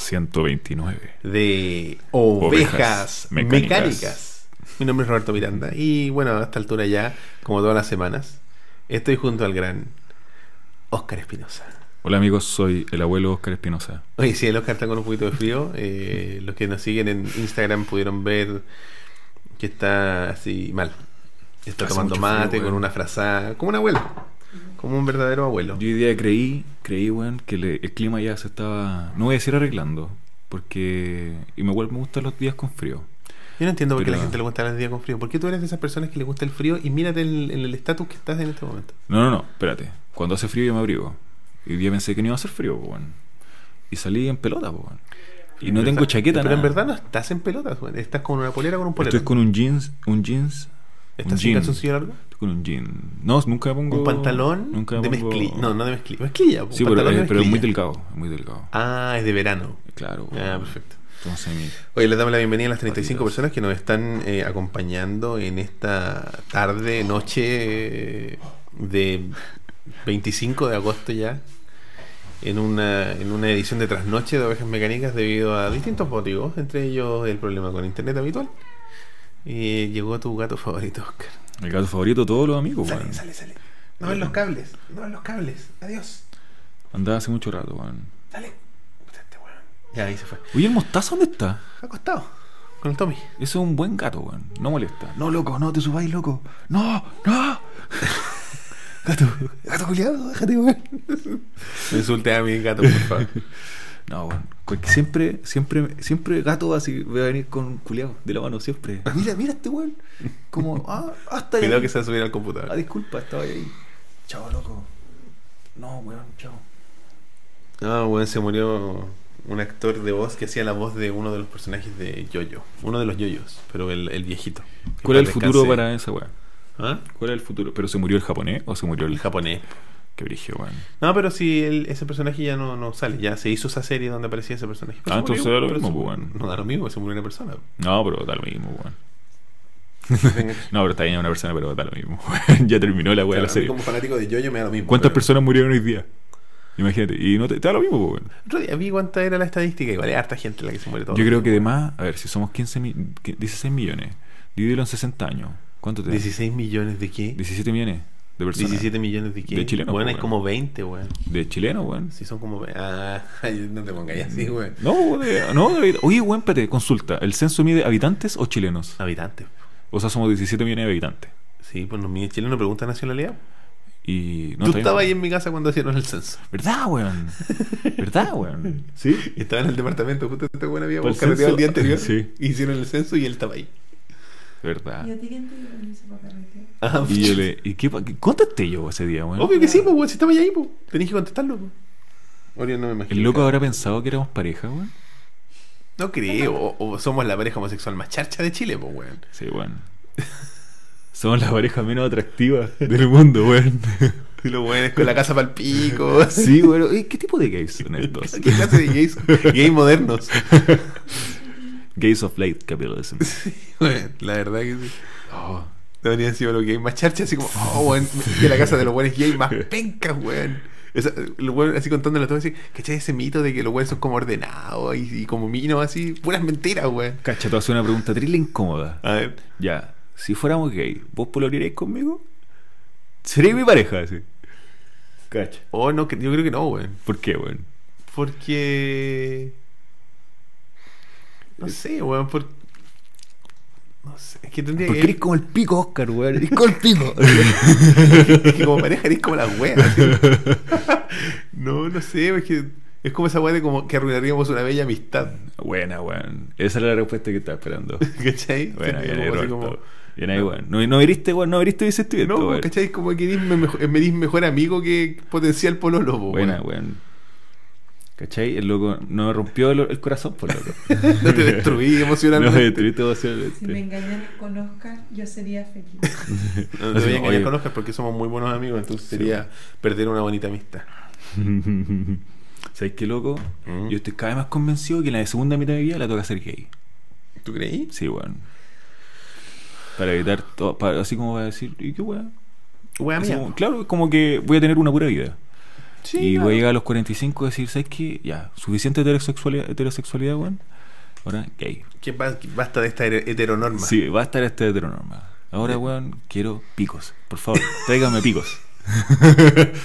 129. de Ovejas ovejas, mecánicas. mecánicas. Mi nombre es Roberto Miranda y bueno, a esta altura ya, como todas las semanas, estoy junto al gran Oscar Espinosa. Hola amigos, soy el abuelo Oscar Espinosa. Oye, si el Oscar está con un poquito de frío, eh, los que nos siguen en Instagram pudieron ver que está así mal. Está Hace tomando mucho frío, mate weón. con una frazada, como un abuelo, como un verdadero abuelo. Yo hoy día creí, creí, weón, que le- el clima ya se estaba, no voy a decir arreglando, porque igual me gustan los días con frío. Yo no entiendo por qué Pero- la gente le gusta los días con frío. ¿Por qué tú eres de esas personas que le gusta el frío? Y mírate el- en el estatus que estás en este momento. No, no, no, espérate. Cuando hace frío yo me abrigo. Y día pensé que no iba a hacer frío, po, weón. Y salí en pelota, po, weón. Y no En tengo verdad- chaqueta, Pero en nada. verdad no estás en pelotas, weón. Estás con una polera con un polera. Estoy con un jeans, un jeans, un ¿Estás sin jean. calzoncillo largo? estoy con un jean. No, nunca me pongo... Un pantalón nunca me de pongo- mezclilla. No, no de mezclilla. Mezclilla. un Sí, pero, pantalón eh, de pero es muy mezclilla. delgado, es muy delgado. Ah, es de verano. Claro. po, Ah, weón. perfecto. Entonces, mi- Oye, les damos la bienvenida a las 35 Patitas. personas que nos están eh, acompañando en esta tarde, noche eh, de 25 de agosto ya, en una, en una edición de trasnoche de ovejas mecánicas debido a distintos motivos, entre ellos el problema con internet habitual. Y llegó tu gato favorito, Oscar. el gato favorito de todos los amigos, weón. sale. No ven los cables, no ven los cables. Adiós. Andaba hace mucho rato, weón. Dale. este Ya, ahí se fue. Oye, el mostazo, ¿dónde está? Acostado, con el Tommy. Ese es un buen gato, weón. No molesta. No, loco, no te subáis, loco. No, no. gato, gato culiado, déjate, weón. No insultes a mi gato, por favor. No, weón. Porque siempre, siempre, siempre gato así voy a venir con un culiado de la mano, siempre. Mira, mira este weón. Como, ah, hasta ahí. Cuidado que se va a subir al Ah, computador. disculpa, estaba ahí. Chao, loco. No, weón, chao. No, Ah, weón, se murió un actor de voz que hacía la voz de uno de los personajes de Yoyo. Uno de los Yoyos, pero el, el viejito. Que ¿Cuál es el paz futuro descanse. para esa weón? ¿Ah? ¿Cuál es el futuro? ¿Pero se murió el japonés o se murió El el japonés. que brigio, weón? No, pero si el- ese personaje ya no, no sale, ya se hizo esa serie donde aparecía ese personaje. Pero Ah, se entonces murió, da lo pero mismo, se- pues, weón. No da lo mismo, se murió una persona. No, pero da lo mismo, weón. No, pero está bien una persona, pero da lo mismo. weón. ya terminó la weá de la Claro, a mí serie. Como fanático de Yoyo me da lo mismo. ¿Cuántas pero- personas murieron hoy día? Imagínate. Y no te, te da lo mismo, po, weón. Otro día vi cuánta era la estadística. Igual es harta gente la que se muere todo. Yo creo que de más, a ver, si somos 15 mi- que- 16 millones, divídelo en 60 años. ¿Cuánto te da? 16 millones de qué? 17 millones de personas. 17 millones de qué? De chilenos, Bueno, pues, es weón. como 20, weón. De chileno, weón. Si son como. ve- Ah, no te pongas así, weón. No, de- no, de- oye, weón, espérate, consulta. ¿El censo mide habitantes o chilenos? Habitantes. O sea, somos 17 millones de habitantes. Sí, pues los míos chilenos preguntan nacionalidad. Y no está Tú bien, estabas ahí weón. en mi casa cuando hicieron el censo. ¿Verdad, weón? ¿Verdad, weón? Sí. Estaba en el departamento, justo esta buena había Por el carreteado el día censo. anterior. Sí. y Hicieron el censo y él estaba ahí. ¿Verdad? ¿Y a ti quién te dio permiso para carretear? Ah, Y yo le. ¿Y qué, pa- qué- contesté yo ese día, weón? Obvio que sí, pues, weón. Si estaba ahí, pues. Tenías que contestarlo, pues. Oye, no me imagino. ¿El loco habrá pensado que éramos pareja, weón? No creo. O, o somos la pareja homosexual más charcha de Chile, pues, weón. Sí, weón. Somos la pareja menos atractiva del mundo, weón. Y los weones con la casa pa'l pico. Sí, weón. ¿Y ¿Qué tipo de gays son estos? ¿Qué clase de gays? gays modernos. gays of late capitalism. Weón, la verdad que sí. Oh, Deberían sido los gays más charcha, así como, oh, weón, que la casa de los buenos gays más pencas, weón. Esa- los weones así contándolo todo, así, ¿cachai? Ese mito de que los weones son como ordenados y, y como minos, así, puras mentiras, weón. Cacha, te voy a hacer una pregunta triste incómoda. A ver, Ya, si fuéramos gay, ¿vos pololearíais conmigo? ¿Seréis mi pareja? Sí. Cacha. oh, no, que- yo creo que no, weón. ¿Por qué, weón? Porque. No sé, weón, por. No sé, es que tendría Porque que. eres como el pico, Oscar, weón. Eres como el pico. Es que como pareja eres como la wea. así. No, no sé, es que. Es como esa wea de como que arruinaríamos una bella amistad. Buena, weón. Esa era la respuesta que estaba esperando. ¿Cachai? Buena, bien, Como ahí, así Roberto. como- Bien ahí, weón. No, no heriste, weón. No heriste ese estudiante, No, weón. ¿cachai? Como que eres me mejor, me eres mejor amigo que potencial pololo, po, Buena, weón. weón. ¿Cachai? El loco no me rompió el, el corazón, por loco. No te destruí no emocionalmente. me destruiste Si me emocionalmente. engañaran con Oscar, yo sería feliz. No Así te voy a como, engañar oye. con Oscar porque somos muy buenos amigos, entonces Sí. sería perder una bonita amistad. ¿Sabes qué, loco? Mm. Yo estoy cada vez más convencido que en la segunda mitad de mi vida la toca ser gay. ¿Tú creí? Sí, weón. Para evitar todo. para- así como va a decir, ¿y qué weón? Wea Así mía. como- Claro, es como que voy a tener una pura vida. Sí, y claro. voy a llegar a los 45 y decir, ¿sabes qué? Ya, suficiente heterosexualidad, heterosexualidad weón. Ahora, gay. Que ba- que basta de esta hetero- heteronorma. Sí, va a estar este heteronorma. Ahora, weón, quiero picos. Por favor, tráigame picos.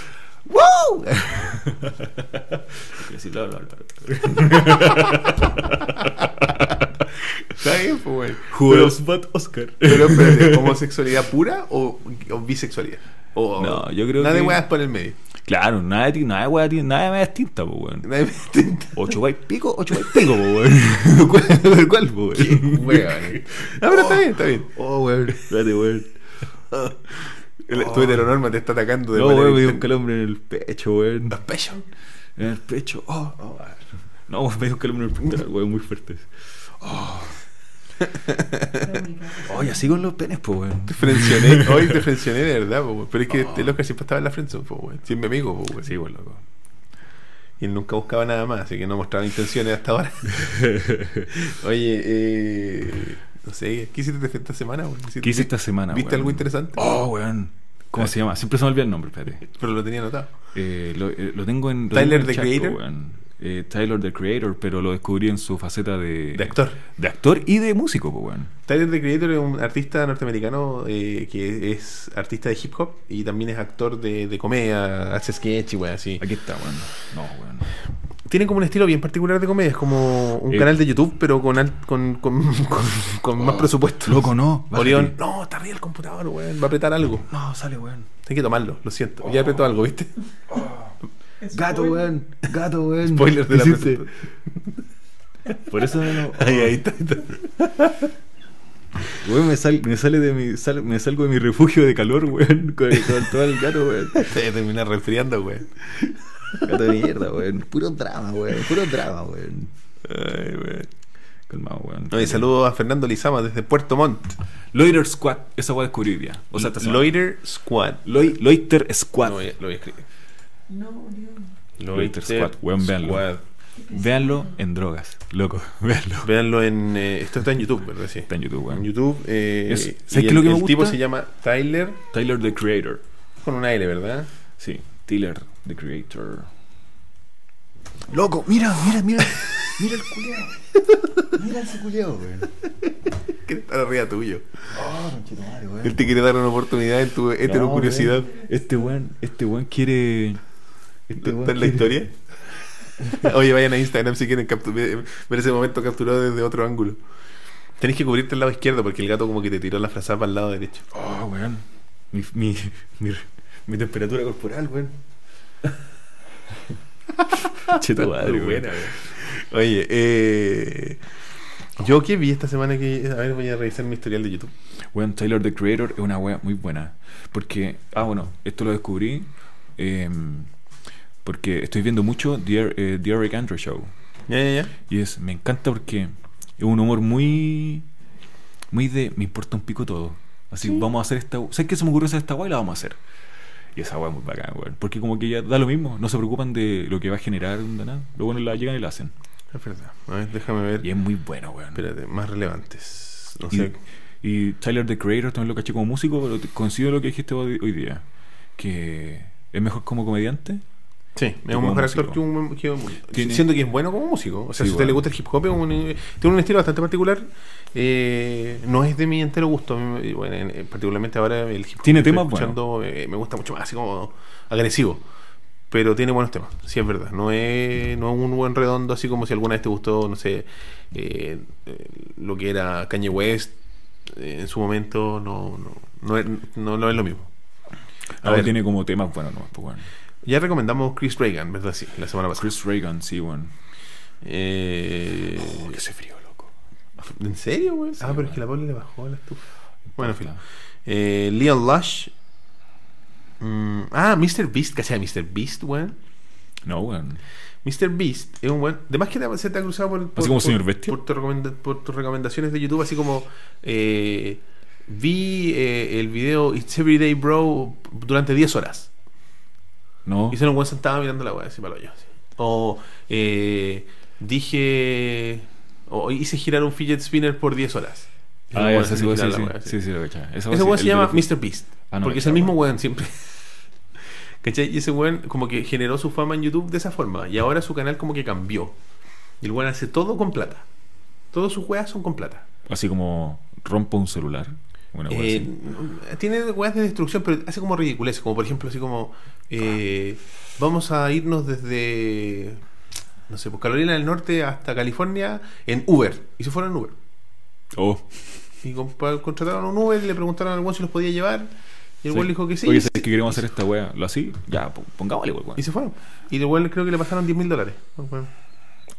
¡Wow! Quiero decir, bla, bla, bla, bla. Está bien, pues, güey. Juros Bat Oscar. Pero, espérate, ¿homosexualidad pura o, o bisexualidad? O, No, yo creo Nada de que- weas por el medio. Claro, nada de ti- nada de weá tiene- nada de media tinta, po, weón. Nada de Ocho guay pico, ocho guay pico, po, weón. ¿Cuál, cuál, cuál, po, weón? Weón. No, Ah, pero está bien, está bien. Oh, weón. Espérate, weón. El- Tu heteronorma te está atacando de No, manera weón, me dio un distinta. calombre en el pecho, weón. Los pechos. En el pecho, oh, oh. No, weón, me dio un calombre en el pecho, weón, muy fuerte. Oye, así con los penes, po, weón. Te frencioné. Hoy te frencioné de verdad, po, weón. Pero es que el Oscar siempre estaba en la friendzone, po, weón. Sí, es mi amigo, po, weón. Oh. Sí, weón, loco. Y él nunca buscaba nada más, así que no mostraba intenciones hasta ahora. Oye, eh, no sé, ¿qué hiciste esta semana? weón? ¿Hiciste- ¿Qué hice esta semana, ¿Viste weón? algo interesante? Oh, weón. ¿Cómo se llama? Siempre se me olvida el nombre, espérate. Pero lo tenía anotado. Eh, lo, eh, lo tengo en. lo tengo Tyler, en the po, Creator. weón. Eh, Tyler the Creator, pero lo descubrí en su faceta de. De actor. De actor y de músico, po, weón. Tyler The Creator es un artista norteamericano eh, que es artista de hip hop y también es actor de, de comedia, hace sketch y weón, así. Aquí está, weón. No, weón. Tiene como un estilo bien particular de comedia, es como un Eh. canal de YouTube, pero con al- con, con, con- con más presupuesto. Loco, no. bájate. Orión, no, está arriba el computador, weón, va a apretar algo. No, sale, weón. Hay que tomarlo, lo siento. Ya apretó algo, ¿viste? Gato, weón. Gato, weón. Spoiler de la Hiciste. presentación. Por eso no. Ahí, ahí está, ahí está. Weón, me, sal- me sale de mi, sal- me salgo de mi refugio de calor, weón. Con, con todo el gato, weón. Te voy a terminar resfriando, weón. Gato de mierda, weón. Puro drama, weón. Puro drama, weón. Ay, weón. Calmado, weón. Oye, saludos a Fernando Lizama desde Puerto Montt. Loiter Squad, esa weá descubrí hoy día. O sea, esta semana. Loiter Squad. Loi- Loiter Squad. Lo voy, a- lo voy a escribir. No, Orión. Loiter Squad, weón, véanlo. Squad. qué pesado. Véanlo en drogas, loco. Véanlo. Véanlo en. eh, esto está en YouTube, ¿verdad? Sí. Está en YouTube, En weón. YouTube. eh, Es- y ¿sabes qué el, lo que me el tipo gusta? se llama Tyler Tyler the Creator. con un aire, ¿verdad? Sí, Tyler the Creator. Loco, mira, mira, mira. Mira el culiao. Mira ese culiao, weón. Que está arriba tuyo. Oh, conchetumare, weón. Él te quiere dar una oportunidad en tu hetero curiosidad. Este weón, este weón quiere. Este ¿Está weón en la quiere- historia? Oye, vayan a Instagram si quieren captu- ver ver ese momento capturado desde otro ángulo. Tenés que cubrirte el lado izquierdo porque el gato como que te tiró la frazada para el lado derecho. Oh, weón. Mi, mi, mi, mi temperatura corporal, weón. Che, tu madre, weón. Buena, Oye, eh, yo que vi esta semana que... A ver, voy a revisar mi historial de YouTube. Weón, Tyler the Creator es una wea muy buena. Porque, ah, bueno, esto lo descubrí eh, porque estoy viendo mucho The, Er- eh, The Eric Andrew Show. Ya, ya, ya. Y es, me encanta porque es un humor muy. Muy de. Me importa un pico todo. Así, vamos a hacer esta. ¿Sabes qué se me ocurrió hacer esta wea y la vamos a hacer? Y esa wea es muy bacán, weón. Porque como que ya da lo mismo, no se preocupan de lo que va a generar, onda, nada. Lo bueno la llegan y la hacen. Es verdad. A ver, déjame ver. Y es muy bueno, weón. Espérate, más relevantes. No Y- sé. Y Tyler the Creator también lo caché como músico, pero te- coincido lo que dijiste hoy, hoy día. Que es mejor como comediante. Sí, es como un mejor músico. actor que un... que un- Tiene- Siento que es bueno como músico. O sea, Sí, si a usted le bueno. gusta el hip hop, es un- eh, tiene un estilo bastante particular. Eh, no es de mi entero gusto. A mí me- bueno, en- eh, particularmente ahora el hip hop Tiene que estoy temas escuchando, eh, me gusta mucho más, así como agresivo. Pero tiene buenos temas, sí es verdad. No es, no es un buen redondo, así como si alguna vez te gustó, no sé, eh, eh, lo que era Kanye West eh, en su momento, no, no, no, es, no, no es lo mismo. A Ahora ver. tiene como temas buenos, no, pues bueno. Ya recomendamos Chris Reagan, ¿verdad? Sí, la semana pasada. Chris Reagan, sí, bueno. Eh, Oh, que se frío, loco. ¿En serio, güey? ah, pero güey. es que la Paula le bajó la estufa. Bueno, en fin. Puta. Eh, Leon Lush. Mm, ah, Mr. Beast. ¿Cachai? Mr. Beast, güey. No, weón. Mr. Beast es un buen. Además que te- se te ha cruzado por, por- como por- señor bestia. Por, tu recomenda- por tus recomendaciones de YouTube, así como. eh, vi eh, el video It's Everyday Bro durante 10 horas. No. Y se un buen sentado mirando la weá, así para yo. O eh, dije. O hice girar un fidget spinner por 10 horas. Y Ah, el ya, weón sí, así sí, girando sí, la weá, sí, así. sí, sí, lo cachaba. Esa Ese weá weón sí, se el llama de los- Mr. Beast. Ah, no, porque me es el cago. mismo weón siempre. ¿Cachai? Y ese weón como que generó su fama en YouTube de esa forma. Y ahora su canal como que cambió. Y el weón hace todo con plata. Todos sus weas son con plata. Así como rompo un celular. Una wea Eh, así. no, tiene weas de destrucción, pero hace como ridiculez. Como por ejemplo, así como. eh, vamos a irnos desde. No sé, pues Carolina del Norte hasta California en Uber. Y se fueron en Uber. Oh. Y compa- contrataron un Uber y le preguntaron al weón si los podía llevar. Y el weón le dijo que sí. Oye, y ¿sabes que queremos hacer esta wea? ¿Lo así? Ya, po- pongámosle, weón. Y se fueron. Y el weón creo que le pasaron 10 mil dólares. Al weón.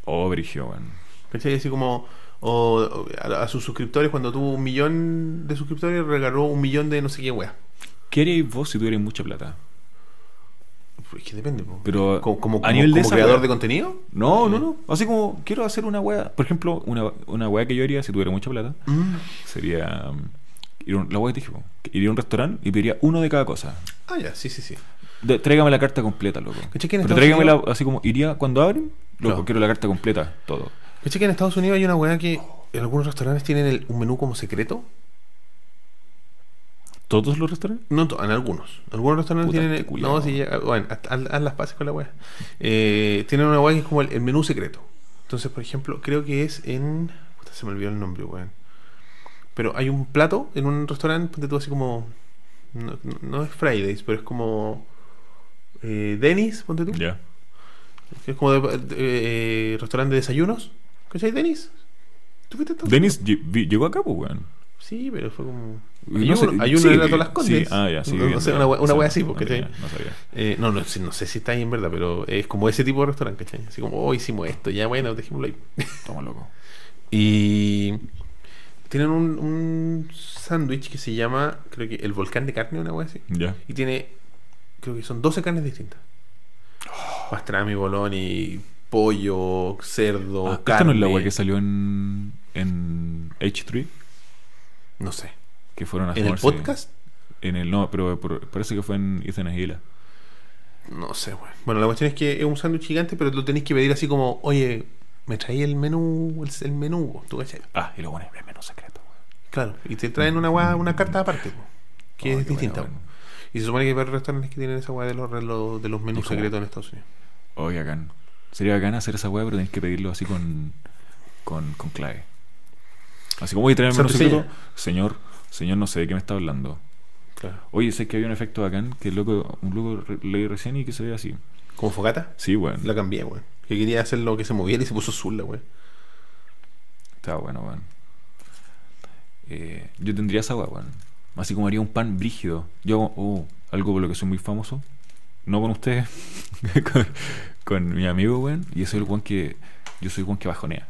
Oh, Brigio, weón. ¿Cachai? Así como o, o a, a sus suscriptores, cuando tuvo un millón de suscriptores, regaló un millón de no sé qué wea. ¿Qué haríais vos si tuvierais mucha plata? Pues es que depende. po. Pero, como, como, ¿a como- nivel de como esa creador wea? de contenido. No, no, no. Así como quiero hacer una wea. Por ejemplo, una, una wea que yo haría si tuviera mucha plata Mm. sería. um, ir a un- la wea que te dije, po, que iría a un restaurante y pediría uno de cada cosa. Ah, ya, sí, sí, sí. De- tráigame la carta completa, loco. ¿Cachai que Pero en Estados tráigame la, Unidos- así como iría cuando abren, loco, No. quiero la carta completa, todo. ¿Cachai que en Estados Unidos hay una wea que en algunos restaurantes tienen el- un menú como secreto? ¿Todos los restaurantes? No, to- en algunos. Algunos restaurantes Puta, tienen. este culiao. No, sí, ya- bueno, haz, haz- haz las paces con la wea. Eh, tienen una wea que es como el, el menú secreto. Entonces, por ejemplo, creo que es en. Puta, se me olvidó el nombre, weón. Pero hay un plato en un restaurante, ponte tú así como. No, no- no es Fridays, pero es como. Eh, Dennis, ponte tú. Ya. Que es como de- de- eh, restaurante de desayunos. ¿Cachai, Dennis? ¿Tú fuiste a Estados Denis lle- vi- llegó acá, pues, weón. Sí, pero fue como. No Hay sé, uno, hay uno sí, en la Las Condes. sí, ah, ya, sí. No, no bien, sé, ya. una, wea- una O sea, wea así, no porque tenía- no sabía. eh, no, no, sé- no sé si está ahí en verdad, pero es como ese tipo de restaurante, ¿cachai? Así como, oh, hicimos esto, ya bueno, dejémoslo ahí. Toma, loco. Y tienen un, un sándwich que se llama, creo que el volcán de carne, una wea así. Ya. Y tiene, creo que son 12 carnes distintas. Oh. Pastrami, boloni, pollo, cerdo, Ah, esta carne. no es la wea que salió en, en H3, No sé. que fueron a ¿En el fumarse- podcast? En el, no, pero por- parece que fue en Ethan Agila. No sé, weón. Bueno, la cuestión es que es un sándwich gigante, pero lo tenéis que pedir así como, oye, me traí el menú, el, el menú, vos", ¿tú cachai? Ah, y lo bueno es el menú secreto, weón. Claro, y te traen una, guada- una carta aparte, po, que Oh, es qué distinta. buena, po. Y se supone que hay varios restaurantes que tienen esa guada de los, de los- de los menús Dijo, secretos en Estados Unidos. Oye, bacán. Sería bacán hacer esa weá, pero tenés que pedirlo así con, con, con clave. Así como voy a traer el menú Santo y secreto. Señor, señor, no sé de qué me está hablando. Claro. Oye, sé que había un efecto bacán que loco, un loco re- leí recién y que se ve así. Como fogata, Sí, weón. la cambié, weón. Que quería hacer lo que se moviera y se puso azul la weón. Está bueno, weón. Eh, yo tendría esa weá, weón. Así como haría un pan brígido. Yo hago oh, algo por lo que soy muy famoso. No con ustedes, con, con mi amigo, weón. Y yo soy el weón que. Yo soy el weón que bajonea.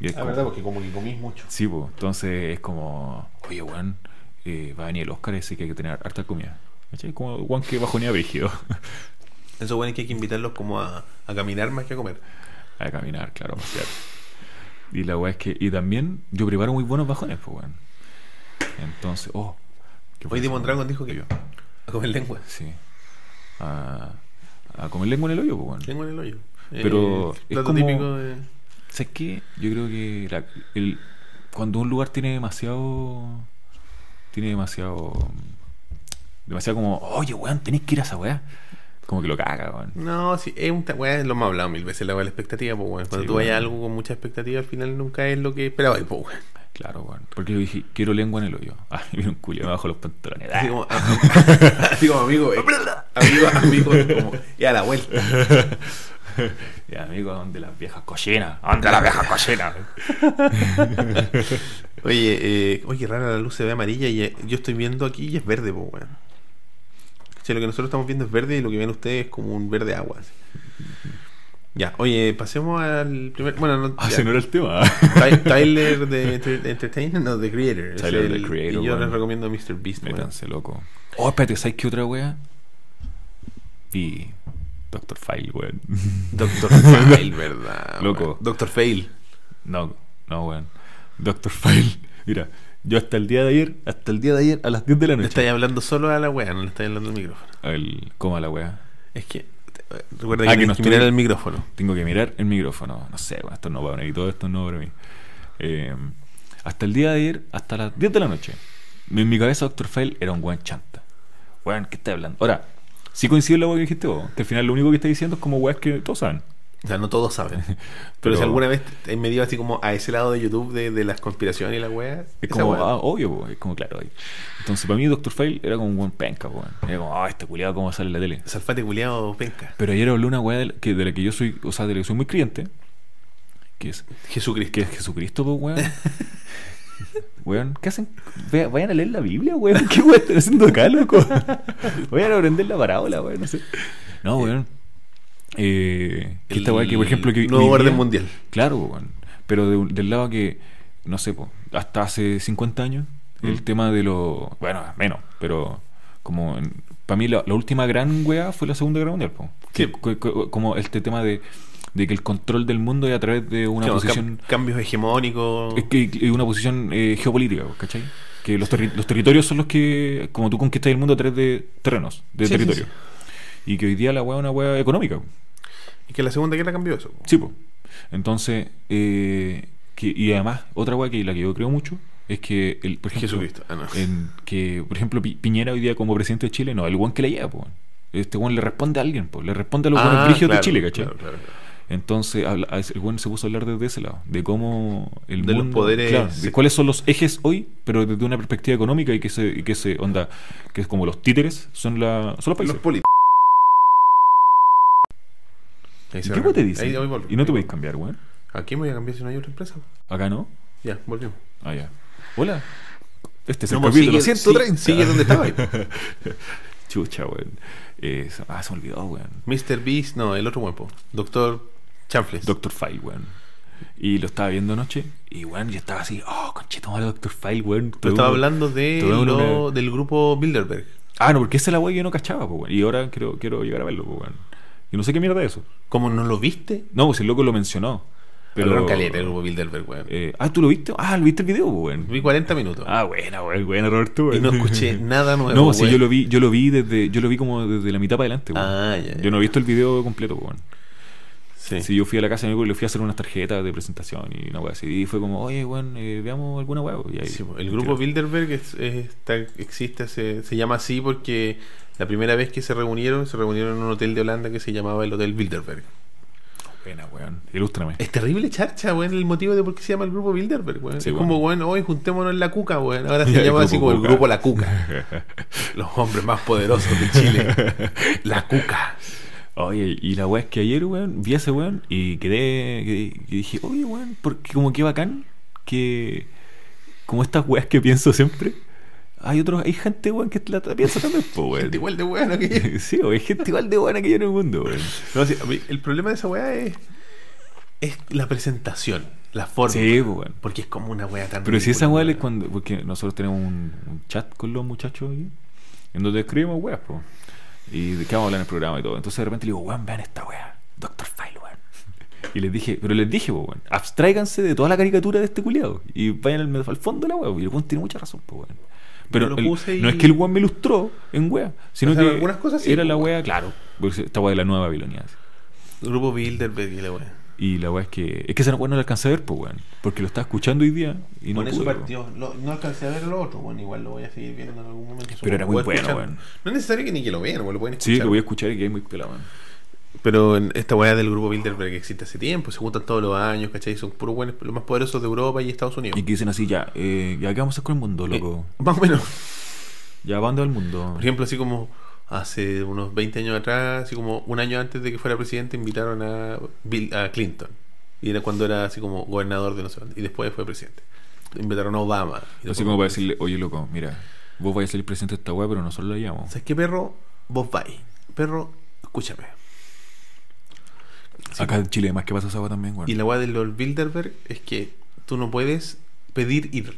Y es La como- verdad, porque como que comís mucho. Sí, pues. Entonces es como. Oye, weón, eh, va a venir el Oscar ese que hay que tener harta comida. ¿Cachai? Como weón que bajonea brígido. Eso, weón, es que hay que invitarlos como a, a caminar más que a comer. A caminar, claro, a pasear. Y la weá es que. Y también yo preparo muy buenos bajones, pues weón. Entonces, oh. ¿qué Hoy pasa, Demon weón? Dragon dijo que yo. A comer lengua. Sí. A, a comer lengua en el hoyo, pues weón. Lengua en el hoyo. Pero Eh, es plato como- típico de. ¿Sabes qué? Yo creo que la- el- cuando un lugar tiene demasiado. Tiene demasiado. Demasiado como, oye, weón, tenés que ir a esa weá. Como que lo caga, weón. No, sí, es un ta- weá, lo hemos hablado mil veces, la weá de la expectativa, pues weón. Cuando Sí, tú vayas a weón. algo con mucha expectativa, al final nunca es lo que esperabas, pues weón. Claro, weón. Porque yo dije, quiero lengua en el hoyo. Ah, y viene un culo, me bajo los pantalones. Así como, Ah. así como, amigo, eh, amigo, amigo, como, y a la vuelta. Y amigo, donde las viejas cochinas. ¿Dónde las viejas cochinas? Oye, eh, oye, rara, la luz se ve amarilla y eh, yo estoy viendo aquí y es verde, pues weón. O sea, lo que nosotros estamos viendo es verde y lo que ven ustedes es como un verde agua. así. Ya, oye, pasemos al primer. Bueno, no, Ah, ya. ese no era el tema. Ty- Tyler de Enter- Entertainer, no, The Creator. Es Tyler, The el- Creator, Y yo les weón. recomiendo Mr. Beast, weón. Métanse, loco. Oh, espérate, ¿sabes qué otra wea? Y. Doctor File, weón. Doctor Fail, ¿verdad? Loco. weón? Doctor Fail. No, no, weón. Doctor File. Mira, yo hasta el día de ayer, hasta el día de ayer, a las 10 de la Le noche. estáis hablando solo a la wea, no le estáis hablando al micrófono. El, ¿Cómo la wea? Es que. eh, Recuerda Ah, que, que no tienes que mirar estoy- el micrófono. Tengo que mirar el micrófono. No sé, bueno, esto no va a venir. Todo esto no para mí. Eh, hasta el día de ayer, hasta las 10 de la noche. En mi cabeza, Dr. File era un buen chanta. Weón, ¿qué está hablando? Ahora, Sí coincide la hueá que dijiste vos. Que al final lo único que está diciendo es como weas que todos saben. O sea, no todos saben. Pero, Pero- si alguna vez te- me dio así como a ese lado de YouTube de, de las conspiraciones y la wea. Es esa como, wea- ah, obvio, po, es como claro. ahí. Entonces, para mí, Doctor File era como un buen penca, po, weón. Era como, ah, este culiado, cómo sale en la tele. Salfate culiado, penca. Pero ayer habló una weá de la que, de la que yo soy, o sea, de la que soy muy creyente, que es, Jesucristo. que es Jesucristo, po, weón. Weón, ¿qué hacen? Ve- Vayan a leer la Biblia, weón. ¿Qué weón están haciendo acá, loco? Vayan a aprender la parábola, weón. No sé. No, weón. Eh, que esta weá que, por ejemplo, que. El Nuevo hoy orden día- mundial. Claro, po, weón. pero de un- del lado que, no sé, po, hasta hace 50 años, el Mm. tema de lo. Bueno, menos, pero como. Para mí, la, la última gran weá fue la Segunda Guerra Mundial, po. Sí. Que- que- como este tema de, de que el control del mundo es a través de una Claro, cam- posición. cambios hegemónicos. es que- es una posición eh, geopolítica, po, ¿cachai? Que los, terri- los territorios son los que. Como tú conquistas el mundo a través de terrenos, de Sí, sí, territorio. Y que hoy día la weá es una weá económica. po. Y que la Segunda Guerra cambió eso. Sí, po. Entonces, eh, que- y además, otra weá que la que yo creo mucho es que, el, por ejemplo, Jesucristo. Ah, no. en que, por ejemplo, Pi- Piñera hoy día como presidente de Chile, no, el guan que la lleva, po. weón. Este guan le responde a alguien, po. le responde a los guanes brígidos de Ah, claro, Chile, ¿cachai? claro, claro, claro. Entonces, habla- a- el guan se puso a hablar desde ese lado, de cómo el De los mundo- poderes- claro, de sí. cuáles son los ejes hoy, pero desde una perspectiva económica y que se, y que se onda, que es como los títeres son, la, son los países. Los políticos. Ahí ¿Y se ¿Qué va. weá te dicen? Ahí- ahí volví. y no te podéis cambiar, weón. Aquí me voy a cambiar si no hay otra empresa. Acá no. Ya, volvimos. Ah, ya. Hola. Este es el No, pues, capítulo sigue- 130. sigue- sigue donde estaba ahí. Chucha, weón. Eh, se- ah, se me olvidó, weón. Mr. Beast, no, el otro guapo. Doctor Chanfles. Doctor File, weón. Y lo estaba viendo anoche. Y, weón, yo estaba así, oh, conchito malo, Doctor File, weón. Yo Tuve estaba un- hablando de te veo lo- una- del grupo Bilderberg. Ah, no, porque esa es la weón que yo no cachaba, po, weón. Y ahora quiero, quiero llegar a verlo, po, weón. Y no sé qué mierda es eso. ¿Cómo no lo viste? No, pues el loco lo mencionó. Pero. Hablaron caleta del grupo Bilderberg, weón. Eh, ah, ¿tú lo viste? Ah, ¿lo viste el video, po, weón? Vi 40 minutos. Ah, buena, weón, buena, Roberto, y weón. no escuché nada nuevo. No, sí, weón. yo lo vi, yo lo vi desde, yo lo vi como desde la mitad para adelante, weón. Ah, ya. ya. Yo no he visto el video completo, po, weón. Sí. Sí, yo fui a la casa de mi amigo y le fui a hacer unas tarjetas de presentación y una weá así. Y fue como, oye, weón, eh, veamos alguna weá. Y ahí- Sí, el grupo Bilderberg es- es- está- existe, se, se llama así porque la primera vez que se reunieron, se reunieron en un hotel de Holanda que se llamaba el Hotel Bilderberg. Buena, weón. Ilústrame. Es terrible charcha, weón, el motivo de por qué se llama el grupo Bilderberg, weón. Sí, es weón. como, weón, hoy juntémonos en la cuca, weón. Ahora se El llama así grupo como el Cuca. grupo La Cuca. Los hombres más poderosos de Chile. La Cuca. Oye, y la weá es que ayer, weón, vi a ese weón y quedé. quedé- y dije, oye, weón, porque como que bacán que. Como estas weas que pienso siempre. Hay otros, hay gente, weón, que la piensa también, po, weón. Gente igual de weón, ¿ok? Sí, o hay gente igual de buena que yo en el mundo, weón. No, sí, a mí el problema de esa weá es, es la presentación, la forma. Sí, po, weón. Porque es como una weá tan. Pero si ridícula, esa weá es weón. cuando. Porque nosotros tenemos un, un chat con los muchachos aquí, en donde escribimos weas, po. Y de qué vamos a hablar en el programa y todo. Entonces de repente le digo, weón, vean esta wea. Doctor File, weón. Y les dije, pero les dije, po, weón, abstráiganse de toda la caricatura de este culiado. Y vayan al, al fondo de la wea. Y el weón tiene mucha razón, po, weón. Pero Yo lo el- puse y- no es que el weón me ilustró en wea, sino O sea, que algunas cosas sí, era po, la weón. wea, claro. porque Esta wea de la nueva Babilonia. así. Grupo Bilderberg y la weá. Y la wea es que. Es que esa wea no la alcancé a ver, po, weón. Porque lo estaba escuchando hoy día y no Con eso pude, po. partió. Lo- no alcancé a ver lo otro, bueno, igual lo voy a seguir viendo en algún momento. Pero era muy Puedo bueno, escuchar- weón. No es necesario que ni que lo vean, weón, lo pueden escuchar. Sí, lo voy a escuchar y que es muy pelado, weón. Pero en esta weá del grupo Bilderberg existe hace tiempo, se juntan todos los años, ¿cachai? Son puros buenos, los más poderosos de Europa y Estados Unidos. Y que dicen así, ya, eh, ya qué vamos a hacer con el mundo, loco. Eh, más o menos. Ya bando al mundo. Por ejemplo, así como hace unos 20 años atrás, así como un año antes de que fuera presidente, invitaron a, Bill, a Clinton. Y era cuando era así como gobernador de no sé dónde. Y después fue presidente. Invitaron a Obama. Y después- Así como para decirle, oye, loco, mira, vos vais a salir presidente de esta weá, pero nosotros la llamamos. ¿Sabes qué, perro? Vos vais. Perro, escúchame. Acá en Chile, además, que pasa esa weá también, weón. Y la weá de los Bilderberg es que tú no puedes pedir ir.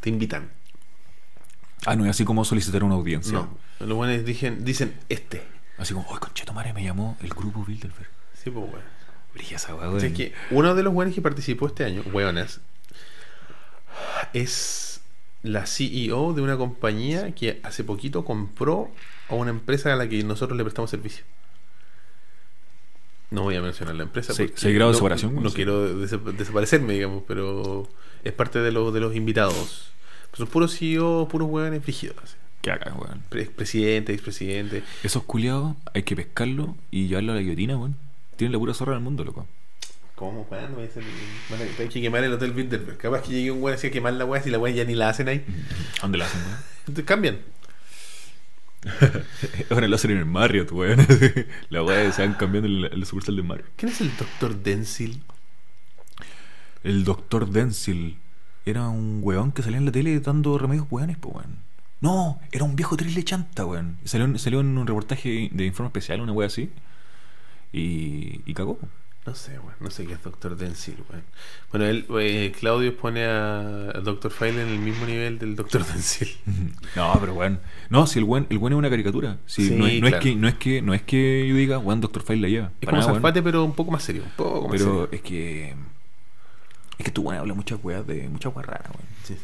Te invitan. Ah, no, es así como solicitar una audiencia. No. Los buenos dicen, dicen este. Así como, oye, concheto madre, me llamó el grupo Bilderberg. Sí, pues weón. Brilla esa weá, O weón. sea, es que uno de los weones que participó este año, weonas, es la CEO de una compañía que hace poquito compró a una empresa a la que nosotros le prestamos servicio. No voy a mencionar la empresa. Sí, porque sí, hay grado de no- separación, No, bueno, sí. quiero desa- desaparecerme, digamos, pero es parte de, los de los invitados. Son puros CEO, puros E weones frigidos. así. Que hagan, weón. Pre- Presidente, expresidente. Esos culiados hay que pescarlo y llevarlo a la guillotina, weón. Tienen la pura zorra del mundo, loco. ¿Cómo? ¿Cuándo? Van a hacer- van a- Hay que quemar el Hotel Bilderberg. Capaz que llegue un weón así a quemar la weá si la weá ya ni la hacen ahí. ¿A ¿Dónde la hacen, weón? Entonces cambian. Ahora lo hacen en el Marriott, weón. la weá se van cambiando el, el sucursal de Marriott. ¿Quién es el doctor Denzil? El doctor Denzil era un weón que salía en la tele dando remedios weones, pues weón. No, era un viejo trisle chanta, weón. Y Salió, en- salió en un reportaje de informe especial, una wea así. Y, y cagó. No sé, weón. No sé qué es doctor Denzil, weón. Bueno, él, eh, Claudio pone a, a Dr. File en el mismo nivel del doctor Denzil. No, pero weón. No, si el weón, el weón es una caricatura. Si Sí, no, es, no es claro. que, no, es que, no es que yo diga, weón, Doctor File la lleva. Es Para como nada, weón. Zapate, pero un poco más serio. Un poco más Pero serio. es que. Es que tú, weón, habla muchas weas de muchas weas raras, weón. Sí.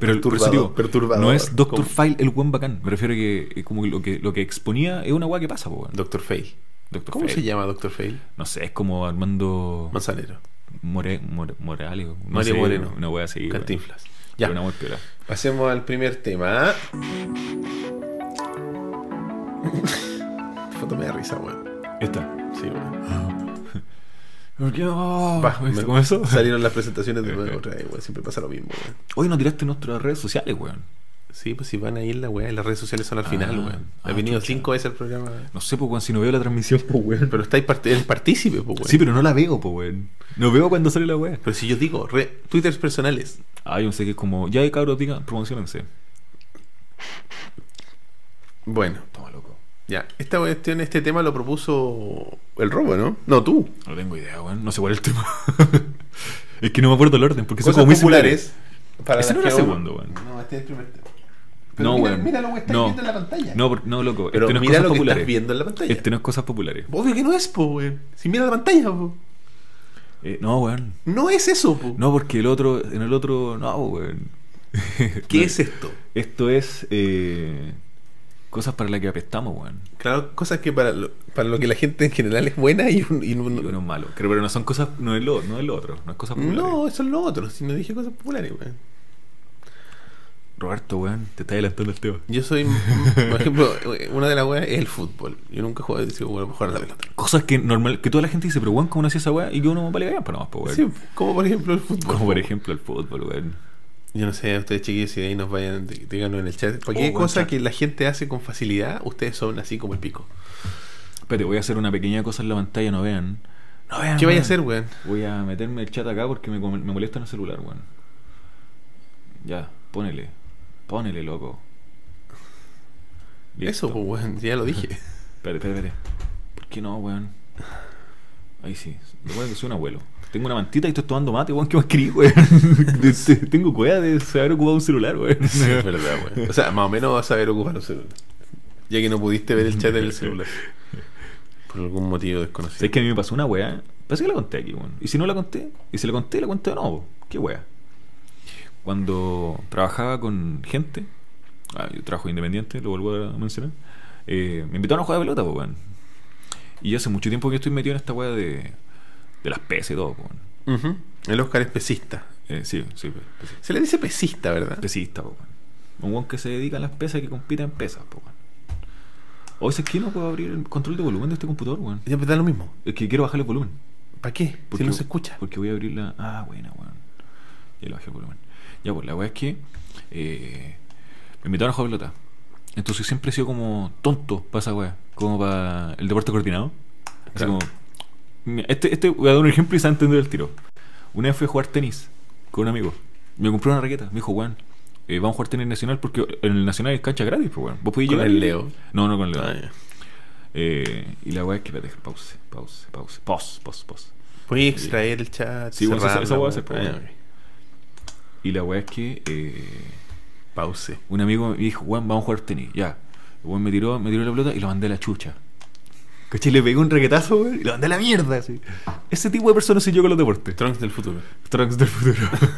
Pero el- por eso digo, perturbador. No es Doctor Como- File el buen bacán. Me refiero a que eh, como que lo que lo que exponía es una weá que pasa, po, weón. Doctor Fail. Dr. ¿Cómo File. se llama Doctor Fail? No sé, es como Armando Manzanero. More- More- Morales. o- no Mario sé, Moreno. Una weá así. weón. Cantinflas. Ya. Pero Una weá piola. Pasemos al primer tema. Foto me da risa, weón. Esta. Sí, weón. Va, me- ¿Cómo eso? Salieron las presentaciones de nuevo otra vez, weón. Siempre pasa lo mismo, weón. Hoy nos tiraste en nuestras redes sociales, weón. Sí, pues si van a ir la weá, las redes sociales son al Ah, final, weón. ah, Ha venido chucha. cinco veces al programa. No sé, pues, weón, si no veo la transmisión, pues, weón. Pero estáis part el partícipe, pues, weón. Sí, pero no la veo, pues, weón. No veo cuando sale la weá. Pero si yo digo, re- twitters personales. Ah, yo sé que es como, ya cabros, digan, promocionense. Bueno, Toma, loco. ya. Esta cuestión, este tema lo propuso el robo, ¿no? No, tú. No tengo idea, weón. No sé cuál es el tema. es que no me acuerdo el orden, porque son Cosas como muy populares. similares. Para Ese las no era que- segundo, weón. No, este es el primer tema. No, weón. No. la pantalla. No, por- no, loco. Pero este no es mira cosas lo que populares. estás viendo en la pantalla. Este no es cosas populares. Obvio que no es, po, weón. Si mira la pantalla, po. Eh, no, weón. No es eso, po. No, porque el otro, en el otro, no, weón. ¿Qué No. es esto? Esto es eh, cosas para las que apestamos, weón. Claro, cosas que para lo, para lo que la gente en general es buena y, un- y un- Y uno es malo. Creo, pero no son cosas, no es lo, no es lo otro, no es cosas populares. No, eso es lo otro. Si no dije cosas populares, weón. Roberto, weón, te está adelantando el tema. Yo soy, por ejemplo, una de las weas es el fútbol. Yo nunca jugué, digo, bueno, jugar a la pelota. Cosas que normal, que toda la gente dice, pero weón, ¿cómo no hacía esa weá? Y que uno vale gallan para nomás, po, pues, weón. Sí, como por ejemplo el fútbol. Como por ejemplo el fútbol, weón. Yo no sé, ustedes chiquillos, si de ahí nos vayan, dí- díganos en el chat. Oh, Cualquier buen cosa chat. que la gente hace con facilidad, ustedes son así como el pico. Espérate, voy a hacer una pequeña cosa en la pantalla, no vean. No vean. ¿Qué vaya weón. a hacer, weón? Voy a meterme el chat acá porque me, com- me molesta en el celular, weón. Ya, ponele. Ponele, loco. Listo. Eso, pues, weón, ya lo dije. Espérate, espérate, espérate. ¿Por qué no, weón? Ahí sí. Recuerda que soy un abuelo. Tengo una mantita y estoy tomando mate, weón. ¿Qué más querís, weón? De- de- Tengo cueva de saber ocupar un celular, weón. es verdad, weón. O sea, más o menos vas a saber ocupar un celular. Ya que no pudiste ver el chat en el celular. Por algún motivo desconocido. ¿Sabes que a mí me pasó una weá? Parece que la conté aquí, weón. Y si no la conté, y si la conté, la cuento de nuevo. ¿Qué weá? Cuando trabajaba con gente, ah, yo trabajo independiente, lo vuelvo a mencionar, eh, me invitaron a jugar a pelota, po, weón. Y hace mucho tiempo que estoy metido en esta weá de, de las PS y todo, po, weón. Ujú. El Oscar es pesista. Eh, sí, sí, pes- Se le dice pesista, ¿verdad? pesista, po, weón. Un weón que se dedica a las pesas y que compite en pesas, po, weón. O es que no puedo abrir el control de volumen de este computador, weón. Ya, pues da lo mismo. Es que quiero bajar el volumen. ¿Para qué? Si Porque- no se escucha. Porque voy a abrir la. Ah, buena, weón. Ya lo bajé el volumen. Ya, pues la weá es que. eh, me invitaron a jugar pelota. Entonces siempre he sido como tonto para esa weá. Como para el deporte coordinado. Así Claro. como. mira, Este, este voy a dar un ejemplo y se va a entender el tiro. Una vez fui a jugar tenis con un amigo. Me compró una raqueta. Me dijo, weón. eh, vamos a jugar tenis nacional porque en el nacional es cancha gratis, pues weón. Vos podés Con llegar. el y- Leo. No, no con el Leo. Ah, ya. Eh, y la weá es que espérate, pause, pause, pause, pause, pause, pause. Puedes extraer el chat. Sí, bueno, cerrarlo, esa- esa hueá se weón. puede. Ah, ya, ok. Y la weá es que eh, Pause. un amigo me dijo, Juan, vamos a jugar tenis, ya. El weón me tiró, me tiró la pelota y lo mandé a la chucha. ¿Cachai? Le pegué un reguetazo, weón, y lo mandé a la mierda, así. Ese tipo de personas soy yo con los deportes. Trunks del futuro. Trunks del futuro.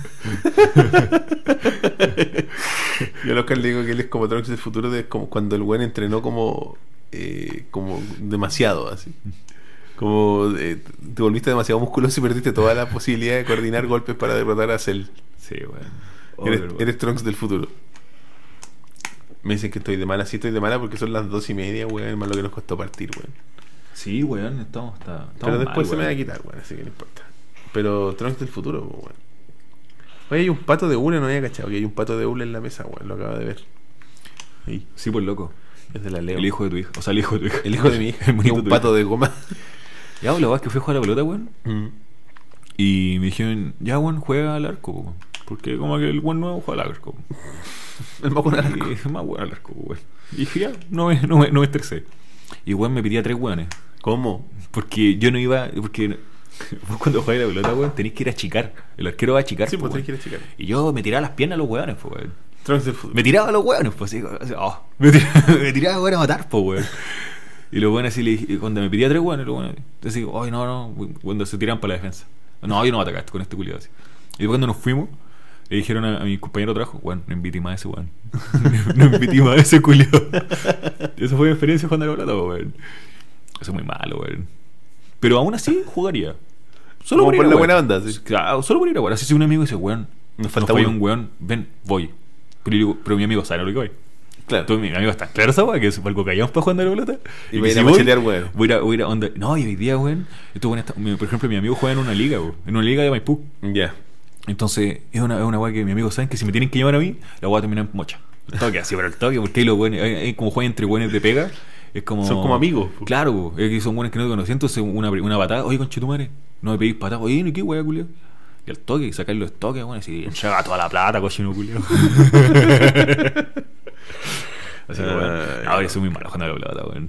Yo al Oscar le digo que él es como Trunks del futuro, de como cuando el buen entrenó como, eh, como demasiado, así. Como eh, te volviste demasiado musculoso y perdiste toda la posibilidad de coordinar golpes para derrotar a Cell. sí, weón. Oh, Eres, pero, weón. eres Trunks del futuro. Me dicen que estoy de mala. Sí, estoy de mala porque son las dos y media, weón. Más lo que nos costó partir, weón. Sí, weón, estamos, está, estamos Pero mal, después se me va a weón. quitar, weón. Así que no importa. Pero Trunks del futuro, pues, weón. Oye, hay un pato de hule, no había cachado. Que hay un pato de hule en la mesa, weón. Lo acabo de ver. Ahí. Sí, por loco. Es de la Leo. El hijo de tu hijo. O sea, el hijo de tu hijo. El hijo de mi hija. El Es monito un de tu pato de goma. hijo. Ya, lo vas que fui a jugar a la pelota, weón. Mm. Y me dijeron, ya, weón, juega al arco, po, weón. Porque como que el buen nuevo juega al arco. po. El más con arco. Y es más weón al arco, po, weón. Y dije, ya, no me, no me, no me estresé. Y weón me pedía tres weones. ¿Cómo? Porque yo no iba. Porque vos cuando jugáis la pelota, weón, tenés que ir a achicar. El arquero va a achicar. Sí, po, pues tenés que ir weón. a checar. Y yo me tiraba las piernas a los weones, po, weón. Trunks del futuro. Me tiraba a los hueones, pues así, así, oh, me, tiraba, me tiraba weón, a matar, pues weón. Y los buenos así le dije, cuando me pedía tres hueones, los buenos, así, ay no, no, cuando se tiran para la defensa. No, yo no voy a atacar con este culiado así. Y cuando nos fuimos, le dijeron a, a mi compañero de trabajo, bueno, no invité más a ese weón. no invité más a ese culiado. Esa fue mi experiencia jugando a la pelota, pues, weón. Eso es muy malo, weón. Pero aún así jugaría. Solo por, Como ir por a la huear. buena onda, sí. Claro, solo por ir a huear. Así si un amigo dice, weón, Nos falta falla uno. un weón, ven, voy. Pero, yo digo, pero mi amigo sabe a lo que voy. Claro. Tú, mi amigo, está claro esa weá? Que es para el cocayón para pues, jugando a la pelota. Y que voy a si ir a machetear, weón. Voy a ir a- voy a ir a onda. No, y hoy día, weón. Estos weones están- mi- por ejemplo, mi amigo juega en una liga, weón. En una liga de Maipú. Ya. Entonces, es una, es una weá que mi amigo sabe que si me tienen que llamar a mí, la weá termina en mocha. El toque, así, pero el toque, porque ahí los weones, ahí- ahí como juegan entre weones de pega. Es como, Son como amigos. Claro, po, es que son buenos que no te conocen. Entonces, una, una patada, oye, conchetumare, no me pedís patada, oye, ¿no qué weá, culiao? Y al toque, sacar los toques, bueno, así, entrega toda la plata, cochino culiao. Así que, bueno, Ay, ahora no. soy muy malo jugando a la pelota, weón.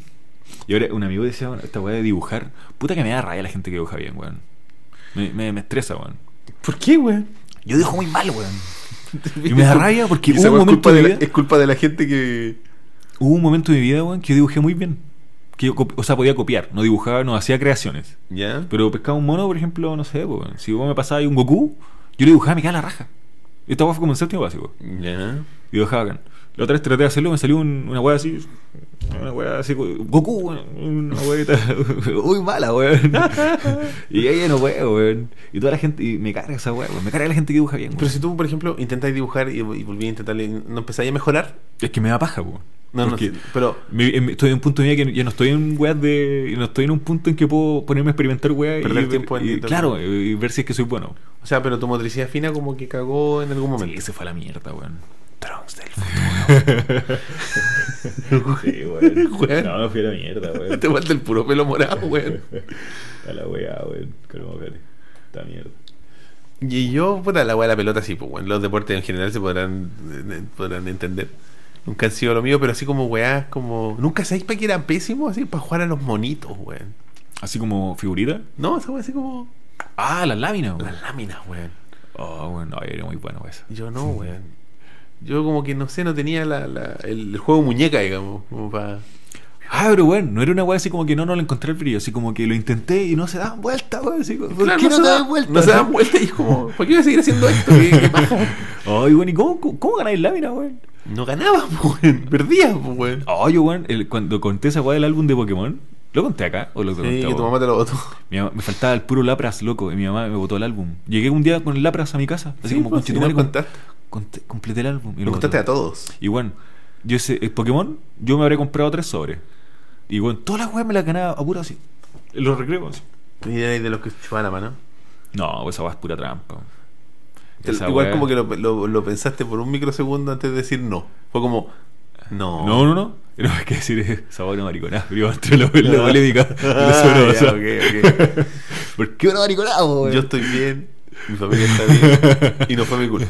Y ahora un amigo decía, bueno, esta weá de dibujar, puta que me da raya la gente que dibuja bien, weón. Me, me, me estresa, weón. ¿Por qué, weón? Yo dibujo muy mal, weón. Y me da rabia porque Y hubo esa un weá es momento de culpa de mi la- vida, Es culpa de la gente que. hubo un momento de mi vida, weón, que yo dibujé muy bien. Que yo copi- o sea, podía copiar, no dibujaba, no hacía creaciones. Ya. Pero pescaba un mono, por ejemplo, no sé, weón. Si vos me pasabas un Goku, yo le dibujaba, me quedaba la raja. Esta weá fue como en séptimo básico. weón. Ya. Y dibujaba bacán. La otra vez traté de hacerlo, me salió un- una weá así. Una weá así. Goku, weón, una weá Uy, mala, weón. y ella no puedo, weón. Y toda la gente. Y me carga esa weá, weón. Me carga la gente que dibuja bien, weón. Pero si tú, por ejemplo, intentáis dibujar y, y volví a intentar, ¿no empezáis a mejorar? Es que me da paja, weón. No, no, Porque sí, pero me- em- estoy en un punto de mi vida que ya no estoy en weas de. No estoy en un punto en que puedo ponerme a experimentar weas y Perder ver- tiempo en y- intentar- Claro, y ver si es que soy bueno. O sea, pero tu motricidad fina como que cagó en algún Sí, momento. se fue a la mierda, weón. Trunks del Sí, weón. Weón. No, me fui a la mierda, weón. Te falta el puro pelo morado, weón. A la weá, weón. Calma, espérate. Esta mierda. Y yo, puta, la weá de la pelota sí, pues, weón. Los deportes en general se podrán, eh, eh, podrán entender. Nunca han sido lo mío, pero así como weá, como. Nunca sabéis para qué eran pésimos, así, para jugar a los monitos, weón. Así como figurita. No, esa weá así como. Ah, las láminas, weón. Las láminas, weón. Oh, weón, no, era muy bueno eso. Yo no, weón. Yo como que no sé, no tenía la, la- el, el juego muñeca, digamos, como para. Ah, pero weón, no era una weá así como que no, no le encontré el brillo, así como que lo intenté y no se daban vueltas, weón. Así, como, ¿Por Claro, qué no, se da- dan vueltas? No se dan vuelta y es como, ¿por qué voy a seguir haciendo esto? ¿Qué- qué paja? Ay, weón, ¿y cómo, cómo, cómo ganáis lámina, weón? No ganaba, po, weón. Perdía, po, weón. Ay, yo, weón, el- cuando conté esa weá del álbum de Pokémon, ¿lo conté acá o lo conté Sí, pues. a que tu vos? mamá te lo botó. Mi mamá- me faltaba el puro Lapras, loco, y mi mamá me botó el álbum. Llegué un día con el Lapras a mi casa, así Sí, como, pues, "Conche si tu no madre, com- contaste. conté- completé el álbum. Y Lo contaste botó. a todos. Y bueno, yo ese el Pokémon, yo me habré comprado tres sobres. Y bueno, todas las weas me las ganaba a puro así. En los recreos. así. Y Pues de, de los que chupaban la mano. No, pues, esa wea es pura trampa. Te- Esa Igual wea- como que lo, lo- lo pensaste por un microsegundo antes de decir no. Fue como, no. No, no, no. No hay que decir eh, sabor no mariconada, pero iba entre la, la Ah, polémica. de la semana ya, pasada. ok, ok. ¿Por qué una mariconada, weón? Yo estoy bien, mi familia está bien y no fue mi culpa.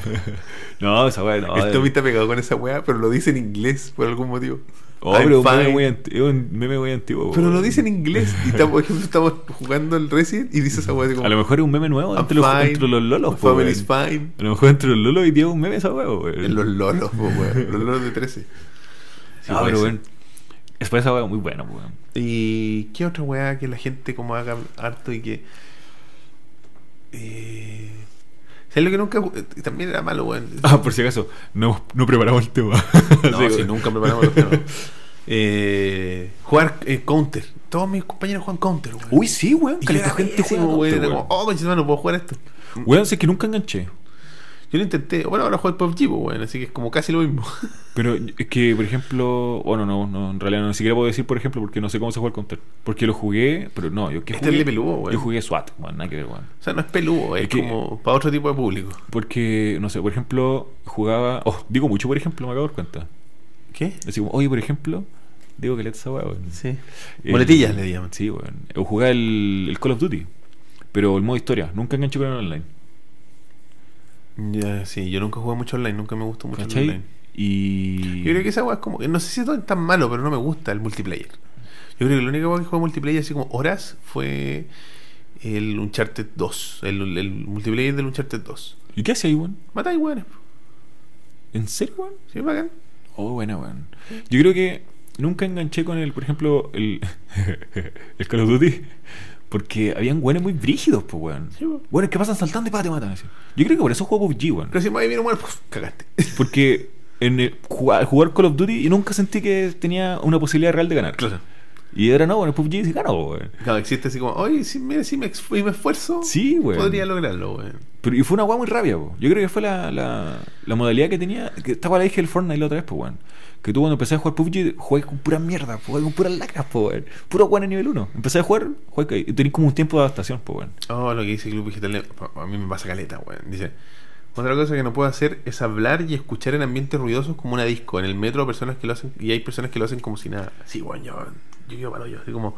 No, esa wea no. El Tommy eh. está pegado con esa weá, pero lo dice en inglés por algún motivo. Oh, I'm pero es un fine. meme muy anti- es un meme muy antiguo. Pero weón. lo dice en inglés. Y está, por ejemplo, estamos jugando el Resident y dice esa weá así como. A lo mejor es un meme nuevo "I'm entre los, fine, entre los lolos, my po, Family is weón. fine. A lo mejor entre los lolos y tiene un meme esa wea, weón. En los lolos, po, weón. Los lolos de 13. Sí, ah, puede pero ser. bueno. Después esa wea muy buena, weón. ¿Y qué otra weá que la gente como haga harto y que. Eh... ¿Sabes lo que nunca.? eh, También era malo, weón. Ah, por si acaso, no, no preparamos el tema. No, Sí, si weón. nunca preparamos los temas. Eh, jugar eh, Counter. Todos mis compañeros juegan Counter, weón. Uy, sí, weón. Y yo Caleta era gente juega pésimo, Counter, Era weón. como, oh, conchito, no puedo jugar esto. Weón, si es que nunca enganché. Yo lo intenté. Bueno, ahora juego el PUBG, pues, weón, así que es como casi lo mismo. Pero es que, por ejemplo, bueno, no, no, en realidad no ni siquiera puedo decir, por ejemplo, porque no sé cómo se juega el counter. Porque lo jugué, pero no, yo que Este jugué. es de peludo, weón. Yo jugué SWAT, weón, nada que ver, weón. O sea, no es peludo, es, Es que- como para otro tipo de público. Porque, no sé, por ejemplo, jugaba. Oh, digo mucho, por ejemplo, me acabo de dar cuenta. ¿Qué? Así como, oye, por ejemplo, digo que le esa weá, weón. Sí. El- Boletillas le llaman. Sí, weón. O jugaba el, el Call of Duty. Pero el modo historia, nunca enganché con el online. Ya, sí, yo nunca jugué mucho online, nunca me gustó mucho el ¿Cachai? online. Y. Yo creo que esa weá es como. No sé si es tan malo, pero no me gusta el multiplayer. Yo creo que la única weá que jugué multiplayer así como horas fue el Uncharted 2. El, el multiplayer del Uncharted 2. ¿Y qué hacía ahí, weón? Matáis weones. ¿En serio, weón? Sí, bacán. Oh, buena, weón. Yo creo que nunca enganché con el, por ejemplo, el, el Call of Duty. Porque habían weones muy brígidos, pues, weón. Sí, weón. Bueno, que pasan saltando y pa, te matan. así. Yo creo que por eso juego PUBG, weón. Pero si me viene un humano, puf, cagaste. Porque en el- jugar, jugar Call of Duty y nunca sentí que tenía una posibilidad real de ganar. Claro. Y ahora no, bueno, PUBG sí ganó, weón. Claro, existe así como, oye, si, mira, si me, ex- y me esfuerzo, Sí, weón. podría lograrlo, weón. Pero, y fue una weá muy rabia, po. Yo creo que fue la, la, la modalidad que tenía. Que esta weá la dije el Fortnite la otra vez, pues, weón. Que tú cuando empecé a jugar PUBG, jugué con pura mierda, jugué con puras lacras, pues, weón. Puro weón en nivel 1. Empecé a jugar, jugué, y tenía como un tiempo de adaptación, pues, weón. Oh, lo que dice Club Digital, pa- a mí me pasa caleta, weón. Dice, otra cosa que no puedo hacer es hablar y escuchar en ambientes ruidosos como una disco. En el metro personas que lo hacen, y hay personas que lo hacen como si nada. Sí, weón, yo, yo vivo para yo. Así como,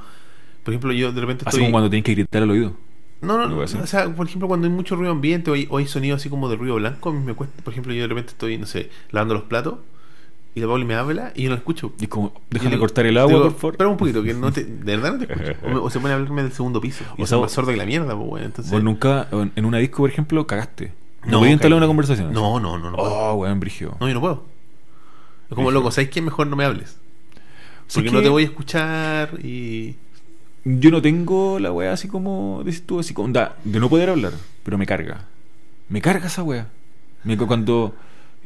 por ejemplo, yo de repente Así estoy... como cuando tenés que gritar al oído. No, no, Lo no. voy a hacer. O sea, por ejemplo, cuando hay mucho ruido ambiente o hay, o hay sonido así como de ruido blanco, a mí me cuesta. Por ejemplo, yo de repente estoy, no sé, lavando los platos y la Pauli me habla y yo no la escucho. Y es como, Yo déjame digo- cortar el agua, digo, por favor. Espera un poquito, que no te, de verdad no te escucho. O, me- o se pone a hablarme del segundo piso. O Y o sea, más sordo que la mierda, pues, weón. Entonces, Vos nunca, en- en una disco, por ejemplo, cagaste. No, No, podías entablar cagué. una conversación. No, no, no, no puedo. Oh, weón, brígido. No, yo no puedo. Es como, Brígido. loco, ¿sabes qué? Mejor no me hables. Si Porque es no que te voy a escuchar y... Yo no tengo la weá así como, dices tú, así como, da, de no poder hablar, pero me carga. Me carga esa weá. Me, ca- cuando,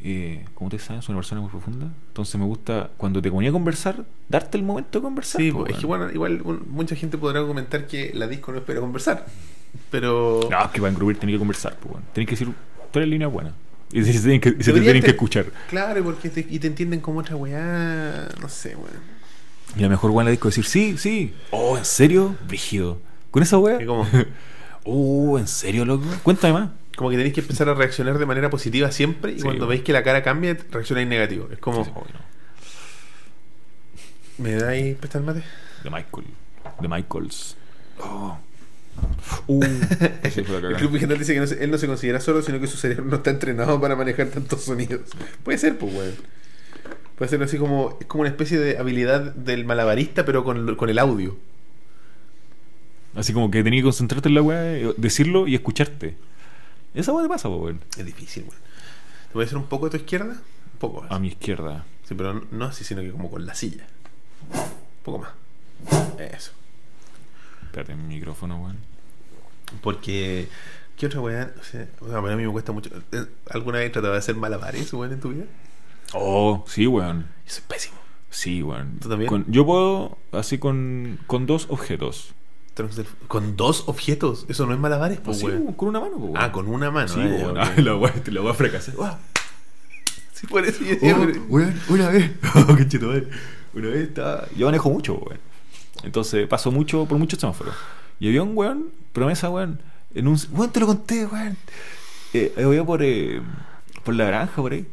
eh, como ustedes saben, soy una persona muy profunda, entonces me gusta, cuando te ponía a conversar, darte el momento de conversar. Sí, po, pues, es que weón. bueno, igual un- mucha gente podrá comentar que la disco no espera conversar. Pero... No, es que para engrubir tenés que conversar, pues, tenés que decir tres líneas buenas. Y se, se tienen que, y se te Deberían tienen que te- escuchar. Claro, porque te, y te entienden como otra weá. No sé, weón. Y la mejor weá en la disco es decir, sí, sí. Oh, ¿en serio? Brígido. ¿Con esa weá? Es como, Oh, ¿en serio, loco? Cuéntame más. como que tenéis que empezar a reaccionar de manera positiva siempre. Y Sí, cuando weón. veis que la cara cambia, reaccionáis negativo. Es como, Sí, sí, obvio, no. ¿me dais prestar mate? De Michael. De Michaels. Oh. Uh. Ese fue la El cagada. club Vigilante dice que no se- él no se considera solo, sino que su cerebro no está entrenado para manejar tantos sonidos. Puede ser, pues, weón. Puede ser así como. Es como una especie de habilidad del malabarista, pero con, con el audio. Así como que tenía que concentrarte en la weá, eh, decirlo y escucharte. Esa weá te pasa, po, weón. Es difícil, weón. ¿Te voy a hacer un poco a tu izquierda? Un poco más. A mi izquierda. Sí, pero no- no así, sino que como con la silla. Un poco más. Eso. Espérate, mi micrófono, weón. Porque. ¿Qué otra weá? O sea, o sea, para mí me cuesta mucho. Eh, ¿Alguna vez tratado de hacer malabares, weón, en tu vida? Oh, sí, weón. Yo soy pésimo. Sí, weón. ¿Tú también? Con- yo puedo así con, con dos objetos. Con dos objetos. Eso no es malabares, pues, Así, weón. weón, con una mano, po, weón. Ah, con una mano. Sí, ah, ya, weón. ok. Ah, la weá, te la weá fracasé. Sí, por eso yo Eh, Uh. siempre. una vez. oh, Qué cheto, madre. Una vez estaba. Yo manejo mucho, weón. Entonces paso mucho por muchos semáforos. Y había un weón, promesa, weón. En un. Weón, te lo conté, weón. Eh, había por, eh, por la granja, por ahí.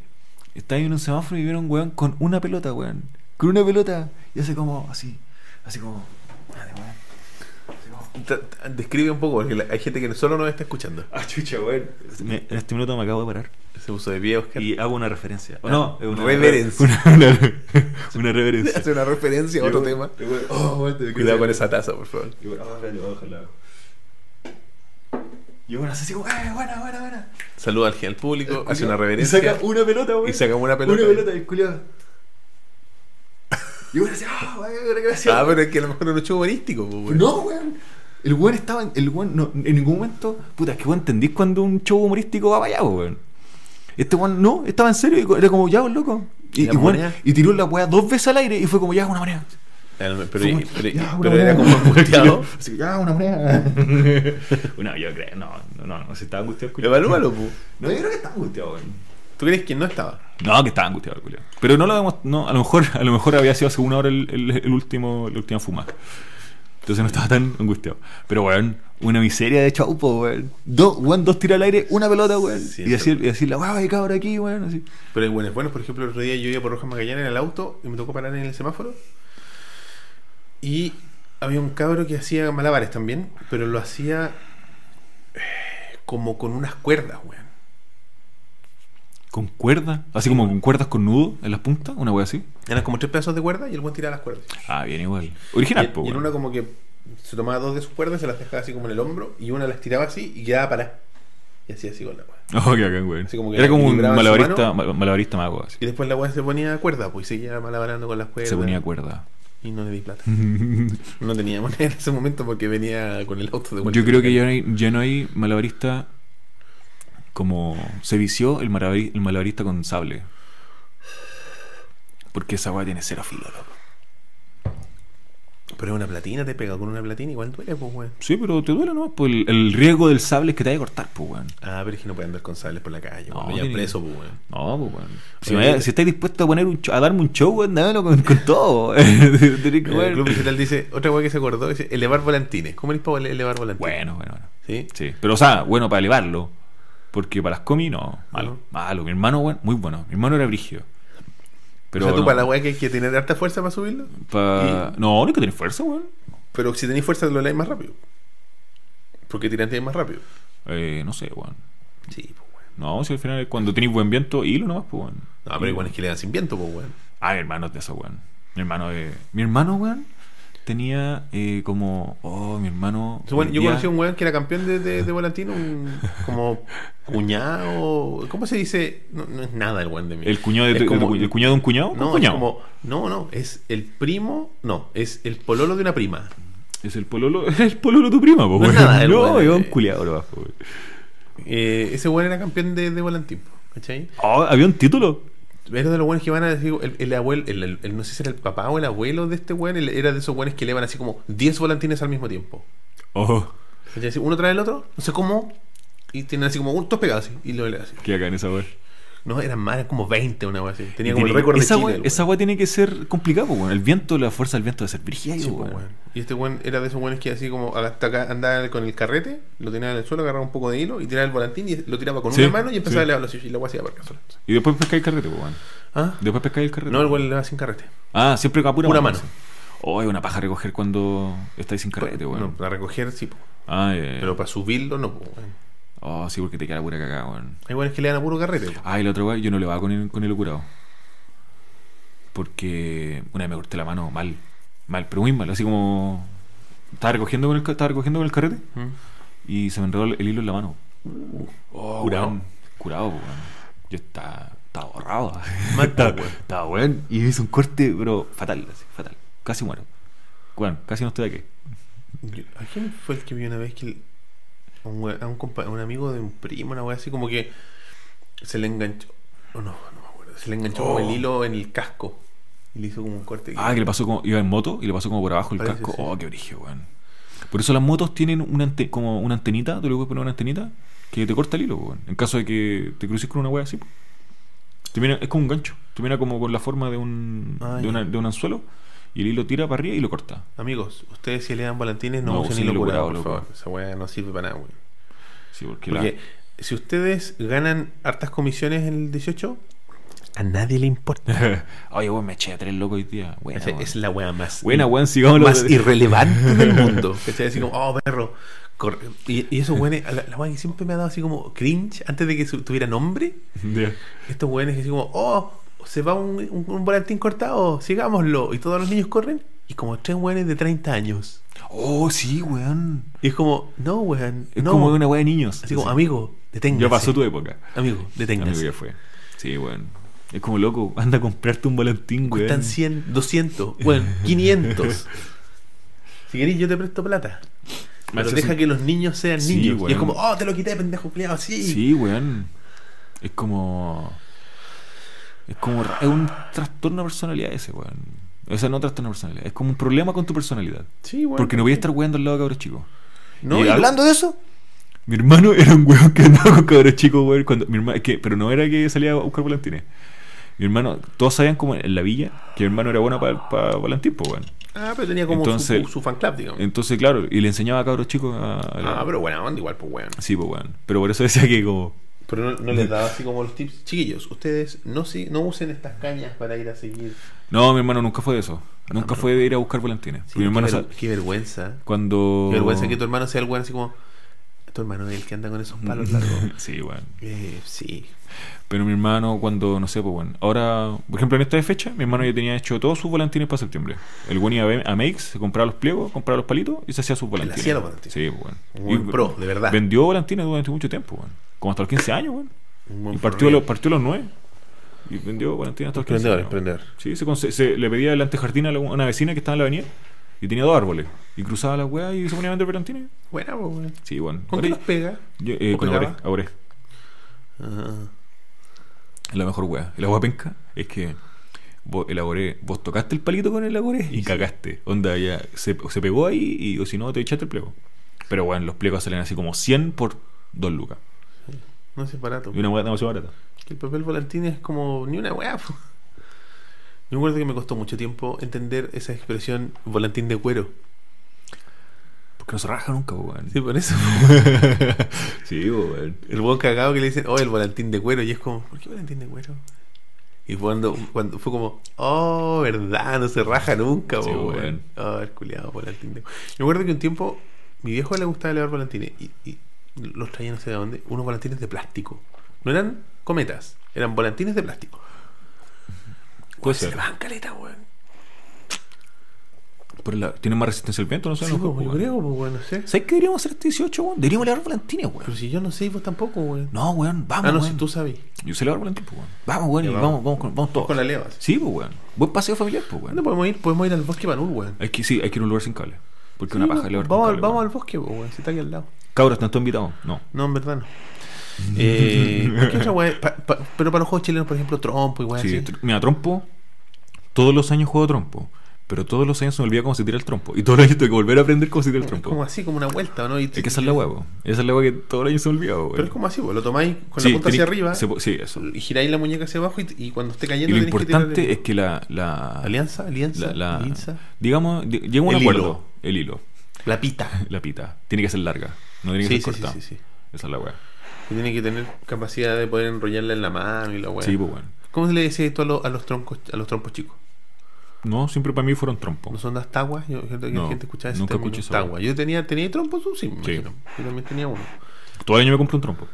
Estaba en un semáforo y vieron un weón con una pelota, weón. Con una pelota. Y hace como así. Así como. "Madre, weón". Así como, Tra- tra- Describe un poco, porque la- hay gente que solo nos está escuchando. Ah, chucha, weón. Me- en este minuto me acabo de parar. Se puso de pie, Oscar. Y hago una referencia. O no, es una Reverencia. Una, una- una reverencia. hace una referencia a otro Yo- tema. yo- Oh, Cuidado con esa taza, por favor. Y bueno, "Ah, ojalá, ojalá. Y bueno, hace así como, ¡eh, buena, buena, buena! Saluda al gen- al público, hace Y una reverencia. saca una pelota, güey. Y saca una pelota. Una pelota, el culiado. Y bueno, así, ¡ah, güey, gracias! Ah, pero es que a lo mejor no es un show humorístico, pues, weón. No, weón. El weón estaba en. El weón, no, en ningún momento. Puta, es que vos entendís cuando un show humorístico va para allá, weón. Este weón no, estaba en serio. y Era como, ya, weón, loco. Y, La y, weón, moneda. y tiró la weá dos veces al aire y fue como, ya, una moneda. Pero, Fue- pero- Ya, una pero moneda. era como angustiado. Así que, ya, una moneda. no, yo creo, no, no, no, no, si estaba angustiado. el culiao. Evalúalo, pu. No, yo creo que estaba angustiado, weón. ¿Tú crees que no estaba? No, que estaba angustiado el culiao. Pero no lo demos, no, a lo mejor, a lo mejor había sido hace una hora el, el- el último, la última fumada. Entonces no estaba tan angustiado. Pero weón, una miseria de chaupo, weón. Dos, weón, dos tiras al aire, una pelota, weón. Sí, y decir, eso- y decir la guau, hay cabra aquí, weón. Así. Pero bueno, bueno, por ejemplo, el otro día yo iba por Rojas Magallanes en el auto y me tocó parar en el semáforo. Y había un cabro que hacía malabares también, pero lo hacía eh, como con unas cuerdas, weón. Con cuerda, así como con cuerdas con nudo en las puntas, una wea así. Eran como tres pedazos de cuerda y el weón tiraba las cuerdas. Ah, bien igual. Y, Original, y po, en weón. una como que se tomaba dos de sus cuerdas, se las dejaba así como en el hombro y una las tiraba así y quedaba parada. Y así, así con la weón. Oh, qué bacán, weón. Así como que Era como un equilibraba su malabarista, mano. ma- malabarista mago, así. Y después la weón se ponía cuerda, pues y seguía malabarando con las cuerdas. Se ponía cuerda. Y no le di plata. No tenía moneda en ese momento porque venía con el auto de vuelta. Yo creo que ya no hay, ya no hay malabarista como se vició el, malabari- el malabarista con sable. Porque esa weá tiene cero filo, loco. Pero es una platina, te pega con una platina, igual duele, pues, weón. Sí, pero te duele, ¿no? Pues el, el riesgo del sable es que te vaya a cortar, pues, weón. Ah, pero es que no puede andar con sables por la calle, No, weón. ya tiene- preso, pues, weón. No, pues, weón. Si, Oye, me- yo te- si estáis dispuesto a, poner un cho- a darme un show, weón, dámelo con, con todo. Tenés Eh, que Mira, poner- El club digital dice, otra weón que se acordó, dice, elevar volantines. ¿Cómo eres para elevar volantines? Bueno, bueno, bueno. ¿Sí? Sí, pero o sea, bueno para elevarlo. Porque para las comi, no, malo, Ujú. malo. Mi hermano, bueno, muy bueno. Mi hermano era brígido. Pero o sea, tú no, para la weá que hay que tener harta fuerza para subirlo, pa- no, no hay que tener fuerza, weón. pero si tenés fuerza lo lees más rápido. Porque tirante es más rápido. Eh, no sé, weón. Sí, pues, weón. No, si al final cuando tenéis buen viento, hilo nomás, pues, weón. No, pero igual es que le dan sin viento, pues, weón. Ah, mi hermano es de eso, weón. Mi hermano, eh, mi hermano, weón, tenía eh, como. Oh, mi hermano. O sea, bueno, hoy yo día- conocí a un weón que era campeón de, de, de volantino, un- como cuñado. ¿Cómo se dice? No, no es nada el weón de mí. El cuñado de, Es tu- como- el cuñado de un cuñado. un No, es cuñado. como. No, no, es el primo. No, es el pololo de una prima. Es el pololo, es el pololo de tu prima, pues, No es weón. nada, el No, weón, es un eh. culiado, nomás, po, weón. Eh, ese weón era campeón de, de volantín, po, ¿cachai? Oh, había un título. Era de los weones que van a decir. El, el abuelo, el, el- el- no sé si era el papá o el abuelo de este weón, el- era de esos weones que le van así como 10 volantines al mismo tiempo. Oh, ¿cachai? Así, Uno trae el otro, no sé cómo. Y tienen así como un dos pegados así. Y lo le así. qué acá en esa weón. No, eran más, eran como 20, una weón así. Tenía Y como el tiene- récord de esa Chile. weá- el weón. Esa weá tiene que ser complicada, pues, weón. El viento, la fuerza del viento debe ser brígida, Sí, po, weón. weón. Y este weón era de esos weones que así como hasta acá andaba con el carrete, lo tiraba en el suelo, agarraba un poco de hilo y tiraba el volantín y lo tiraba con Sí, una mano y sí. empezaba a elevarlo así, y la weá se iba para acá sola. Y después pescáis el carrete, pues, weón. ¿Ah? Después pescáis el carrete. No, el weón le daba sin carrete. Ah, siempre con pura, Pura sí. mano. Oh, es una paja recoger cuando estáis sin carrete, weón. Pues, No, para recoger sí, po. ah, eh. pero para subirlo no, po, weón. Oh, sí, porque te queda la pura cagada, weón. Hay weones que le dan a puro carrete. po. Ah, y la otra weá, yo no le va con el, con el curado. Porque una vez me corté la mano mal. Mal, pero muy mal. Así como. Estaba recogiendo con el, ca- estaba recogiendo con el carrete ¿Mm? y se me enredó el, el hilo en la mano. Oh, Curado. weón. Curado, pues, weón. Yo estaba, estaba borrado. Mal, estaba, pues, weón. estaba weón. Y me hizo un corte, pero fatal, así, fatal. Casi muero. Bueno, casi no estoy aquí. Yo- ¿A quién fue el que vi una vez que el- a un, we- a un, compa- a un amigo de un primo, una weá así como que se le enganchó? oh, no, no me acuerdo. Se le enganchó como Oh. el hilo en el casco y le hizo como un corte. Ah, que le pasó como. Iba en moto y le pasó como por abajo el Parece, casco. sí. Oh, qué brillo, weón. Por eso las motos tienen una ante- como una antenita, tú le puedes poner una antenita que te corta el hilo, weón. En caso de que te cruces con una wea así. Te viene- es como un gancho. Te viene como con la forma de un, Ah, de, ya. una- de un anzuelo y el hilo tira para arriba y lo corta. Amigos, ustedes si le dan volantines no, No, usen usen hilo hilo curado, curado, por loco. favor. Esa weá no sirve para nada, weón. Sí, porque, la- Porque si ustedes ganan hartas comisiones en el 18, a nadie le importa. Oye, weón, me eché a tres locos hoy día. Buena, Esa- weón. es la weá más, Ah, Buena, weón, sigamos lo más de- irrelevante del mundo. ¿Cachai? Así como, oh, perro. corre. Y, y esos weones, la, la weá que siempre me ha dado así como cringe antes de que su- tuviera nombre. Ya. Estos weones que así como, oh, se va un, un- un volantín cortado, sigámoslo. Y todos los niños corren. Y como tres weones de 30 años. Oh, sí, weón. Y es como, no, weón. Es no. como una weá de niños. Así como, amigo, deténgase. Ya pasó tu época. Amigo, Amigo, deténgase. ya fue. Sí, weón. Es como loco, anda a comprarte un volantín, weón. Cuestan 100, 200, bueno, 500. si querés, yo te presto plata. Pero Macho, deja sí. que los niños sean Sí, niños. Y weón. es como, oh, te lo quité, pendejo culiado, sí. Sí, weón. Es como. Es como. ra- Es un trastorno de personalidad ese, weón. O sea, no trastorno de personalidad. Es como un problema con tu personalidad. Sí, bueno, Porque no voy a estar weando al lado de cabros chicos. No, y y- hablando de eso, mi hermano era un weón que andaba con cabros chicos, weón. Cuando, mi hermano, que, pero no era que salía a buscar volantines. Mi hermano, todos sabían como en la villa que mi hermano era bueno para volantín, pues, weón. Ah, pero tenía como Entonces- su, su fan club, digamos. Entonces, claro, y le enseñaba a cabros chicos a. a- ah, pero buena onda igual, pues weón. Sí, pues, weón. Pero por eso decía que como. Pero no, no les daba así como los tips. Chiquillos, ustedes no, si- no usen estas cañas para ir a seguir. No, mi hermano nunca fue de eso. Nunca Ah, pero- fue de ir a buscar volantines. Sí, mi hermano, qué, ver- sa- qué vergüenza. cuando. Qué vergüenza que tu hermano sea el weón así como. Tu hermano es el que anda con esos palos largos. Sí, weón. eh, sí. Pero mi hermano, cuando, no sé, pues bueno, ahora, por ejemplo, en esta fecha, mi hermano ya tenía hecho todos sus volantines para septiembre. El buen iba a Be- a Makes, se compraba los pliegos, compraba los palitos y se hacía sus volantines. hacía los volantines. Sí, pues bueno. Un buen pro, de verdad. Vendió volantines durante mucho tiempo, bueno. Como hasta los 15 años, bueno. Un buen Y partió, problema. los- partió los 9. Y vendió volantines hasta los 15 Emprendedor, años. emprendedor. Sí, se, conse- se- le pedía el antejardín a la- una vecina que estaba en la avenida y tenía dos árboles. Y cruzaba la weá y se ponía a vender volantines. Buena, pues weón. Sí, bueno. ¿Con qué los pega? Yo, eh, ¿O con pegaba? Aure, Aure. Ah. Es la mejor wea. Y la wea penca es que vos elaboré, vos tocaste el palito con el agoré y cagaste. Onda, ya se, se pegó ahí y o si no te echaste el pliego. Pero bueno, los pliegos salen así como 100 por 2 lucas. No sé, barato. Y una wea demasiado barata. Que el papel volantín es como ni una weá. po. Yo me acuerdo que me costó mucho tiempo entender esa expresión volantín de cuero. Porque no se raja nunca, po, weón. Sí, por eso. Sí, po, weón. El hueón cagado que le dicen, oh, el volantín de cuero. Y es como, ¿por qué volantín de cuero? Y cuando, cuando fue como, oh, verdad, no se raja nunca, Sí, po, weón. weón. Oh, el culiado volantín de cuero. Yo me acuerdo que un tiempo, mi viejo le gustaba elevar volantines. Y, y los traía no sé de dónde, unos volantines de plástico. No eran cometas, eran volantines de plástico. Puede Pues Se ser. le bajan caleta, weón. Pero la- tiene más resistencia al viento, no sé. Sí, no, po, po, yo weón. creo, pues, weón, no sé. ¿Sabes qué deberíamos hacer este 18, weón? Deberíamos elevar volantines, Pero weón. si yo no sé, y vos tampoco, weón. No, weón, vamos, ah, no, weón. si tú sabes. Yo sé elevar volantines, po, weón. Vamos, weón, Ya, y vamos. vamos, vamos, con- vamos todos. Con la levas. Sí, pues, weón. Buen paseo familiar, pues, weón. ¿Dónde podemos ir? Podemos ir al bosque Banul, weón. Hay que, sí, hay que ir a un lugar sin cable. Porque Sí, una paja weón. elevar con vamos, al- cable, vamos weón. al bosque, po, weón. Si está aquí al lado. Cabros, ¿están todos invitados? No. No, en verdad no. Eh, ¿Qué otra weón? Pa- pa- pero para los juegos chilenos, por ejemplo, trompo y weón. Sí, así. tr- mira, trompo. Todos los años juego trompo. Pero todos los años se me olvida cómo se tira el trompo. Y todos los años tengo que volver a aprender cómo se tira el Es trompo. como así, como una vuelta, ¿o ¿no? Y Es que esa es la huevo. Esa es la huevo que todos los años se me olvida, weón. Pero es como así, weón. Lo tomáis con Sí, la punta tenés- hacia arriba se po- sí, eso. y giráis la muñeca hacia abajo y, y cuando esté Y cayendo lo tenés que importante tirar el- es que la. la Alianza, alianza, la- la- alianza. digamos, di- llega a un El acuerdo. hilo. El hilo. La pita. La pita. Tiene que ser larga. No tiene que Sí, ser sí, sí, corta. sí, sí. Esa es la hueá. Y tiene que tener capacidad de poder enrollarla en la mano y la weón. Sí, pues, weón. ¿Cómo se le decía esto a, lo- a los troncos, a los trompos chicos? No, siempre para mí fueron trompos. ¿No son las taguas? Yo creo que No, la gente escuchaba ese nunca término, escuché eso. tagua. Yo tenía, tenía trompos, tú sí, me Sí. imagino. Yo también tenía uno. Todo el año me compro un trompo.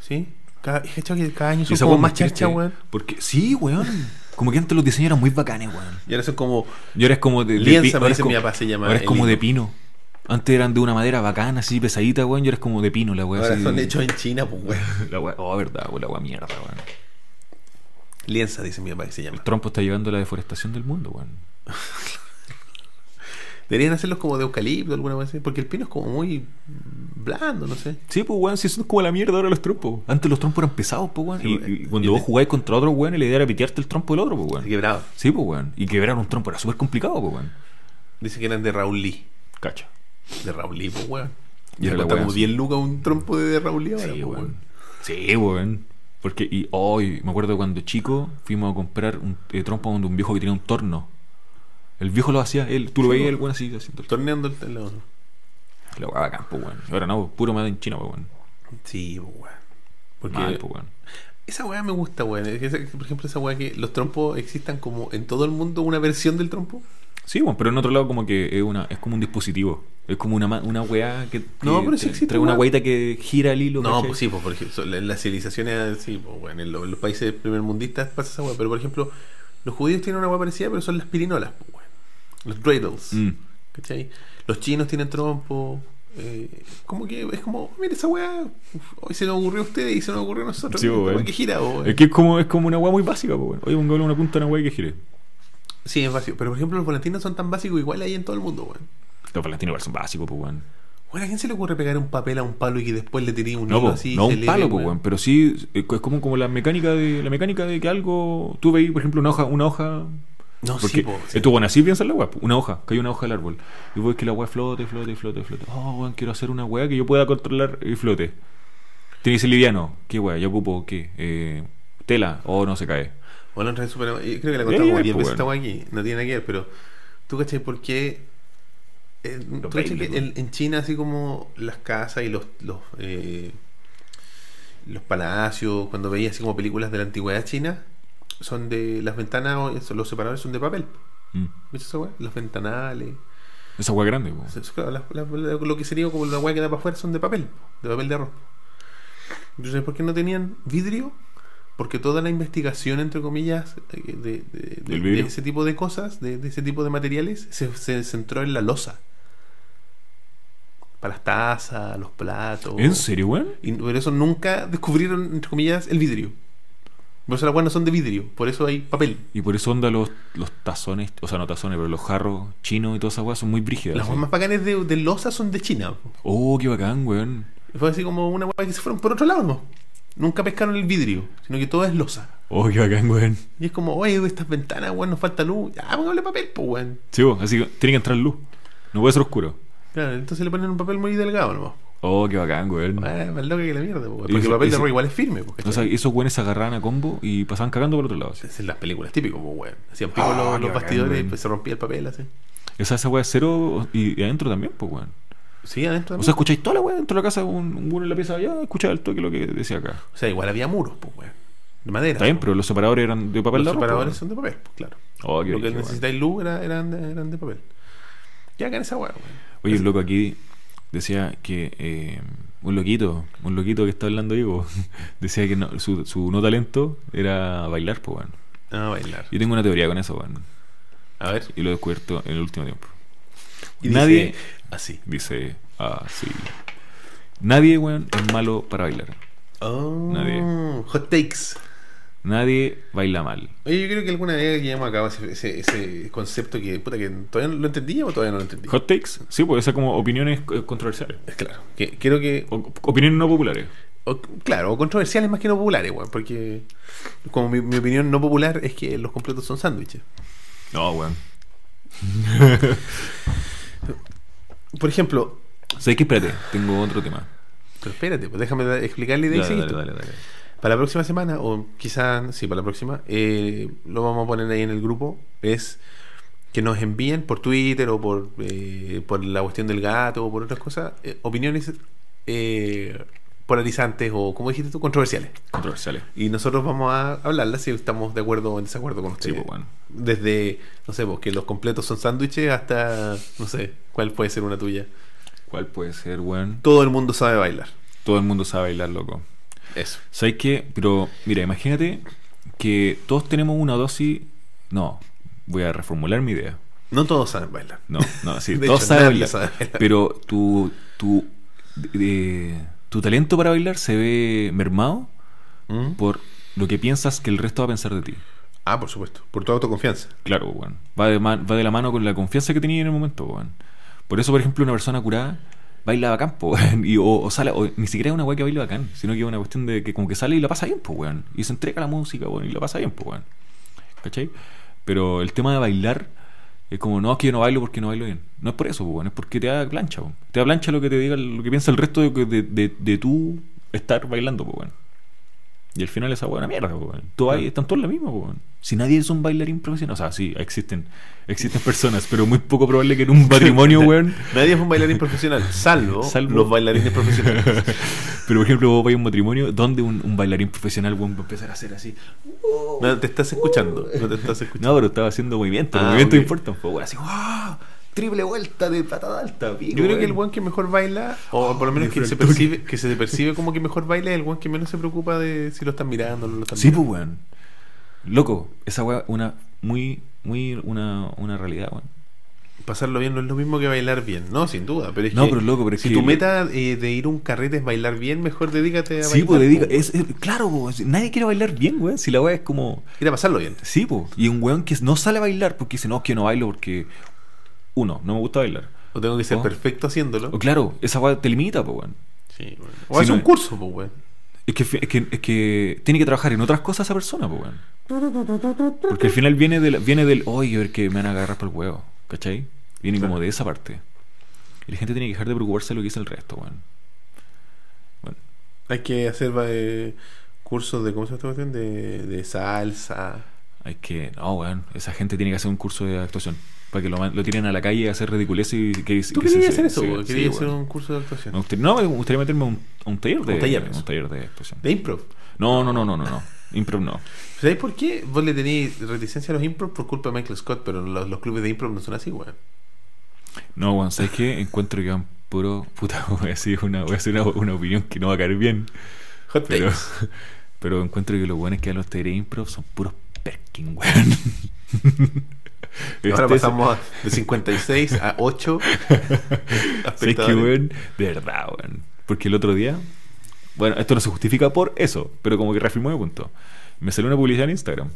¿Sí? Cada, es cachado que cada año Y son esa como hueá es más muy charcha, triste, weón. Porque, sí, weón. Como que antes los diseños eran muy bacanes, weón. Y ahora son como... Y ahora es como de, de Lienza, pi- ahora parece es como- mi papá se llama Ahora es el como de hilo. pino. Antes eran de una madera bacana, así pesadita, weón. Y ahora es como de pino la weá. ahora así- son hechos en China, pues, weón. La weá, oh, verdad, weón, la weá mierda, weón. Lienza, dice mi papá que se llama. El trompo está llevando a la deforestación del mundo, weón. Deberían hacerlos como de eucalipto, alguna vez, porque el pino es como muy blando, no sé. Sí, pues, weón, si son como la mierda ahora los trompos. Antes los trompos eran pesados, pues, weón. Sí, y, weón. y cuando Y vos te- jugabais contra otro, weón, y la idea era pitearte el trompo del otro, pues, Así weón. que bravo. Sí, pues, weón. Y quebrar un trompo era súper complicado, pues, weón. Dice que eran de Raulí. Cacha. De Raulí, pues, weón. Y Y era la ahora weá como así. 10 lucas un trompo de, de Raulí ahora, Sí, pues, weón. weón. Sí, weón. Porque, y hoy, me acuerdo cuando chico fuimos a comprar un eh, trompo donde un viejo que tenía un torno. El viejo lo hacía, él, tú lo Sí, veías, weón. el weón así haciendo el torno. Torneando el telón. Lo cagaba campo, weón. Y Ahora no, weón, puro madre en China, weón. Sí, pues, weón. pues, Porque Porque... Mal, po, weón. esa weá me gusta, weón. Es que esa- Por ejemplo, esa weá que los trompos existan como en todo el mundo una versión del trompo. Sí, weón, pero en otro lado como que es, una, es como un dispositivo. Es como una, ma- una weá que, que No, pero tra- sí existe, trae una weón. weita que gira el hilo. No, ¿cachai? pues sí, pues, por ejemplo, la- en las civilizaciones, sí, pues, weón. En, lo- en los países primermundistas pasa esa weá. Pero, por ejemplo, los judíos tienen una weá parecida, pero son las pirinolas, pues, weón. Los dreidels, Mm. ¿cachai? Los chinos tienen trompo. eh, como que es como, mira esa weá, uf, hoy se nos ocurrió a ustedes y se nos ocurrió a nosotros. Sí, pues, Esta weón. weá que gira, pues, weón. Es que es como, es como una weá muy básica, po, weón. Oye, pongámosle una punta a una weá que gire. Sí, es básico. Pero por ejemplo, los volantines son tan básicos igual hay en todo el mundo, weón. Los palatinos igual son básicos, pues, weón. Bueno, ¿a quién se le ocurre pegar un papel a un palo y que después le tiré un No, hilo po, así? y no se un le palo, ve, po, weón? weón, pero sí eh, es como, como la mecánica de la mecánica de que algo tú veis, por ejemplo, una hoja, una hoja No, Oh, sí, Porque po, sí. esto, bueno, así piensa la weá. po. Una hoja, cayó una hoja del árbol. Y vos ves que la weá flote, flote, flote, flote. Oh, weón, quiero hacer una weá que yo pueda controlar y flote. Tiene que ser liviano. ¿Qué weá? ¿Ya ocupo qué? Eh, tela. Oh, no se cae. Bueno, otra vez super- yo eh, creo que la Ya, contamos ya, como 10 pues, veces esta weá aquí. No tiene nada que ver, pero tú cachai por qué. eh, ¿tú cachai bailes, que weón. en, en China, así como las casas y los los, eh, los palacios, cuando veía así como películas de la antigüedad china, son de las ventanas, o eso, los separadores son de papel. Mm. ¿Viste esa weá? Los ventanales. Esa weá grande, po. Eso, eso, claro, las- las- las- lo que sería como la weá que da para afuera son de papel, de papel de arroz. Entonces, ¿por qué no tenían vidrio? Porque toda la investigación, entre comillas, eh, de, de- de- Del de vidrio. ese tipo de cosas, de, de ese tipo de materiales, se, se centró en la losa. Para las tazas, los platos. ¿En serio, weón? Y por eso nunca descubrieron, entre comillas, el vidrio. Por eso las weas no son de vidrio, por eso hay papel. Y por eso onda los, los tazones, o sea, no tazones, pero los jarros chinos y todas esas weas son muy brígidas. Las así. weas más bacanes de, de losa son de China. Oh, qué bacán, weón. Fue así como una hueá que se fueron por otro lado, ¿no? Nunca pescaron el vidrio, sino que todo es losa. Oh, qué bacán, weón. Y es como, oye, estas ventanas, weón, nos falta luz. Ya, pongámosle papel, pues, weón. Sí, vos, así que tiene que entrar luz. No puede ser oscuro. Claro, entonces le ponen un papel muy delgado, ¿no? Oh, qué bacán, weón. Ah, más loca que la mierda, po, weón. Y Porque eso- el papel de eso- arroz igual es firme, pues, O sea, ¿cachai? esos weones se agarraban a combo y pasaban cagando por otro lado. así. Es en las películas típico, pues, weón. Hacían pico Ah, los- qué los, bacán, bastidores y weón. pues, se rompía el papel, así. O sea, esa wea es cero y, y adentro también, pues, weón. Sí, adentro O también. sea, escucháis toda la wea dentro de la casa, un, un weón en la pieza allá, escuchaba el toque lo que decía acá. O sea, igual había muros, pues, weón. De madera. Está bien, ¿no? pero los separadores eran de papel Los de arroz, separadores pues, son de papel, pues, claro. weón. Oh, qué Lo que brígido, weón. necesitáis luz era- eran, de, eran de papel. Ya acá en esa weá, weón. Oye, un loco aquí decía que. eh, un loquito, un loquito que está hablando Diego, decía que no- su, su no talento era bailar, pues, weón. A bailar. Yo tengo una teoría con eso, weón. A ver. Y lo he descubierto en el último tiempo. Y Nadie. dice así. Dice. Ah, sí. Nadie, weón, es malo para bailar. Oh, Nadie. Hot takes. Nadie baila mal. Oye, yo creo que alguna vez llevamos a cabo ese, ese- ese concepto que, puta, que todavía no lo entendía o todavía no lo entendía. Hot takes, sí, pues esas como opiniones eh, controversiales. Es Claro, que, creo que. O- opiniones no populares. o- claro, o controversiales más que no populares, weón, porque. Como mi, mi opinión no popular es que los completos son sándwiches. No, weón. Por ejemplo. Sé que espérate, tengo otro tema. Pero espérate, pues déjame da- explicar la idea y Dale, seguir dale, tú. dale, dale. Para la próxima semana, o quizás, sí, para la próxima, eh, lo vamos a poner ahí en el grupo. Es que nos envíen por Twitter o por, eh, por la cuestión del gato o por otras cosas, eh, opiniones eh, polarizantes o, como dijiste tú, controversiales. Controversiales. Y nosotros vamos a hablarlas si estamos de acuerdo o en desacuerdo con Sí, ustedes. pues, weón. Desde, no sé, pues, que los completos son sándwiches hasta, no sé, cuál puede ser una tuya. ¿Cuál puede ser, weón? Todo el mundo sabe bailar. Todo el mundo sabe bailar, loco. Eso. ¿Sabes qué? Pero, mira, imagínate que todos tenemos una dosis. No, voy a reformular mi idea. No todos saben bailar. No, no, sí, De todos hecho, saben nadie bailar. sabe bailar. Pero tu, tu, eh, tu talento para bailar se ve mermado ¿Mm? por lo que piensas que el resto va a pensar de ti. Ah, por supuesto. Por tu autoconfianza. Claro, pues, weón. Va de, man- va de la mano con la confianza que tenía en el momento, pues, weón. Por eso, por ejemplo, una persona curada baila bacán, pues, weón. Y, o, o sale, o ni siquiera es una weá que baila bacán, sino que es una cuestión de que como que sale y la pasa bien, pues, weón. Y se entrega a la música, weón, y la pasa bien, pues, weón. ¿Cachai? Pero el tema de bailar es como, no, es que yo no bailo porque no bailo bien. No es por eso, pues, weón, es porque te da plancha, weón. Te da plancha lo que te diga, lo que piensa el resto de, de, de, de tú estar bailando, pues, weón. Y al final esa buena mierda, po, weón. Tú ahí están todos en la misma, po, weón. Si nadie es un bailarín profesional, o sea, sí, existen, existen personas, pero muy poco probable que en un matrimonio, weón. Nadie es un bailarín profesional, salvo, Salvo- los bailarines profesionales. Pero por ejemplo, vos vais a un matrimonio donde un, un bailarín profesional, weón, va a empezar a hacer así. No te estás escuchando, no te estás escuchando. No, pero estaba haciendo movimientos, Oh. Ah, movimientos ok. importan, po, weón. Así, ¡guau! Ah, Triple vuelta de patada alta, pico, Yo creo que weón. el one que mejor baila, o por lo menos que se, Defractor. percibe, que se percibe como que mejor baila, es el one que menos se preocupa de si lo están mirando o no lo están Sí, pues, mirando. weón. Loco, esa weón, una, muy, muy, una, una realidad, weón. Pasarlo bien no es lo mismo que bailar bien, no, sin duda. Pero es No, que pero loco, pero es si que- tu meta eh, de ir a un carrete es bailar bien, mejor dedícate a Sí, bailar, pues, dedica, po. es, es- claro, po, si- nadie quiere bailar bien, weón. Si la weón es como. Ir a pasarlo bien. Sí, po. Y un weón que no sale a bailar porque dice, no, es que no bailo porque. Uno, no me gusta bailar. O tengo que ser Oh. perfecto haciéndolo. O claro, esa weá te limita, po, weón. Sí, bueno. O Sí, hace no un es- curso, pues, weón. Es que, es, que, es que tiene que trabajar en otras cosas esa persona, pues, weón. Porque al final viene del, viene del oye, a ver que me van a agarrar por el huevo, ¿cachai? Viene Claro. como de esa parte. Y la gente tiene que dejar de preocuparse de lo que dice el resto, weón. Bueno, Hay que hacer eh, cursos de, ¿cómo se llama esta cuestión? De, de salsa. hay que. No, weón. Esa gente tiene que hacer un curso de actuación. Para que lo, man- lo tiren a la calle a hacer ridiculez y que, que ¿Tú se- querías se- hacer eso? se- güey? sí, ¿Querías weón. hacer un curso de actuación? Me gustaría- no, me gustaría meterme a un, a un taller de. Un taller, eso. un taller de actuación. De improv. No, no, no, no, no, no. Improv no. ¿Sabéis por qué vos le tenéis reticencia a los improv? Por culpa de Michael Scott, pero los, los clubes de improv no son así, weón. No, weón, ¿sabes qué? Encuentro que van puro. Puta, voy a decir una, voy a hacer una, una opinión que no va a caer bien. Hot Pero, takes. pero encuentro que los weones que dan los talleres de improv son puros perkin, weón. Ahora Este es- pasamos de 56 a 8. ¿Sabes qué, espectadores. weón? De verdad, weón. Porque el otro día. Bueno, esto no se justifica por eso, pero como que reafirmó mi punto. Me salió una publicidad en Instagram.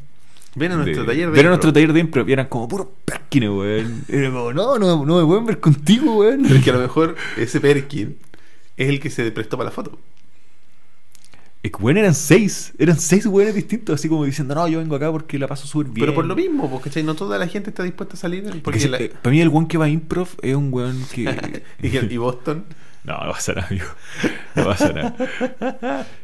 Ven a nuestro de- taller de Ven a nuestro impro. taller de impro. Y eran como puros perkines, weón. Era como, no, no, no me pueden ver contigo, weón. Pero es que a lo mejor ese Perkin es el que se prestó para la foto. Es que, weón, eran seis. Eran seis weones distintos, así como diciendo, no, yo vengo acá porque la paso súper bien. Pero por lo mismo, pues, ¿cachai? No toda la gente está dispuesta a salir. Porque la- para mí el weón que va a improv es un weón que... y, y Boston. No, no pasa nada, amigo. No pasa nada.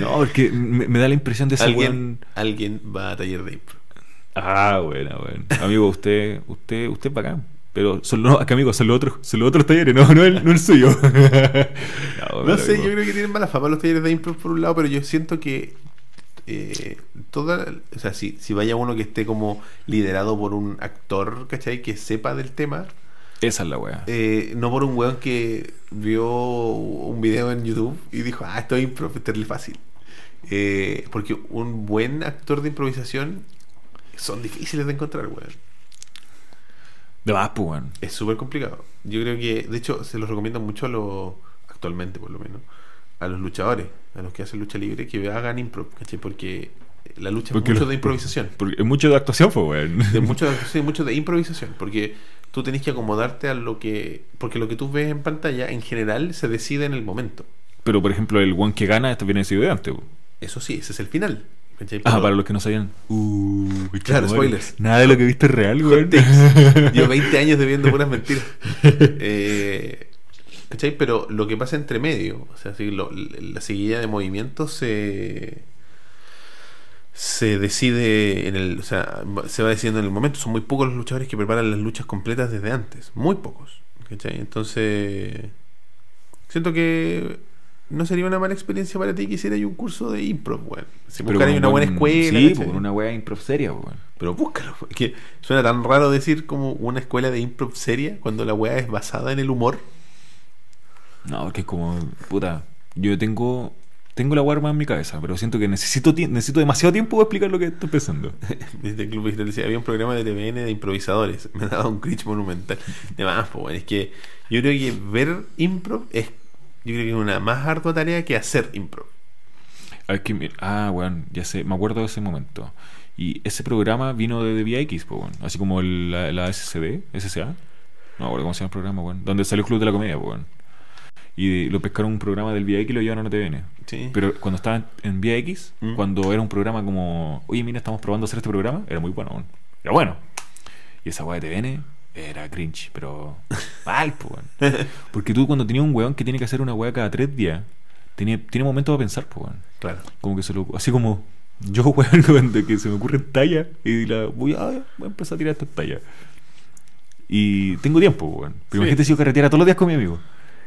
No, porque me, me da la impresión de ese Alguien, weón... alguien va a taller de impro. Ah, bueno, bueno. Amigo, usted, usted, usted es bacán. Pero son los, acá, amigo, son los otros, son los otros talleres, no, no el, no el suyo. No, No pero sé, como- yo creo que tienen mala fama los talleres de impro por un lado, pero yo siento que eh, toda, o sea, si, si vaya uno que esté como liderado por un actor, ¿cachai? Que sepa del tema, Esa es la weá. eh, no por un weón que vio un video en YouTube y dijo, ah, esto es impro, esto es fácil. Eh, porque un buen actor de improvisación son difíciles de encontrar, weón. De más, pues, weón. Es súper complicado. Yo creo que, de hecho, se los recomiendo mucho a los, actualmente por lo menos, a los luchadores, a los que hacen lucha libre, que hagan impro, ¿cachai? Porque la lucha Porque es mucho lo- de improvisación. Porque es mucho de actuación, pues, weón. De mucho, sí, mucho de improvisación, porque tú tenés que acomodarte a lo que... Porque lo que tú ves en pantalla, en general, se decide en el momento. Pero, por ejemplo, el one que gana, esto viene decidido de antes. po. Eso sí, ese es el final. ¿cachai? Ah, Pero para los que no sabían. Uh, Claro, chaval, spoilers. Nada de lo que viste es real, weón. Yo 20 años debiendo puras mentiras. Eh, ¿Cachai? Pero lo que pasa entre medio, o sea, así lo- la seguida de movimientos se. Se decide en el. O sea, va- se va decidiendo en el momento. Son muy pocos los luchadores que preparan las luchas completas desde antes. Muy pocos. ¿Cachai? Entonces. Siento que. No sería una mala experiencia para ti que hicieras un curso de improv, weón. Si Pero buscaras con una un buena buen- escuela. Sí, ¿cachai? po, con una weá improv seria, po, weón. Pero búscalo, porque suena tan raro decir como una escuela de improv seria cuando la weá es basada en el humor. No, porque es como, puta, yo tengo tengo la guarma en mi cabeza, pero siento que necesito tie- necesito demasiado tiempo para explicar lo que estoy pensando. Desde el Club Digital decía, había un programa de TVN de improvisadores. Me daba un cringe monumental. Además, pues, bueno, es que yo creo que ver improv es, yo creo que es una más ardua tarea que hacer improv. A ver, que, mi- ah, weón, ya sé, me acuerdo de ese momento. Y ese programa vino de DBX, po, weón. Así como el- la, la SCD, SCA. No me acuerdo cómo se llama el programa, weón. Donde salió el Club de la Comedia, po, weón. Y lo pescaron un programa del VIX y lo llevaron a TVN. Sí. Pero cuando estaba en- en VIX, Mm. cuando era un programa como, oye, mira, estamos probando hacer este programa, era muy bueno. weón. Era bueno. Y esa weá de TVN era cringe, pero mal, po, weón. Porque tú cuando tenías un weón que tiene que hacer una weá cada tres días, tiene, tiene momentos para pensar, po, weón. claro. Como que se lo. Así como. Yo, weón, cuando que se me ocurren tallas y la voy a, "Ah, voy a empezar a tirar estas tallas. Y tengo tiempo, pues, weón. Pero Sí. imagínate si yo carretera todos los días con mi amigo.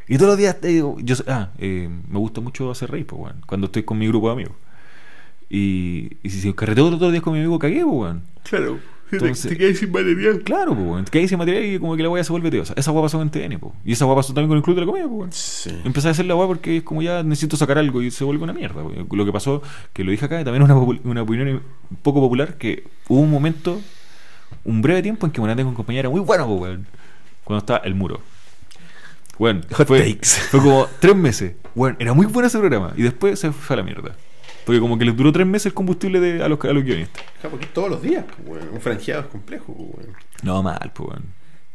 Y todos los días te digo. Yo, ah, eh, me gusta mucho hacer reír, pues, weón. Cuando estoy con mi grupo de amigos. Y, y si, si carreteo todos los días con mi amigo, cagué, pues, weón. Claro. Entonces- te quedas sin material. Claro, pues, weón. Cagué sin material y como que la weá se vuelve tediosa. Esa weá pasó en TN, pues. Y esa weá pasó también con el Club de la Comedia, pues, weón. Sí. Empecé a hacer la weá porque es como ya necesito sacar algo y se vuelve una mierda. weón. Lo que pasó, que lo dije acá, y también una, popu- una opinión un poco popular, que hubo un momento, un breve tiempo en que Morante con compañía era muy bueno, po, weón. Cuando estaba el muro. Bueno, Hot fue, takes. fue como tres meses. Bueno, era muy bueno ese programa. Y después se fue a la mierda. Porque como que les duró tres meses el combustible de, a, los, a los guionistas. Ja, porque todos los días, pues, weón. un franjeado es complejo. pues, weón. No, mal, pues, weón.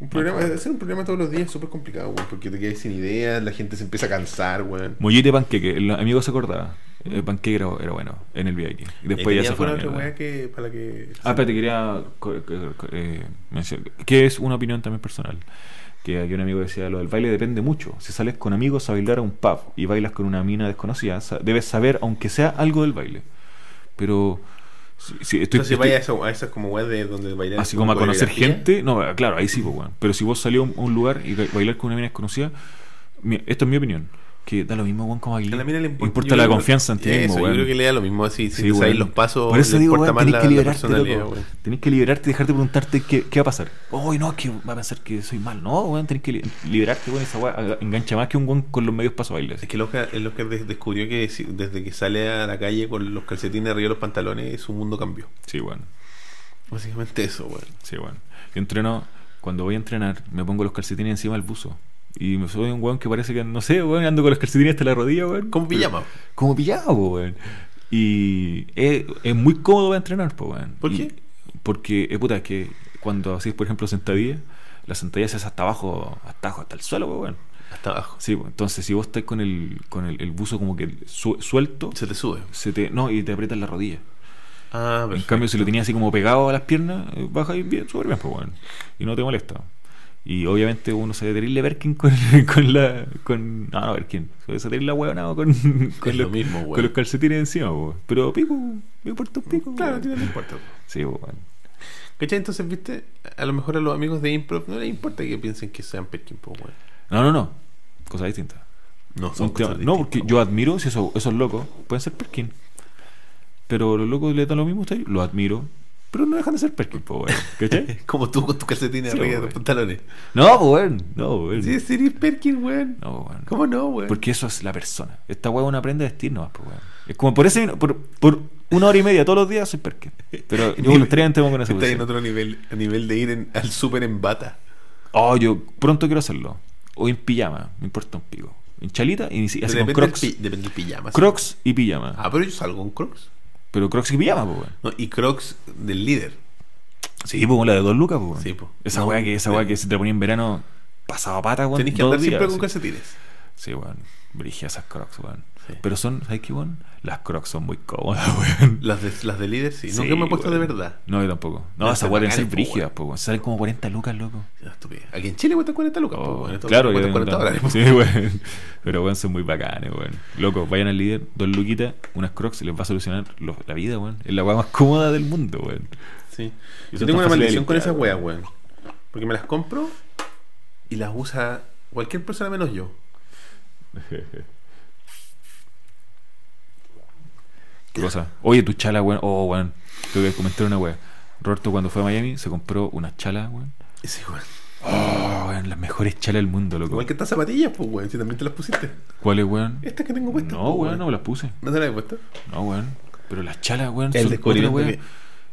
Un programa, hacer un programa todos los días es súper complicado, weón, porque te quedas sin ideas, la gente se empieza a cansar, weón. Mollete Panqueque, el amigo se acordaba. El panqueque era, era bueno en el VIP. Después ¿Y ya se Eh, tenía fue. a la alguna otra mierda. weá que para que. Ah, pero te quería co- co- co- eh, mencionar que es una opinión también personal. Que aquí un amigo decía, lo del baile depende mucho. Si sales con amigos a bailar a un pub y bailas con una mina desconocida, sa- debes saber, aunque sea algo del baile. Pero si, si estoy, Entonces estoy- vaya a eso- a esas como weas de donde bailar. así como a conocer coreografía. gente, no, claro, ahí sí, pues, weón. pero si vos salís a un, a un lugar y ba- bailar con una mina desconocida, mi- esto es mi opinión, que da lo mismo weón, como bailar. A la mina le importa, importa yo la creo que- confianza en ti mismo, Eso, weón. Yo creo que le da lo mismo así. Si Sí, te sabes weón. los pasos, Por eso le digo, importa weón, más tenés la, que la liberarte, personalidad, loco. weón. Tenés que liberarte y dejarte preguntarte qué, qué va a pasar. Uy, no, es que va a pensar que soy mal. No, weón, tenés que li- liberarte, weón. Esa weá aga- engancha más que un weón con los medios pasos bailes. Es que el Oscar, el Oscar des- descubrió que si- desde que sale a la calle con los calcetines arriba de los pantalones, su mundo cambió. Sí, weón. Básicamente eso, weón. Sí, weón. Yo entreno, cuando voy a entrenar, me pongo los calcetines encima del buzo. Y me soy un weón que parece que, no sé, weón, ando con los calcetines hasta la rodilla, weón. Como pijama. Como pillado, po, weón. Y es, es muy cómodo para entrenar, po, weón. ¿Por Y- qué? Porque, eh, puta, es que cuando haces, por ejemplo, sentadilla, la sentadilla se hace hasta abajo, hasta abajo, hasta el suelo, po, weón. Hasta abajo. Sí, po. entonces si vos estás con el, con el, el buzo como que su- suelto, Se te sube. se te, no, y te aprietas la rodilla. Ah, En perfecto. cambio, si lo tenías así como pegado a las piernas, eh, baja y bien, súper bien, pues bueno. Y no te molesta. Y obviamente uno se ve terrible Berkin con, con la. Con, no, no, Berkin. Se ve terrible la huevonado con, con, lo los, mismo, weón. con los calcetines encima, pues. Pero pico, me importa un pico. Claro, a weón. ti no te importa. Sí, pues bueno. ¿Cachai? Entonces, viste, a lo mejor a los amigos de Improv no les importa que piensen que sean Perkin, po, weón. No, no, no. Cosa distinta. No, son Un tema- cosas no, distintas, porque weón. yo admiro, si eso, esos locos pueden ser Perkin. Pero los locos le dan lo mismo a ustedes, lo admiro. Pero no dejan de ser Perkin, pues bueno. ¿Cachai? Como tú con tus calcetines Sí, arriba de weón. los pantalones. no, pues bueno. No, pues bueno. Sí, serías Perkin, weón. No, pues bueno. ¿Cómo no, weón? Porque eso es la persona. Esta hueá una prenda de vestir nomás, pues, weón. Es como por ese por, por una hora y media todos los días soy perkin. Pero yo voluntariamente me pongo en esa Estás en posición. otro nivel, a nivel de ir en- al súper en bata. Oh, yo pronto quiero hacerlo. O en pijama, me importa un pico. En chalita y ni si- así con Depende del crocs. pi- depende del pijama. sí. Crocs y pijama. Ah, pero yo salgo en crocs. Pero crocs y pijama, pues, weón. No, y crocs del líder. Sí, pues, la de dos lucas, pues, weón. Sí, pues. Esa No, hueá que, esa sí. hueá que se te la ponía en verano pasado a pata, weón. Tenés que dos andar siempre días, con sí. calcetines. Sí, weón. Brigía esas crocs, weón. Sí. Pero son, ¿sabes qué, weón? Las crocs son muy cómodas, weón. Las de, las de líder sí. No Sí, que me he puesto de weón. verdad. No, yo tampoco. No, Las esas weas deben bacales, ser po, brígidas, weón. po, weón. Salen como 40 lucas, loco. Es una estupidez. Ah, Aquí en Chile cuesta 40 lucas. Oh, pues, bueno, esto claro, cuesta yo 40 dólares. Sí, weón. Pero weón, son muy bacanes, weón. Loco, vayan al líder, dos luquitas, unas crocs, les va a solucionar lo- la vida, weón. Es la wea más cómoda del mundo, weón. Sí. Y pues. Yo son tengo tan una fáciles de maldición con limpiar, esas weas, weón. Porque me las compro y las usa cualquier persona menos yo. ¿Qué cosa? Oye, tu chala, weón. Oh, weón. Tengo que comentar una wea. Roberto, cuando fue a Miami, se compró unas chalas, weón. Sí, weón. Oh, weón, las mejores chalas del mundo, loco. Ah. Igual que estas zapatillas, pues, weón. Si también te las pusiste. ¿Cuáles, weón? Estas que tengo puestas. No, pues, weón, no me las puse. ¿No te las he puesto? No, weón. Pero las chalas, weón, El son descubrimiento otra weá.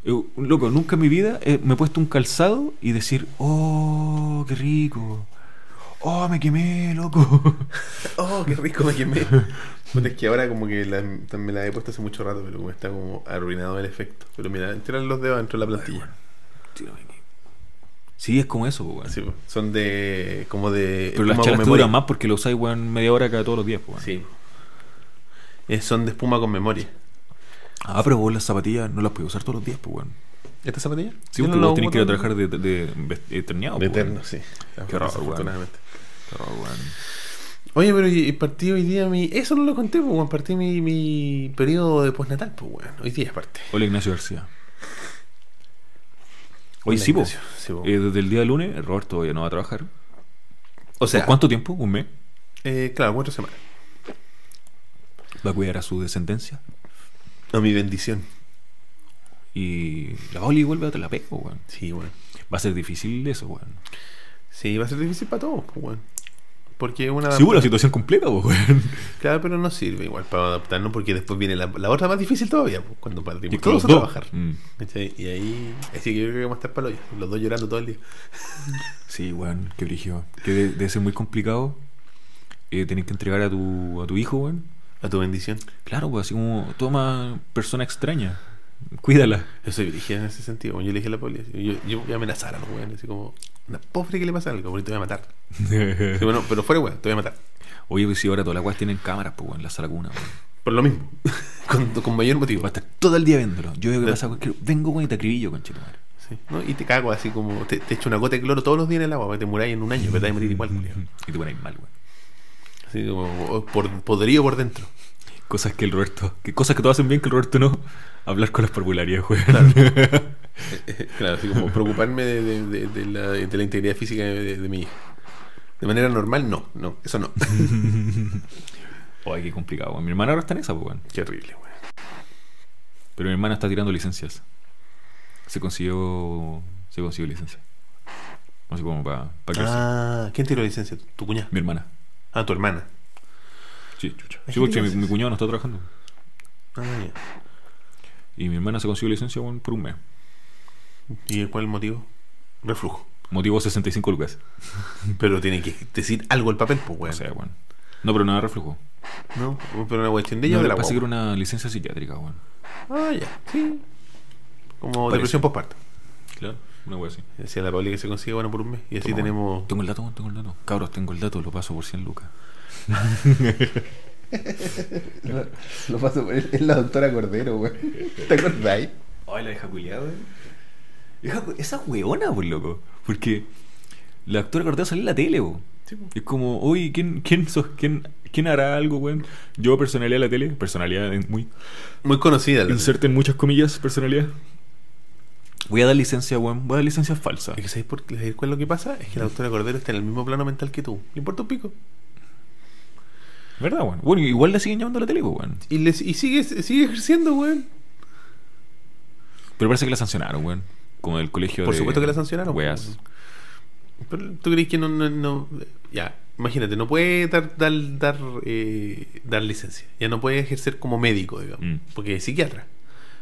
Eh, Loco, nunca en mi vida eh, me he puesto un calzado y decir, oh, qué rico. Oh, me quemé, loco. Oh, qué rico me quemé. Puta, es que ahora como que la- me la he puesto hace mucho rato, pero como está como arruinado el efecto. Pero mira, entran los dedos dentro de la plantilla. Sí, es como eso, po, weón. Sí, pues, son de. como de. Pero las espuma chalas con te duran memoria. más porque lo usáis, weón, media hora cada todos los días, po, weón. Sí. Eh, son de espuma con memoria. Ah, pero vos las zapatillas no las podías usar todos los días, pues, weón. ¿Esta zapatilla? Sí, Yo porque no la vos tenés ocupo que ir a tanto. trabajar de, de, de- de terneado, De po, pues, weón. eterno, sí. Qué horror, weón. Desafortunadamente. Claro, weón. Oye, pero y- y partí hoy día mi. Eso no lo conté, pues, weón. Partí mi, mi periodo de postnatal, pues, weón. Hoy día parte. Hola, Ignacio García. Oye, sí, po. Sí, po. Eh, desde el día lunes, Roberto ya no va a trabajar. o sea, ¿Por cuánto tiempo? ¿Un mes? eh, claro, cuatro semanas. Va a cuidar a su descendencia. A mi bendición. Y la Oli vuelve a la pego, weón. Sí, weón. Va a ser difícil eso, weón. Sí, va a ser difícil para todos, pues, weón. Porque una. Sí, hubo la situación completa, po, weón. Claro, pero no sirve igual para adaptarnos, porque después viene la, la otra más difícil todavía, pues, cuando Y partimos con todos los a dos. trabajar. Mm. ¿Cachai? Y ahí. Así que yo creo que vamos a estar para Los dos llorando todo el día. Sí, weón, qué brígido. Que de- debe ser muy complicado eh, tener que entregar a tu, a tu hijo, weón. A tu bendición. Claro, pues así como toma persona extraña. Cuídala. Yo soy virgen en ese sentido. Bueno, yo le dije a la policía. Yo, yo voy a amenazar a los weones. Así como, una pobre que le pasa algo, porque te voy a matar. Sí, bueno, pero fuera weón, te voy a matar. Oye, pues si ahora todas las weas tienen cámaras, pues, weón, en la sala cuna, weón. Por lo mismo. con, con mayor motivo. Va a estar todo el día viéndolo. Yo veo que pasa cualquier. Vengo, weón, y te acribillo, conchetumare. Sí, ¿no? Y te cago así como. Te, te echo una gota de cloro todos los días en el agua, para que te muráis en un año, pero te vas a morir igual, culiao. Y te pones mal, weón. Así como, o- por, podrido por dentro. Cosas que el Roberto. Que cosas que todos hacen bien que el Roberto no. Hablar con las parvularías, weón. Claro, así como preocuparme de, de- de- de la, de la integridad física de, de- de mi hija. De manera normal, no, no, eso no. Ay, qué complicado, weón. Mi hermana ahora está en esa, pues, weón. Qué horrible, weón. Pero mi hermana está tirando licencias. Se consiguió. Se consiguió licencia. No sé cómo, para pa que Ah, ¿quién tiró la licencia? ¿Tu cuñada? Mi hermana. Ah, tu hermana. Sí, chucha. Hay Sí, gente porque que mi, hace mi eso. cuñado no está trabajando. Ah, ya. Y mi hermana se consiguió licencia weón, por un mes. ¿Y cuál es el motivo? Reflujo. Motivo 65 lucas. Pero tiene que decir algo el papel, pues, O weón. sea, weón. No, pero nada de reflujo. no, pero una cuestión de ella No, o de le la parece que era guagua. una licencia psiquiátrica, weón. Ah, ya, sí. Como Parece. depresión postparto. Claro, una wea así. Decía la Pauli que se consigue bueno por un mes. Y así Toma, tenemos. weón. Tengo el dato, weón, tengo el dato. Cabros, tengo el dato, lo paso por 100 lucas. Lo paso por él. Es la doctora Cordero, güey. ¿Te acordáis? Ay, la deja culiada, weón. Vieja cu- Esa weona, por loco. Porque la actora Cordero salió en la tele, weón. Es como, oye, ¿quién, quién, sos, quién, ¿quién hará algo, weón? Yo, personalidad de la tele, personalidad en- muy. Muy conocida. la- Inserten muchas comillas, personalidad. Voy a dar licencia, weón. Voy a dar licencia falsa. Es que ¿sabéis por qué? cuál es lo que pasa? Es que la doctora Cordero está en el mismo plano mental que tú. Le importa un pico. ¿Verdad, weón? Bueno, igual la siguen llamando a la tele, pues, weón. Y, le- y sigue, sigue ejerciendo, güey. Pero parece que la sancionaron, weón. Como del colegio Por de- supuesto que la sancionaron. Weas. Pero tú crees que no. no, no- ya, imagínate, no puede dar, dar, dar, eh, dar licencia. Ya no puede ejercer como médico, digamos. Mm. Porque es psiquiatra.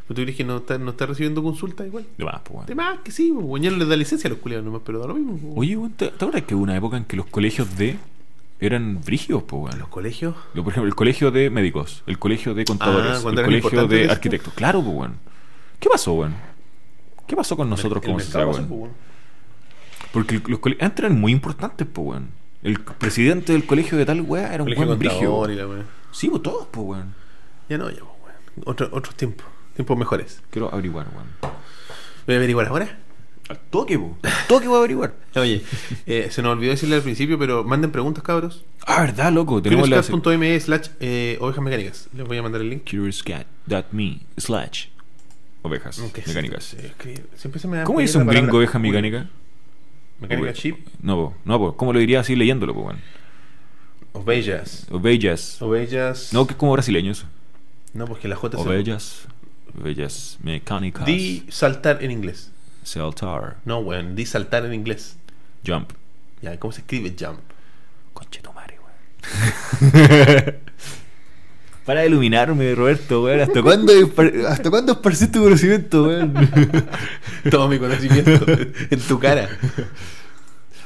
Pero tú crees que no está, no está recibiendo consulta igual. De más, pues, weón. De más que sí, pues, ya no les da licencia a los culiados nomás, pero da lo mismo. pues. Oye, weón, ¿te, te acuerdas que hubo una época en que los colegios de. eran brígidos, pues, A weón? los colegios. Lo- Por ejemplo, el colegio de médicos, el colegio de contadores, Ah, cuando el eran colegio importantes, de dices tú. arquitectos. Claro, pues, weón. ¿Qué pasó, weón? ¿Qué pasó con nosotros El como mercado sociedad, pasó, weón? pues, bueno. Porque el- los colegios antes eran muy importantes, pues, weón. El presidente del colegio de tal weá era un Colegio buen brigio. contador y la weón. Sí, pues todos, pues, weón. Ya no, ya, pues, weón. Otro- Otros tiempos. Tiempos mejores. Quiero averiguar, weón. Voy a averiguar ahora. Al toque, pues. Al toque voy a averiguar. Oye, eh, se nos olvidó decirle al principio, pero manden preguntas, cabros. Ah, verdad, loco. Tenemos la. Curioscat.me slash eh, ovejas mecánicas. Les voy a mandar el link. Curiouscat.me slash ovejas Ok, sí, mecánicas. sí, es que siempre se me da ¿Cómo pena dice un la gringo palabra. oveja mecánica? Mecánica Ove- chip. No, po. no, po. ¿cómo lo diría así leyéndolo, pues, weón? Ovellas. Ovellas. Ovellas. No, que es como brasileño eso. No, porque la J se... Ovellas. Ovellas mecánicas. Di saltar en inglés. Saltar. No, weón. Di saltar en inglés. Jump. Ya, ¿cómo se escribe jump? Conchetumare, weón. Para de iluminarme, Roberto, weón. ¿Hasta cuándo, espar- ¿Hasta cuándo esparcís tu conocimiento, weón? Todo mi conocimiento en tu cara.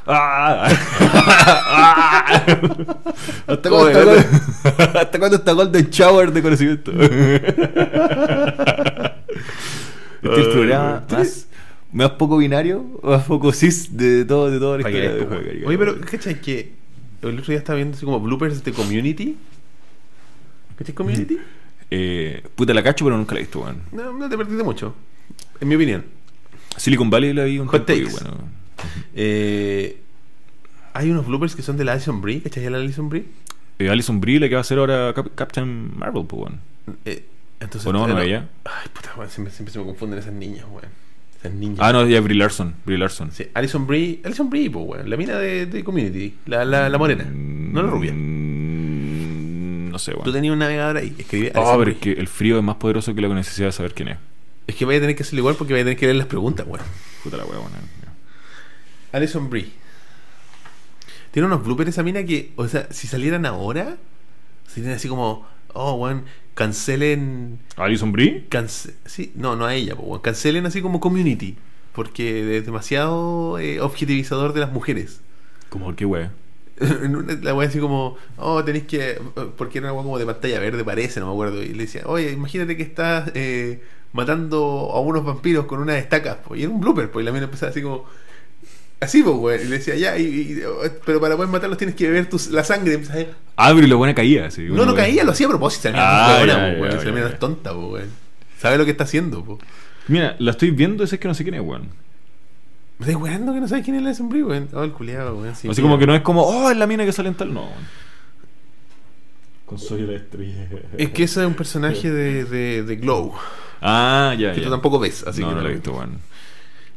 Ah. Ah. ¿Hasta, cuándo Joder, está Gol- ¿Hasta cuándo está Golden Shower de conocimiento? Este es el Ah, programa más, más poco binario, más poco cis de todo, de toda la Para que historia. veas, de pues, Juego de weón. Caribe. Oye, pero ¿cachai que el otro día estaba viendo así como bloopers de Community? ¿Cachai Community? Eh, puta, la cacho, pero nunca la he visto, weón. No, no te perdiste mucho, en mi opinión. Silicon Valley la vi un Hot tiempo y, takes. bueno, Eh, hay unos bloopers que son de la Alison Brie, ¿cachai? La Alison Brie. eh, Alison Brie, la que va a hacer ahora Cap- Captain Marvel, pues, weón. Eh, entonces, ¿O no? ¿No era- ella? Ay, puta, weón, siempre, siempre se me confunden esas niñas, weón. Esas niñas. Ah, no, ya Brie Larson. Brie Larson. Sí, Alison Brie, Alison Brie, pues, weón. La mina de, de Community, la, la, la morena, no la rubia. Mm, No sé, Tú weón. tenías un navegador ahí, escribe Ah, Alison pero Brie. es que el frío es más poderoso que la necesidad de saber quién es. Es que vaya a tener que hacerlo igual porque vaya a tener que leer las preguntas, weón. Puta la weón. eh. Alison Brie. Tiene unos bloopers esa mina que, o sea, si salieran ahora, serían así como, oh, weón, cancelen. ¿Alison Brie? cance- sí, no, no a ella, po, weón, cancelen así como community. Porque es demasiado eh, objetivizador de las mujeres. Como por qué weón. En una- La weá así como, oh, tenéis que. Porque era una weá como de pantalla verde, parece, no me acuerdo. Y le decía, oye, imagínate que estás eh, matando a unos vampiros con unas estacas, po. y era un blooper, pues y la mina empezaba así como... Así, pues, güey. Y le decía, ya, y- y- oh, pero para poder matarlos tienes que beber tus- la sangre. ¿sabes? Ah, pero la buena caía. sí, No, una no buena- caía, lo hacía a propósito. Se Ah, la ya, mía es ya, weón. ya, Se la mía ya. no es tonta, po, weón. Sabe lo que está haciendo, po. Mira, la estoy viendo, ese es que no sé quién es, weón. Me estás weando que no sabes quién es la sombrí, weón. Oh, el culiado, weón. sí, Así mira. como que no es como, oh, es la mina que sale en tal. No, weón. Con soy la estrella. Es que ese es un personaje de, de, de Glow, Ah, ya. que ya. tú tampoco ves, así no, que no lo he visto, weón.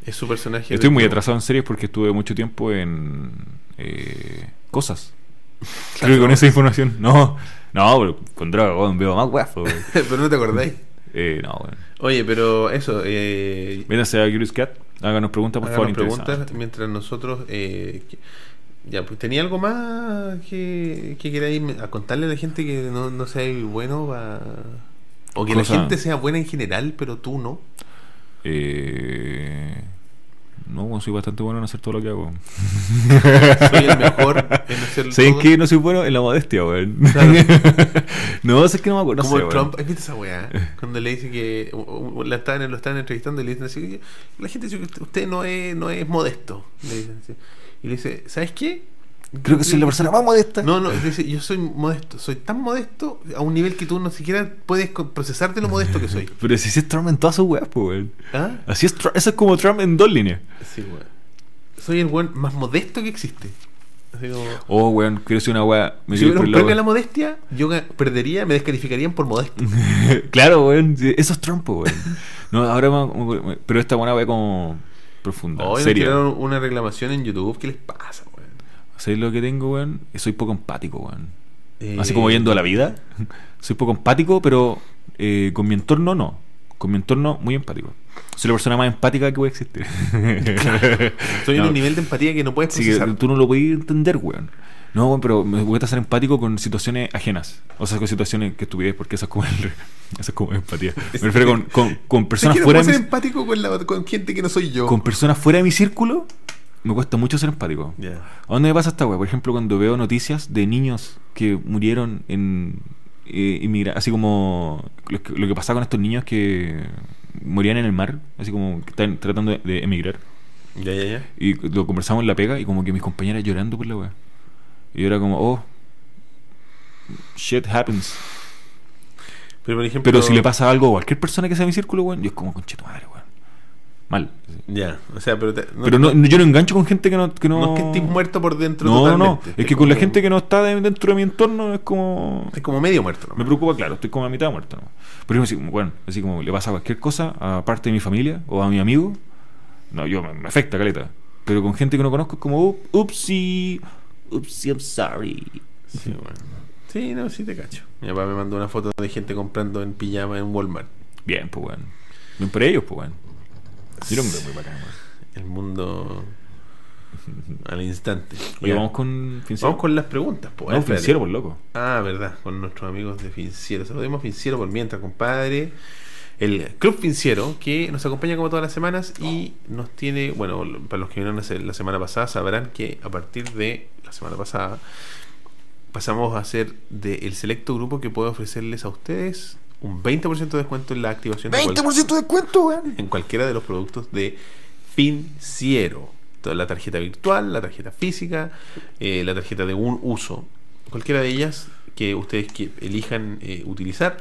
Es su personaje. Estoy de muy Glow. atrasado en series porque estuve mucho tiempo en. eh, cosas. Creo que con esa información. No, no, pero con Dragon veo más weas, po, weón. pero no te acordáis. Eh, no, weón. Oye, pero eso, eh, Vénganse a Curious Cat, háganos preguntas, por favor, háganos preguntas interesantes. mientras nosotros. eh, que- ya, pues tenía algo más que, que queráis a contarle a la gente que no, no sea bueno va- o que Cosa- la gente sea buena en general, pero tú no. Eh, no, weón, soy bastante bueno en hacer todo lo que hago. Soy el mejor en hacer ¿Saben todo. qué? No soy bueno en la modestia, weón. Claro. no, es que Pues no me acuerdo. no sé, Como weón. el Trump, ¿viste esa weá? Cuando le dice que u- u- la estaban, lo estaban entrevistando y le dicen así, la gente dice que usted no es, no es modesto. Le dicen así. Y le dice, ¿sabes qué? Creo que soy la persona más modesta. No, no, le dice, yo soy modesto, soy tan modesto a un nivel que tú no siquiera puedes co- procesarte lo modesto que soy. Pero si así es Trump en todas sus weas, pues, weón. ¿Ah? Así es, Tru- eso es como Trump en dos líneas. Sí, weón. Soy el weón más modesto que existe. Así como, Oh, weón, quiero ser una wea. Me si quiero ir hubiera por un el premio a lado- la modestia, yo ga- perdería, me descalificarían por modesto. claro, weón. sí, Eso es Trump, po, weón. No, ahora me- me- Pero esta buena wea como profunda, Hoy nos seria. tiraron una reclamación en YouTube, ¿qué les pasa, weón? ¿Sabes lo que tengo, weón? Soy poco empático, weón. Eh, Así como viendo la vida. Soy poco empático, pero eh, con mi entorno no. Con mi entorno muy empático. Soy la persona más empática que puede existir. Estoy en No, un nivel de empatía que no puedes sí que procesar. tú no lo podías entender, weón. No, weón, pero me gusta ser empático con situaciones ajenas. O sea, con situaciones que estupidez, porque eso es como, el- eso es como empatía. Me refiero con, con, con personas Es que no fuera puedo de ser mi, empático con, la, con gente que no soy yo. con personas fuera de mi círculo. Me cuesta mucho ser empático. Ya. ¿A dónde me pasa esta weá? Por ejemplo, cuando veo noticias de niños que murieron en. eh, inmigra- así como. Lo que, lo que pasaba con estos niños que morían en el mar, así como que están tratando de, de emigrar. Ya, ya, ya. Y lo conversamos en la pega y como que mis compañeras llorando por la weá. Y yo era como, oh. Shit happens. Pero, por ejemplo, Pero si le pasa algo a cualquier persona que sea de mi círculo, weón, yo es como, conche tu madre, weón. Mal. Ya, o sea, pero. te- no, Pero no, yo no engancho con gente que no. Que no, no, es que estés muerto por dentro. No, no, no. totalmente. Es que con la gente que no está de- dentro de mi entorno es como. Es como medio muerto. Me nomás. preocupa, claro, estoy como a mitad muerto. ¿no? Pero así, como, bueno, así como le pasa cualquier cosa a parte de mi familia o a mi amigo, no, yo me, me afecta, caleta. Pero con gente que no conozco es como, "Up- upsi, upsi, I'm sorry. Sí, bueno. Sí, no, sí te cacho. Mi papá me mandó una foto de gente comprando en pijama en Walmart. Bien, pues, weón. Bien por ellos, pues, weón. Yo lo encuentro muy bacán, weón. El mundo al instante. Oye, Ya. vamos con Finciero. Vamos con las preguntas, po. Ah, No, espérate. Finciero, por loco. Ah, verdad, con nuestros amigos de Finciero. Saludemos a Finciero por mientras, compadre. El Club Finciero, que nos acompaña como todas las semanas y nos tiene, bueno, para los que vieron la se- la semana pasada, sabrán que a partir de la semana pasada pasamos a ser del selecto grupo que puede ofrecerles a ustedes un 20% de descuento en la activación de cual- de descuento, weón. en cualquiera de los productos de Finciero. Toda La tarjeta virtual, la tarjeta física, eh, la tarjeta de un uso. Cualquiera de ellas que ustedes que elijan eh, utilizar,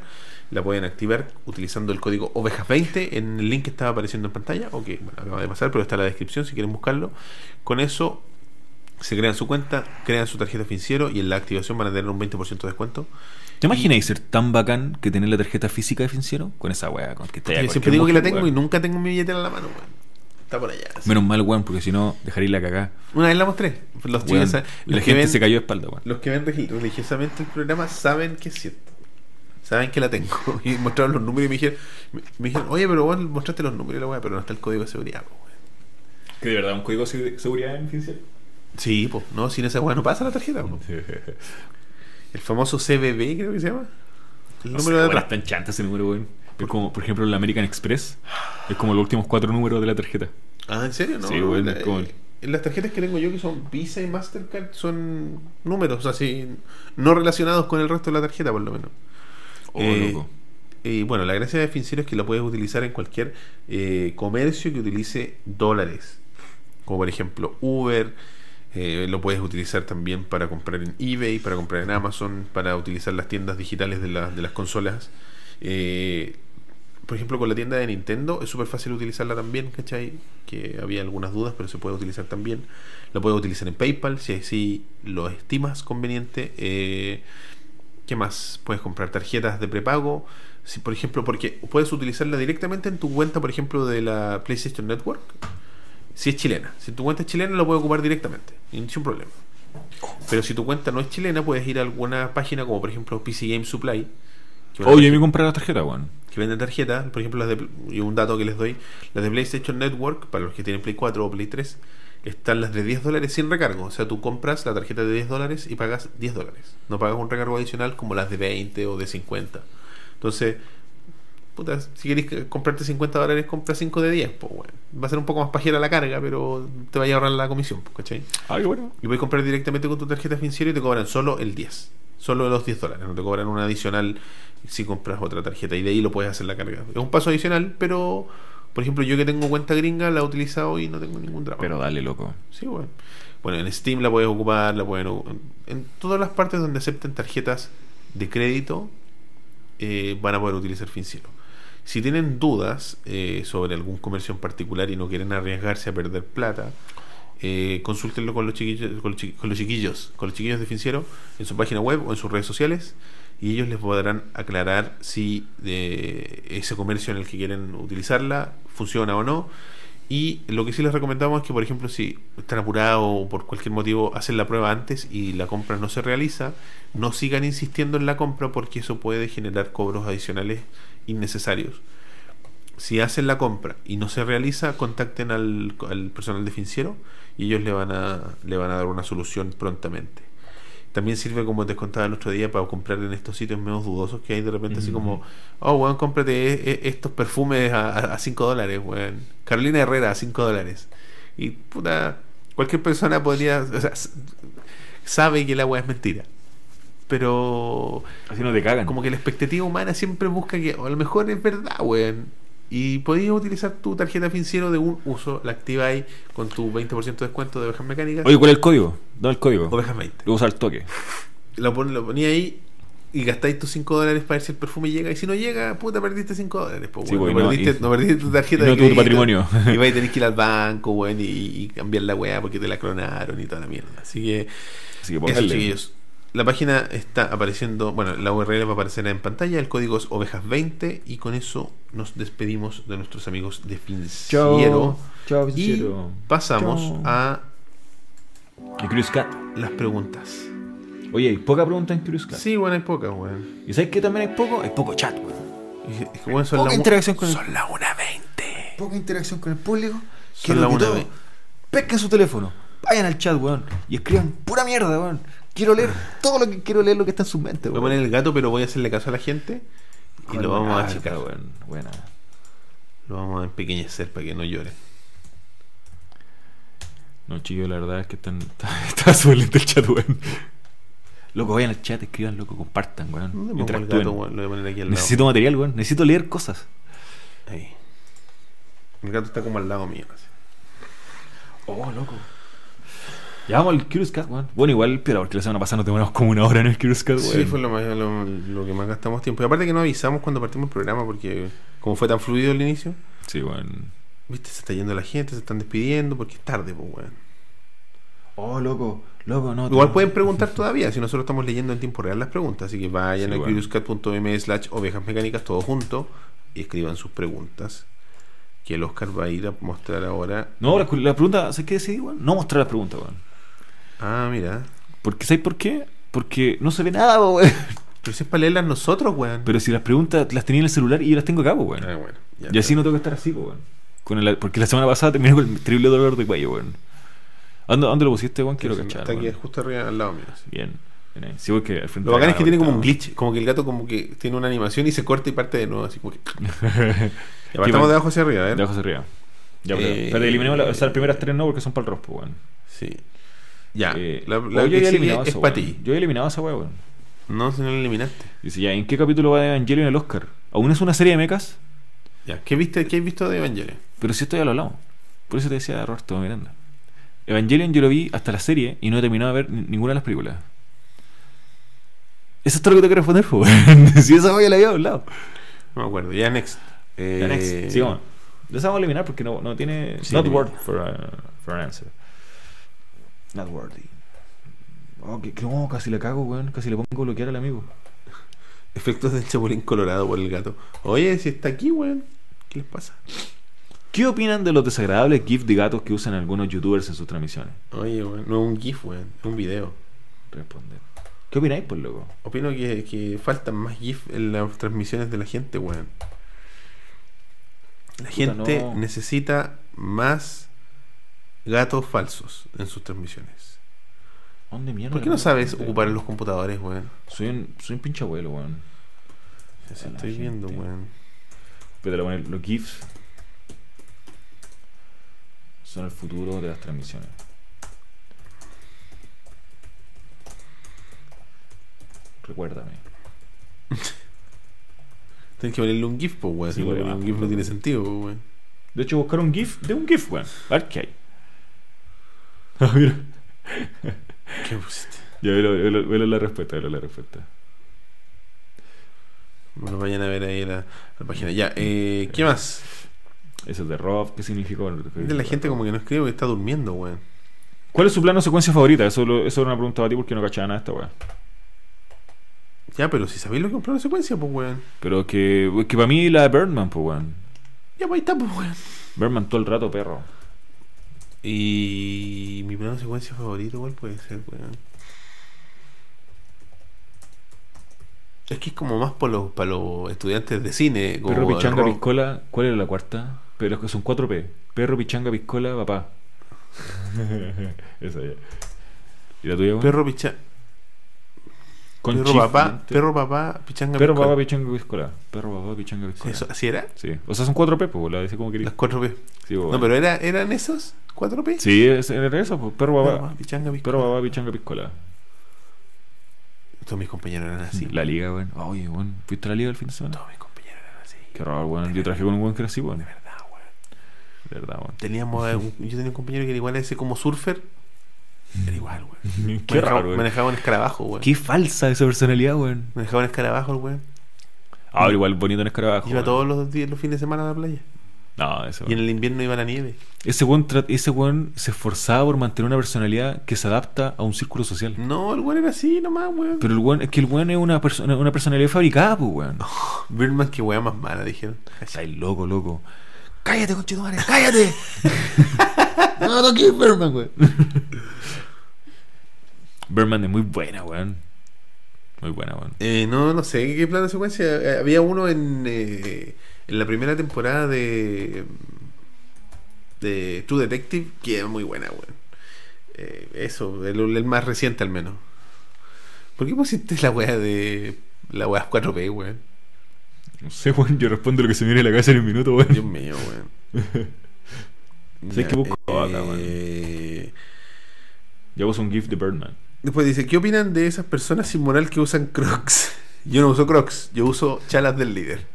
la pueden activar utilizando el código ovejas20 en el link que estaba apareciendo en pantalla, o que bueno, acaba de pasar, pero está en la descripción si quieren buscarlo. Con eso se crean su cuenta, crean su tarjeta Finciero y en la activación van a tener un 20% de descuento. ¿Te imagináis ser tan bacán que tener la tarjeta física de Finciero? Con esa weá, con que está Yo siempre digo que la tengo y nunca tengo mi billetera en la mano. weón. Está por allá. así. Menos mal, weón, porque si no, dejaría la cagá. Una vez la mostré. Los Weón, chicos saben- la los que gente ven, se cayó de espalda, weón. Los que ven regi- religiosamente el programa saben que es cierto. Saben que la tengo. Y mostraron los números y me dijeron, me, me dijeron oye, pero vos mostraste los números y la weá, pero no está el código de seguridad, po, weón". Que de verdad, un código de seguridad en Finciero. Sí, pues, no, sin esa weá no pasa la tarjeta, po. El famoso CBB, creo que se llama. El número de atrás. tan chanta ese número, weón. Es como, por ejemplo, el American Express. Es como los últimos cuatro números de la tarjeta. Ah, ¿en serio? No. Sí, weón, la- es como el- en las tarjetas que tengo yo que son Visa y Mastercard son números así, no relacionados con el resto de la tarjeta, por lo menos. Oh, Eh, loco. eh, bueno, la gracia de Fincero es que lo puedes utilizar en cualquier eh, comercio que utilice dólares. Como por ejemplo Uber, eh, lo puedes utilizar también para comprar en eBay, para comprar en Amazon, para utilizar las tiendas digitales de, la- de las consolas. Eh, por ejemplo, con la tienda de Nintendo es súper fácil utilizarla también, ¿cachai? Que había algunas dudas, pero se puede utilizar también. Lo puedes utilizar en PayPal si así lo estimas conveniente. Eh, ¿Qué más? Puedes comprar tarjetas de prepago. Si, por ejemplo, porque puedes utilizarla directamente en tu cuenta, por ejemplo, de la PlayStation Network. Si es chilena. Si tu cuenta es chilena, lo puedes ocupar directamente. Sin ningún problema. Pero si tu cuenta no es chilena, puedes ir a alguna página como, por ejemplo, PC Game Supply. que es una Oye, página- me compré la tarjeta, weón. que venden tarjetas, por ejemplo, las de, y un dato que les doy, las de PlayStation Network, para los que tienen Play 4 o Play 3, están las de 10 dólares sin recargo. O sea, tú compras la tarjeta de 10 dólares y pagas 10 dólares. No pagas un recargo adicional como las de 20 o de 50. Entonces, puta, si querés que- comprarte 50 dólares, compra 5 de 10. Pues, bueno, va a ser un poco más pajera la carga, pero te va a ahorrar la comisión, pues, ¿cachai? Ay, bueno. Y puedes comprar directamente con tu tarjeta financiera y te cobran solo el 10. Solo los 10 dólares. No te cobran un adicional si compras otra tarjeta. Y de ahí lo puedes hacer la carga. Es un paso adicional, pero por ejemplo, yo que tengo cuenta gringa la he utilizado y no tengo ningún drama. Pero dale, loco. Sí, bueno. Bueno, en Steam la puedes ocupar, la pueden o- En todas las partes donde acepten tarjetas de crédito, eh, van a poder utilizar Fincielo. Si tienen dudas eh, sobre algún comercio en particular y no quieren arriesgarse a perder plata, eh, consúltenlo con los, chiquillos, con, los chi- con los chiquillos, con los chiquillos de Finciero, en su página web o en sus redes sociales, y ellos les podrán aclarar si de ese comercio en el que quieren utilizarla funciona o no. Y lo que sí les recomendamos es que, por ejemplo, si están apurados o por cualquier motivo hacen la prueba antes y la compra no se realiza, no sigan insistiendo en la compra porque eso puede generar cobros adicionales innecesarios. Si hacen la compra y no se realiza, contacten al, al personal de financiero y ellos le van, a, le van a dar una solución prontamente. También sirve, como te contaba el otro día, para comprar en estos sitios menos dudosos que hay de repente, así Mm. como, oh, weón, cómprate e- e- estos perfumes a 5 dólares, weón. Carolina Herrera a 5 dólares. Y puta, cualquier persona podría, o sea, s- sabe que la weá es mentira. Pero Así no te cagan. como que la expectativa humana siempre busca que o a lo mejor es verdad, weón. Y podías utilizar tu tarjeta financiero de un uso, la activa ahí con tu 20% de descuento de ovejas mecánicas. Oye, ¿cuál es el código? Dame el código. ovejas 20. Lo usa al toque. Lo, pon- lo ponía ahí y gastáis tus 5 dólares para ver si el perfume llega. Y si no llega, puta, perdiste 5 dólares. po, Sí, weón. weón, no, no, perdiste, y- no perdiste tu tarjeta y no de tu crédito. patrimonio. Y vais a tener que ir al banco, weón, y, y cambiar la weá porque te la clonaron y toda la mierda. Así que Así que Eso, póngale. chiquillos. La página está apareciendo, bueno, la URL va a aparecer en pantalla, el código es ovejas20 y con eso nos despedimos de nuestros amigos de Finciero. Chao, Y pasamos a Y Curious Cat. las preguntas. Oye, hay poca pregunta en Curious Cat. Sí, bueno, hay pocas, weón. ¿Y sabes que también hay poco? Hay poco chat, weón. Y- es que, weón, son Poca la u- interacción con el- Son la 1.20. Poca interacción con el público. Son Quiero la que una todo- ve- Pesquen su teléfono. Vayan al chat, weón. Y escriban pura mierda, weón. Quiero leer todo lo que quiero leer, lo que está en su mente, Ah. Voy a weón. poner el gato, pero voy a hacerle caso a la gente y lo vamos a achicar, weón. Buena. Lo vamos a empequeñecer para que no llore. No, chicos, la verdad es que están, está, está súper lento el chat, weón. Loco, vayan al chat, escriban, loco, compartan, weón. ¿Dónde pongo el Interactúen. gato, weón? Lo voy a poner aquí al lado. Necesito material, weón. Necesito leer cosas. Ahí. El gato está como al lado mío. así. Oh, loco. Ya vamos al Curious Cat, weón. Bueno, igual, pero porque la semana pasada nos demoramos como una hora en el Curious Cat, Pues, weón. Sí, fue lo, más- lo- lo que más gastamos tiempo. Y aparte que no avisamos cuando partimos el programa, porque como fue tan fluido el inicio, Sí, weón. viste, se está yendo la gente, se están despidiendo, porque es tarde, pues, weón. Oh, loco. Loco, no. Igual tengo- pueden preguntar todavía, si nosotros estamos leyendo en tiempo real las preguntas, así que vayan Sí, a weón. curioscat.m slash ovejas mecánicas, todo junto, y escriban sus preguntas, que el Oscar va a ir a mostrar ahora. No, la, la pregunta, ¿sabes qué decidí, weón? No mostrar las preguntas, weón. Ah, mira. Porque, ¿sabes por qué? Porque no se ve nada, weón. Pero si es para leerlas nosotros, weón. Pero si las preguntas las tenía en el celular y yo las tengo acá, pues, weón. Ah, bueno. ya y así está. no tengo que estar así, pues, weón. Con el- porque la semana pasada terminé con el terrible dolor de cuello, weón. ¿A ¿Dónde, a dónde lo pusiste, weón? Quiero Está cachar. aquí weón. justo arriba, al lado mío. sí. Bien. bien ahí. Sí, porque al frente Lo bacán de es la cámara que tiene como un ahorita- glitch, como que el gato como que tiene una animación y se corta y parte de nuevo, así como que... Ya, Sí, partamos bueno. de abajo hacia arriba, ¿eh? De abajo hacia arriba. Ya, pero, Eh, espérate, eliminemos la- o sea, las primeras tres no porque son para el rospo, weón. Sí. Ya, Eh, la, oh, la yo que he sigue eliminado es esa, para weón. ti. Yo he eliminado esa weá, weón. No, si no la eliminaste. Dice, ya, ¿en qué capítulo va Evangelio en el Oscar? Aún es una serie de mechas, Ya, ¿Qué, viste, ¿Qué has visto de Evangelion? pero si esto ya lo hablamos. Por eso te decía Roberto Miranda. Evangelion yo lo vi hasta la serie y no he terminado de ver ni- ninguna de las películas. Eso es todo lo que te quiero responder, po, weón. Si esa ya la había hablado. No me acuerdo. Ya, next. Eh, La next, sigamos. Lo vamos a eliminar porque no, no tiene. Sí, not elimina. word for, a- for an answer. Not worthy. Oh, que, que- oh, casi la cago, weón. Casi le pongo a bloquear al amigo. Efectos del chapulín colorado por el gato. Oye, si está aquí, weón. ¿Qué les pasa? ¿Qué opinan de los desagradables GIFs de gatos que usan algunos youtubers en sus transmisiones? Oye, weón. No es un GIF, weón. Es un video. Responder. ¿Qué opináis, por loco? Opino que, que faltan más GIF en las transmisiones de la gente, weón. La gente no. necesita más gatos falsos en sus transmisiones. ¿Dónde mierda? ¿Por qué le no pongo sabes gente? ocupar los computadores, weón? Soy un, soy un pinche abuelo, weón. Así A la estoy viendo, gente. weón. Pero le voy a poner los GIFs. Son el futuro de las transmisiones. Recuérdame. Tienes que ponerle un GIF, pues, weón. Sí, Si no weón. pones un GIF no tiene sentido, pues, weón. De hecho, buscar un GIF de un GIF, weón. A ver qué hay. Ah, mira. ¿Qué pusiste? Ya velo, velo- velo la respuesta, velo la respuesta. Bueno, vayan a ver ahí la, la página. Ya, eh, ¿qué más? Eso es de Rob, ¿qué significó? De la gente como que no escribe que está durmiendo, weón. ¿Cuál es su plano secuencia favorita? Eso, lo- eso era una pregunta para ti porque no cachaba nada de esta weón. Ya, pero si sabéis lo que es un plano de secuencia, pues, weón. Pero que, que para mí la de Birdman, pues weón. Ya, pues ahí está, pues, weón. Birdman todo el rato, perro. Y mi plano de secuencia favorito, ¿cuál puede ser, weón? Es que es como más para los, para los estudiantes de cine. Como Perro el Pichanga rock. Piscola, ¿cuál era la cuarta? Pero es que son 4P. Perro Pichanga Piscola, papá. Esa ya. ¿Y la tuya, weón? Perro picha... Con perro chif, papá, diente. perro papá, pichanga. Perro piscola. papá Pichanga Piscola. Perro papá Pichanga Piscola. Eso, ¿Así era? Sí. O sea, son 4P, pues la dice como quería. Las 4P. Sí, pues, No, pero era, eran esos 4P. Sí, es, era eso, pues. Perro Perro papá. papá, pichanga, Perro piscola. papá Pichanga Piscola. Todos mis compañeros eran así. Sí. La liga, weón. Oye, weón. ¿Fuiste a la liga el fin de semana? Todos mis compañeros eran así. Qué raro, weón. Yo traje con un weón que era así, weón. De De verdad, weón. verdad, Teníamos, a un- yo tenía un compañero que era igual a ese como surfer. Era igual, weón. weón. Qué Manejaba- raro, weón. Manejaba un escarabajo, weón. Qué falsa esa personalidad, weón. Manejaba un escarabajo, el weón. Ah, pero igual bonito en escarabajo. Iba weón. todos los días, los fines de semana a la playa. No, eso. Y en el invierno iba a la nieve. Ese weón, tra- ese weón se esforzaba por mantener una personalidad que se adapta a un círculo social. No, el weón era así nomás, weón. Pero el weón, es que el weón es una, persona, una personalidad fabricada, pues weón. Birdman, qué weá más mala, dijeron. Estáis loco, loco. ¡Cállate, conchetumare! ¡Cállate! no, no quiero Birdman, weón. Berman es muy buena, weón. Muy buena, weón. Eh, no, no sé qué plan de secuencia. Eh, Había uno en, eh, en la primera temporada de, de True Detective que es muy buena, weón. Eh, eso, el, el más reciente al menos. ¿Por qué pusiste la weá de la weá 4P, weón? No sé, weón, yo respondo lo que se me viene a la cabeza en un minuto, weón. Dios mío, weón. ¿Sabes qué busco Ya, acá, weón? eh, Ya puse un GIF de Birdman. Después dice, ¿qué opinan de esas personas sin moral que usan crocs? Yo no uso crocs, yo uso chalas del líder.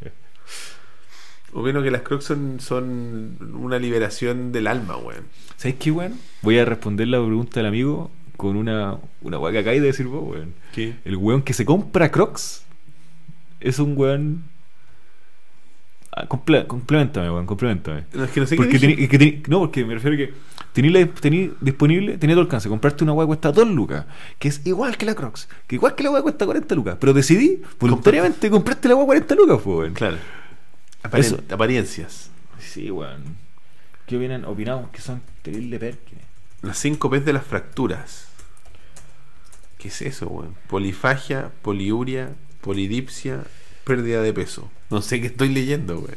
Opino que las crocs son, son una liberación del alma, weón. ¿Sabes qué, weón? Voy a responder la pregunta del amigo con una, una weá que acá y de decir vos, weón. ¿Qué? El weón que se compra Crocs es un weón. Ah, comple- complementame, weón, complementame. No, es que no sé Porque qué dije. tení- que tení- no, porque me refiero a que tení, la, tení disponible, tenía tu alcance, comprarte una hueá que cuesta 2 lucas, que es igual que la Crocs, que igual que la hueá cuesta 40 lucas, pero decidí voluntariamente comprarte la hueá 40 lucas, pues, weón. Claro. Aparien- Eso. Apariencias. Sí, weón. ¿Qué opinan? Opinamos que son terrible perkins. Las 5 P's de las fracturas. ¿Qué es eso, weón? Polifagia, poliuria, polidipsia, pérdida de peso. No sé qué estoy leyendo, weón.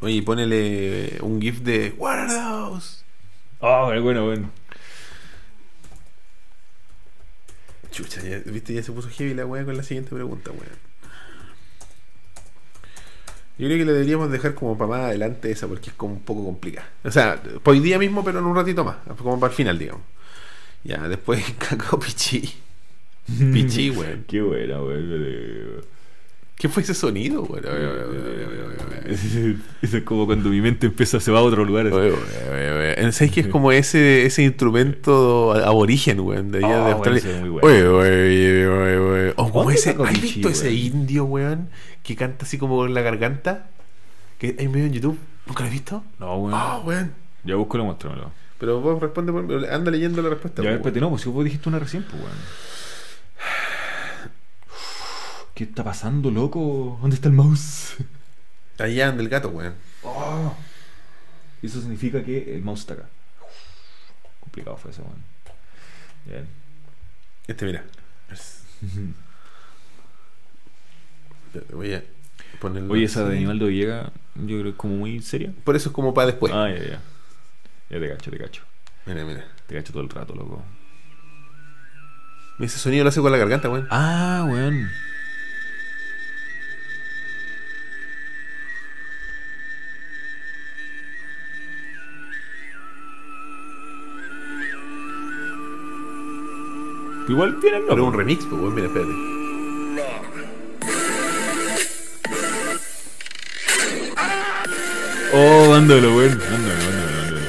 Oye, y ponele un GIF de What are those? Ah, bueno, bueno. Chucha, ya, viste, ya se puso heavy la weá con la siguiente pregunta, weón. Yo creo que la deberíamos dejar como para más adelante esa, porque es como un poco complicada. O sea, pa' hoy día mismo, pero en un ratito más, como para el final, digamos. Ya, después Cacao Pichi. Pichí, weón. Qué buena, weón. ¿Qué fue ese sonido, weón? Eso es como cuando mi mente empieza, se va a otro lugar. así. ¿Sabes que es como ese, ese instrumento aborigen, weón? De allá Ah, de bueno, Australia. ese es muy bueno. Oye, oye, oye, oye. O como ¿Dónde ese. sacó ¿Has Pichí, visto ese weón? indio, weón? Que canta así como con la garganta. Que hay un video en YouTube. ¿Nunca lo has visto? No, weón. Ah, weón. Ya busco lo muéstramelo. Pero vos responde, por- anda leyendo la respuesta. Ya, po, espérate, no, pues si vos dijiste una recién, pues, weón. ¿Qué está pasando, loco? ¿Dónde está el mouse? weón. Allá anda el gato, weón. Oh. Eso significa que el mouse está acá. Complicado fue eso, weón. Bien. Este, mira. Es- Espérate, Voy a ponerlo. Oye, esa así. de Animaldo Villegas, yo creo que es como muy seria. Por eso es como para después. Ah, ya, ya. Ya te cacho, te cacho. Mira, mira. Te cacho todo el rato, loco. Ese sonido lo hace con la garganta, weón. Ah, weón. Igual tiene el Pero nombre. un remix, pues, weón. Mira, espérate. Oh, dándolo, weón. Dándolo, dándolo, dándolo.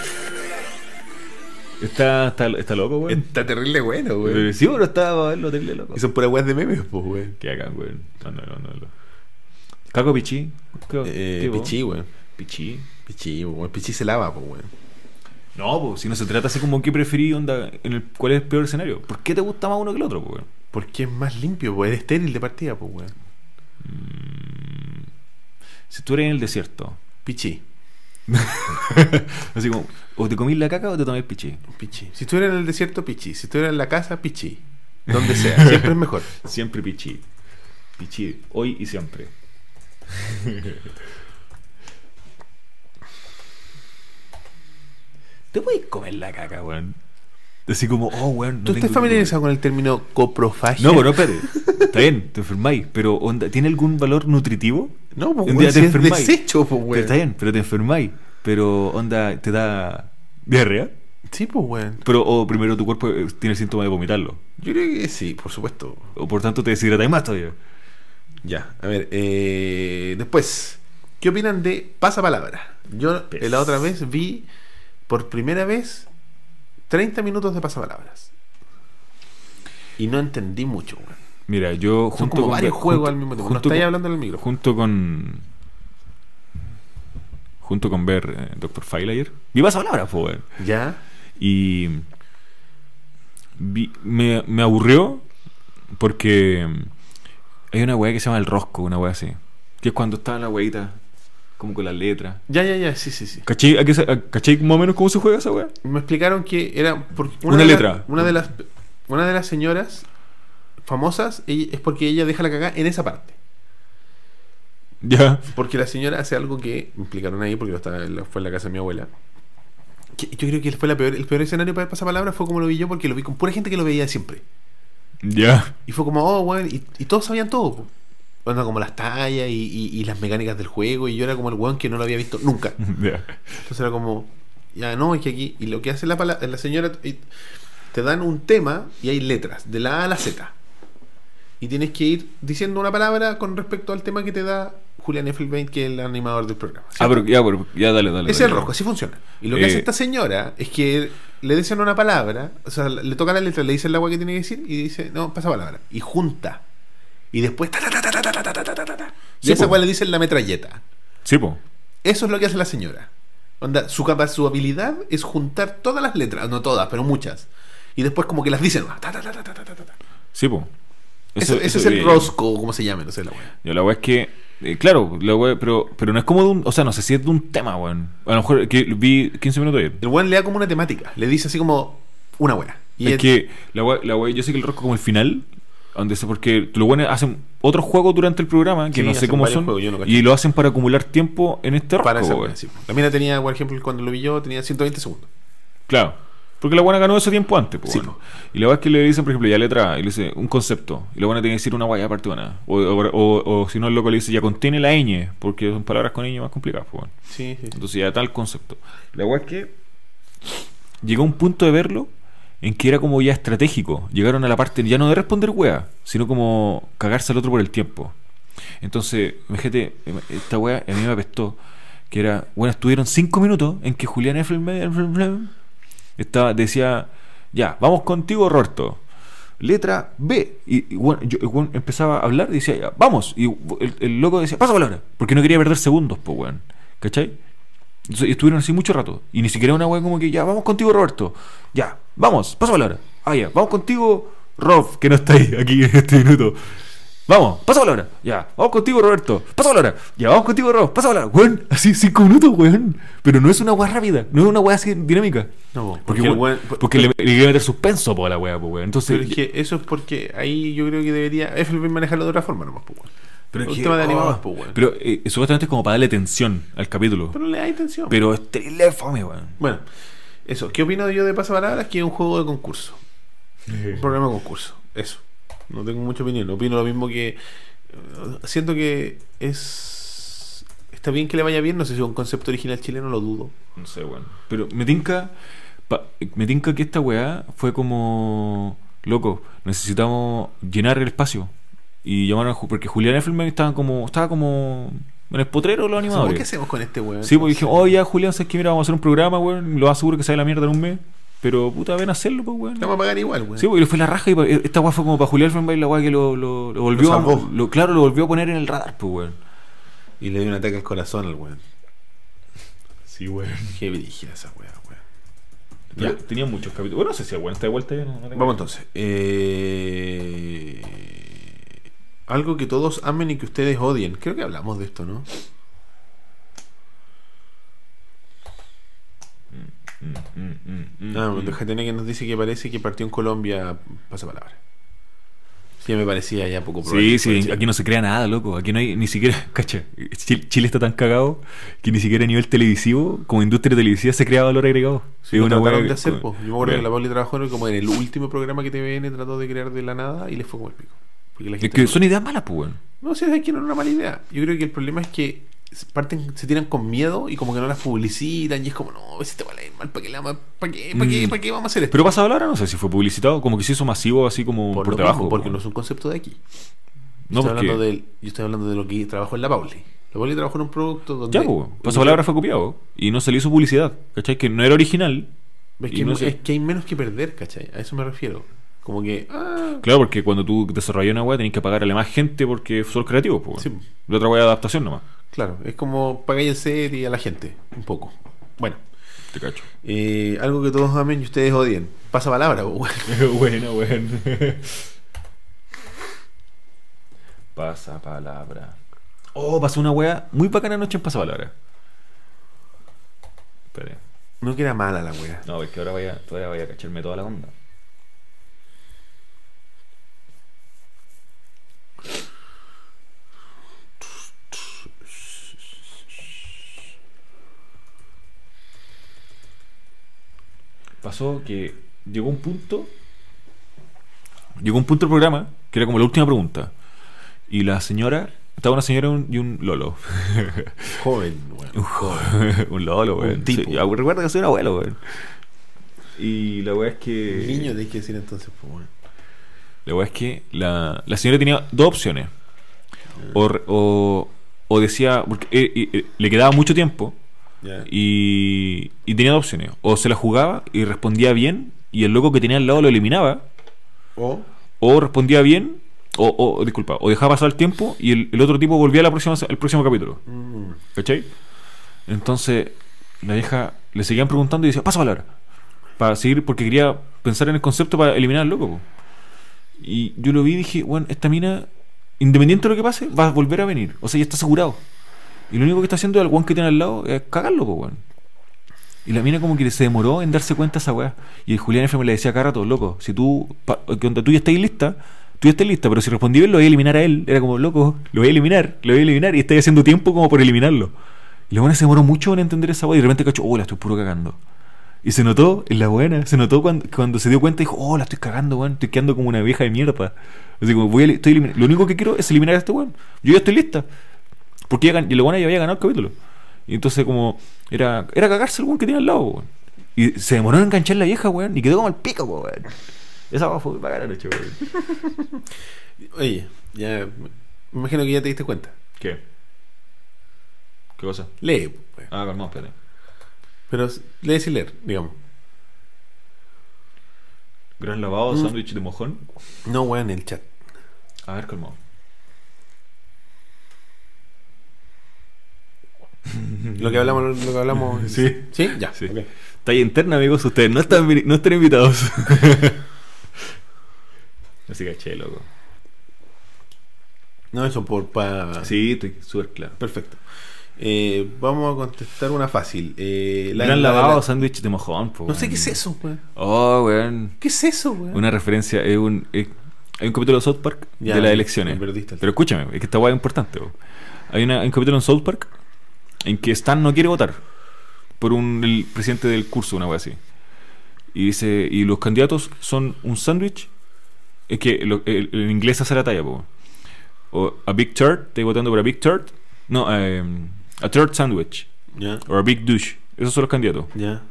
Está, está, está loco, weón. Está terrible bueno, weón. Eh, Sí, pero está para verlo terrible loco. Y son puras weas de memes, pues, weón. Que hagan, weón. Dándolo, dándolo. Caco Pichí. creo- Eh, tipo. pichí, weón. Pichí. Pichí, weón. Pichí se lava, pues, weón. No, pues si no se trata así como qué preferí, onda, en el, cuál es el peor escenario. ¿Por qué te gusta más uno que el otro, pues? weón? Porque es más limpio, pues. Es estéril de partida, pues, weón. Mm, si tú eres en el desierto, Pichí. así como, o te comís la caca o te tomás pichí. Pichí. Si tú eres en el desierto, pichí. Si tú eres en la casa, pichí. Donde sea. Siempre es mejor. Siempre pichí. Pichí, hoy y siempre. te puedes comer la caca, weón. Así como, oh, weón. no ¿Tú estás tengo- familiarizado con el término coprofagia? No, pero no, espérate. Está bien, te enfermáis, pero onda, ¿tiene algún valor nutritivo? No, pues, Un weón. día te Si es enfermáis. desecho, pues, Pero Está weón. bien, pero te enfermáis. Pero onda, te da diarrea. Sí, pues, weón. Pero o primero tu cuerpo eh, tiene el síntoma de vomitarlo. Yo creo que sí, por supuesto. O por tanto te deshidratáis más todavía. Ya, a ver, eh, después, ¿qué opinan de pasapalabra? Yo Pes. eh, la otra Pues vez vi por primera vez 30 minutos de pasapalabras. Y no entendí mucho, weón. Mira, yo Son junto como con varios junto- juegos al mismo tiempo. No junto estáis con- hablando en el micro. Junto con. Junto con ver eh, Doctor File ayer. Viva esa palabra, po, weón. Ya. Y. vi- me, me aburrió porque. Hay una weá que se llama el rosco, una weá así. Que es cuando está la weita, como con las letras. Ya, ya, ya, sí, sí, sí. ¿Cachai, a qué se- a- ¿Cachai más o menos cómo se juega esa weá? Me explicaron que era por- Una de la- letra. una de las una de las señoras famosas ella- es porque ella deja la cagada en esa parte. Ya. Porque la señora hace algo que me explicaron ahí, porque lo estaba- lo- fue en la casa de mi abuela. Que yo creo que fue la peor, el peor escenario para el pasapalabra fue como lo vi yo, porque lo vi con pura gente que lo veía siempre. Ya. Y fue como, oh, weón, y, y todos sabían todo. po. Bueno, como las tallas y, y- y las mecánicas del juego, y yo era como el weón que no lo había visto nunca. Ya. Entonces era como, ya no, es que aquí. Y lo que hace la, pala- la señora, y te dan un tema y hay letras, de la A a la Z. Y tienes que ir diciendo una palabra con respecto al tema que te da Julian Effelbein, que es el animador del programa. Ah, pero ya, pero- ya dale, dale. Ese es el rosco, así funciona. Y lo que Eh. hace esta señora es que le dicen una palabra, o sea, le toca la letra, le dice el agua que tiene que decir y dice, no, pasa palabra. Y junta. Y después, ta, ta, ta, ta, ta, ta, ta, ta, ta, ta, ta, ta. Y Sí, esa po. agua le dicen la metralleta. Sí, po. Eso es lo que hace la señora. Onda, su capa- su habilidad es juntar todas las letras, no todas, pero muchas. Y después como que las dicen. ta, ta, ta, ta, ta, ta, ta, ta. Sí, po. Eso- Eso- Ese eso es el diría yo. rosco, o como se llama, no sé la wea. Yo, la weá es que. eh, claro, la weá, pero, pero no es como de un. O sea, no sé si es de un tema, weón. A lo mejor que vi 15 minutos ayer. El weón le da como una temática, le dice así como una buena. Y es él- que la weá, la weá- yo sé que el rosco como el final. Donde se, porque los buenos hacen otros juegos durante el programa que Sí, no sé hacen cómo varios son juegos, yo no cacho. y lo hacen para acumular tiempo en este rosco. para esa weón. wea, sí. La mina tenía, por ejemplo, cuando lo vi yo, tenía 120 segundos. Claro. Porque la buena ganó ese tiempo antes, pues. Sí, bueno. po. Y la verdad es que le dicen, por ejemplo, ya letra A, y le dice un concepto. Y la buena tiene que decir una guaya aparte de una. O, o, o- o si no, el loco le dice, ya contiene la ñ, porque son palabras con ñ más complicadas, pues. bueno. Sí, sí. Entonces ya tal concepto. La guay es que llegó a un punto de verlo en que era como ya estratégico. Llegaron a la parte ya no de responder wea, sino como cagarse al otro por el tiempo. Entonces, fíjate, esta wea a mí me apestó. Que era, bueno, estuvieron cinco minutos en que Julián Effelme- Effelme estaba, decía, ya, vamos contigo, Roberto. Letra B. Y, y bueno, yo el weón empezaba a hablar y decía, ya, vamos. Y el, el loco decía, pasa palabra. Porque no quería perder segundos, pues, weón. ¿Cachai? Entonces, y estuvieron así mucho rato. Y ni siquiera una weá como que, ya, vamos contigo, Roberto. Ya, vamos, pasa palabra. Ah, ya, vamos contigo, Rob, que no está ahí aquí en este minuto. Vamos, pasa palabra. Ya, vamos contigo, Roberto. Pasa palabra. Ya, vamos contigo, Rob. Pasa palabra. Weón, así cinco minutos, weón. Pero no es una weá rápida, no es una weá así dinámica. No, porque porque, el weón- weón- porque le, le quería meter suspenso po, a la weá, po, weón. Entonces, Pero es que eso es porque ahí yo creo que debería FLP manejarlo de otra forma nomás, pues, weón. Pero es un que- tema de animadores, oh, pues, weón. Pero eh, supuestamente es como para darle tensión al capítulo. Pero le da intención. Pero es teléfono, weón. Bueno, eso. ¿Qué opino yo de Pasapalabras? Que es un juego de concurso. Un programa de concurso. Eso. No tengo mucha opinión. Opino lo mismo que. eh, Siento que es. Está bien que le vaya bien. No sé si es un concepto original chileno, lo dudo. No sé, weón. Pero me tinca. pa- me tinca que esta weá fue como. Loco, necesitamos llenar el espacio. Y llamaron a Ju- Porque Julián Effelman estaba como. Estaba como. En el potrero de los ¿Cómo, animadores. ¿Qué hacemos con este weón? Sí, pues dije, oye, Julián, ¿sabes que Mira, vamos a hacer un programa, weón. Lo aseguro que sale la mierda en un mes. Pero puta, ven a hacerlo, pues, weón. Le vamos a pagar igual, weón. Sí, porque le fue la raja y pa- e, esta weá fue como para Julián Fernbay la weá que lo, lo, lo volvió Lo a- salvó. lo- claro, lo volvió a poner en el radar, pues weón. Y le dio un ataque al corazón al weón. Sí, weón. Qué brígida esa weá, weón. Ya. Ya. Tenía muchos capítulos. Bueno, no sé si el weón está de vuelta ya, no, no tengo- Vamos entonces. Eh, Algo que todos amen y que ustedes odien. Creo que hablamos de esto, ¿no? Mm, mm, mm, Ah, mm. Jatene que nos dice que parece que partió en Colombia. Pasa palabra. Sí, me parecía ya poco probable. Sí, sí, aquí no se crea nada, loco. Aquí no hay ni siquiera. Cacha, Chile, Chile está tan cagado que ni siquiera a nivel televisivo, como industria televisiva, se crea valor agregado. Sí, Es lo trataron weá de hacer, que- po. Yo me acuerdo que Weón. la Pauli trabajó en- como en el último programa que TVN trató de crear de la nada y le fue como el pico. Porque la Es gente que son ideas malas, pues weón. No sé, es que no era una mala idea. Yo creo que el problema es que se parten, se tiran con miedo y como que no las publicitan y es como, no, si te va a ir mal, ¿para qué, la vamos a- ¿para qué, para qué, Mm. para qué vamos a hacer esto? Pero pasa a hablar, no sé si fue publicitado, como que se hizo masivo así como por, lo trabajo. mismo, porque po. no es un concepto de aquí. Yo, No, estoy porque- hablando del- yo estoy hablando de lo que trabajó en la Pauli. La Pauli trabajó en un producto donde... Ya, pues, palabra fue copiado y no se le hizo publicidad, ¿cachai? Que no era original. Es y que, no no- sé. es que hay menos que perder, ¿cachai? A eso me refiero. Como que... Ah, Claro, porque cuando tú desarrollas una weá tenés que pagarle más gente porque son creativos, pues. Sí. La otra weá de adaptación nomás. claro, es como pagáis el set y a la gente, un poco. Bueno, Te cacho. eh, algo que todos amen y ustedes odien. Pasa palabra, pues, bueno. bueno, bueno. Pasa palabra. Oh, pasó una weá muy bacana noche en pasapalabra. Espere. No que era mala la wea. No, es que ahora voy a, todavía voy a cacharme toda la onda. Pasó que llegó un punto. Llegó un punto del programa que era como la última pregunta. Y la señora. Estaba una señora y un- y un Lolo. Joven, weón. un lolo, weón. Un tipo. Sí, ya, recuerda que soy un abuelo, weón. Y la weá es que. Niño, tenés que decir entonces, pues, bueno. La weá es que la, la señora tenía dos opciones. O, re- o, o decía. Porque eh, eh, eh, le quedaba mucho tiempo Ya. y, y tenía dos opciones. O se la jugaba y respondía bien y el loco que tenía al lado lo eliminaba. O, O respondía bien. O, o- disculpa, o dejaba pasar el tiempo y el, el otro tipo volvía a la próxima, el próximo capítulo. mm, ¿Cachai? Entonces, la vieja le seguían preguntando y decía, pasa palabra. Para seguir, porque quería pensar en el concepto para eliminar al loco. po. Y yo lo vi y dije, bueno, esta mina, independiente de lo que pase, va a volver a venir. O sea, ya está asegurado. Y lo único que está haciendo el guan que tiene al lado es cagarlo, po, weón. Y la mina como que se demoró en darse cuenta de esa weá. Y el Julián F. me le decía cada rato, loco, si tú, pa- que onda, tú ya estás lista, tú ya estás lista, pero si respondí bien lo voy a eliminar a él. Era como, loco, lo voy a eliminar, lo voy a eliminar. Y estáis haciendo tiempo como por eliminarlo. Y la buena se demoró mucho en entender esa weá y de repente cachó, oh, la estoy puro cagando. Y se notó en la buena, se notó cuando, cuando se dio cuenta y dijo, oh, la estoy cagando, weón, estoy quedando como una vieja de mierda. Así como, voy a, eli- estoy elimin- lo único que quiero es eliminar a este weón. Yo ya estoy lista. Porque ya, gan- y la buena ya había ganado el capítulo. Y entonces como, era, era cagarse el weón que tenía al lado, weón. Y se demoró en enganchar la vieja, weón. Y quedó como el pico, po, weón. Esa weón fue para la noche, weón. Oye, ya. Me imagino que ya te diste cuenta. ¿Qué? ¿Qué cosa? Lee, pues. Ah, calmado, espérate. Pero s- lee sin leer, digamos. Gran lavado, Mm. sándwich de mojón. No, weón, en el chat. A ver, calmado. Lo que hablamos, lo que hablamos. Sí. Sí, ya. Sí. ok. Talla interna, amigos, ustedes no están, vi- no están invitados. Así que, che, loco. No, eso por para. Sí, estoy súper claro. Perfecto. Eh, vamos a contestar una fácil. Eh, la- Gran la- lavado, la- sándwich de mojón, po, No sé weón. qué es eso, weón. Oh, weón. ¿Qué es eso, weón? Una referencia, es un. es- hay un capítulo de South Park Ya, de las me- elecciones. me perdiste el- Pero escúchame, es que esta guay es importante. po. Hay, una- hay un capítulo en South Park en que Stan no quiere votar por un el presidente del curso, una wea así. Y dice, y los candidatos son un sándwich. Es que lo- el- en inglés hace la talla, po. O a big turd, estoy votando por a big turd. No, em, a third sandwich. Ya, O a big douche. Esos son los candidatos. ya.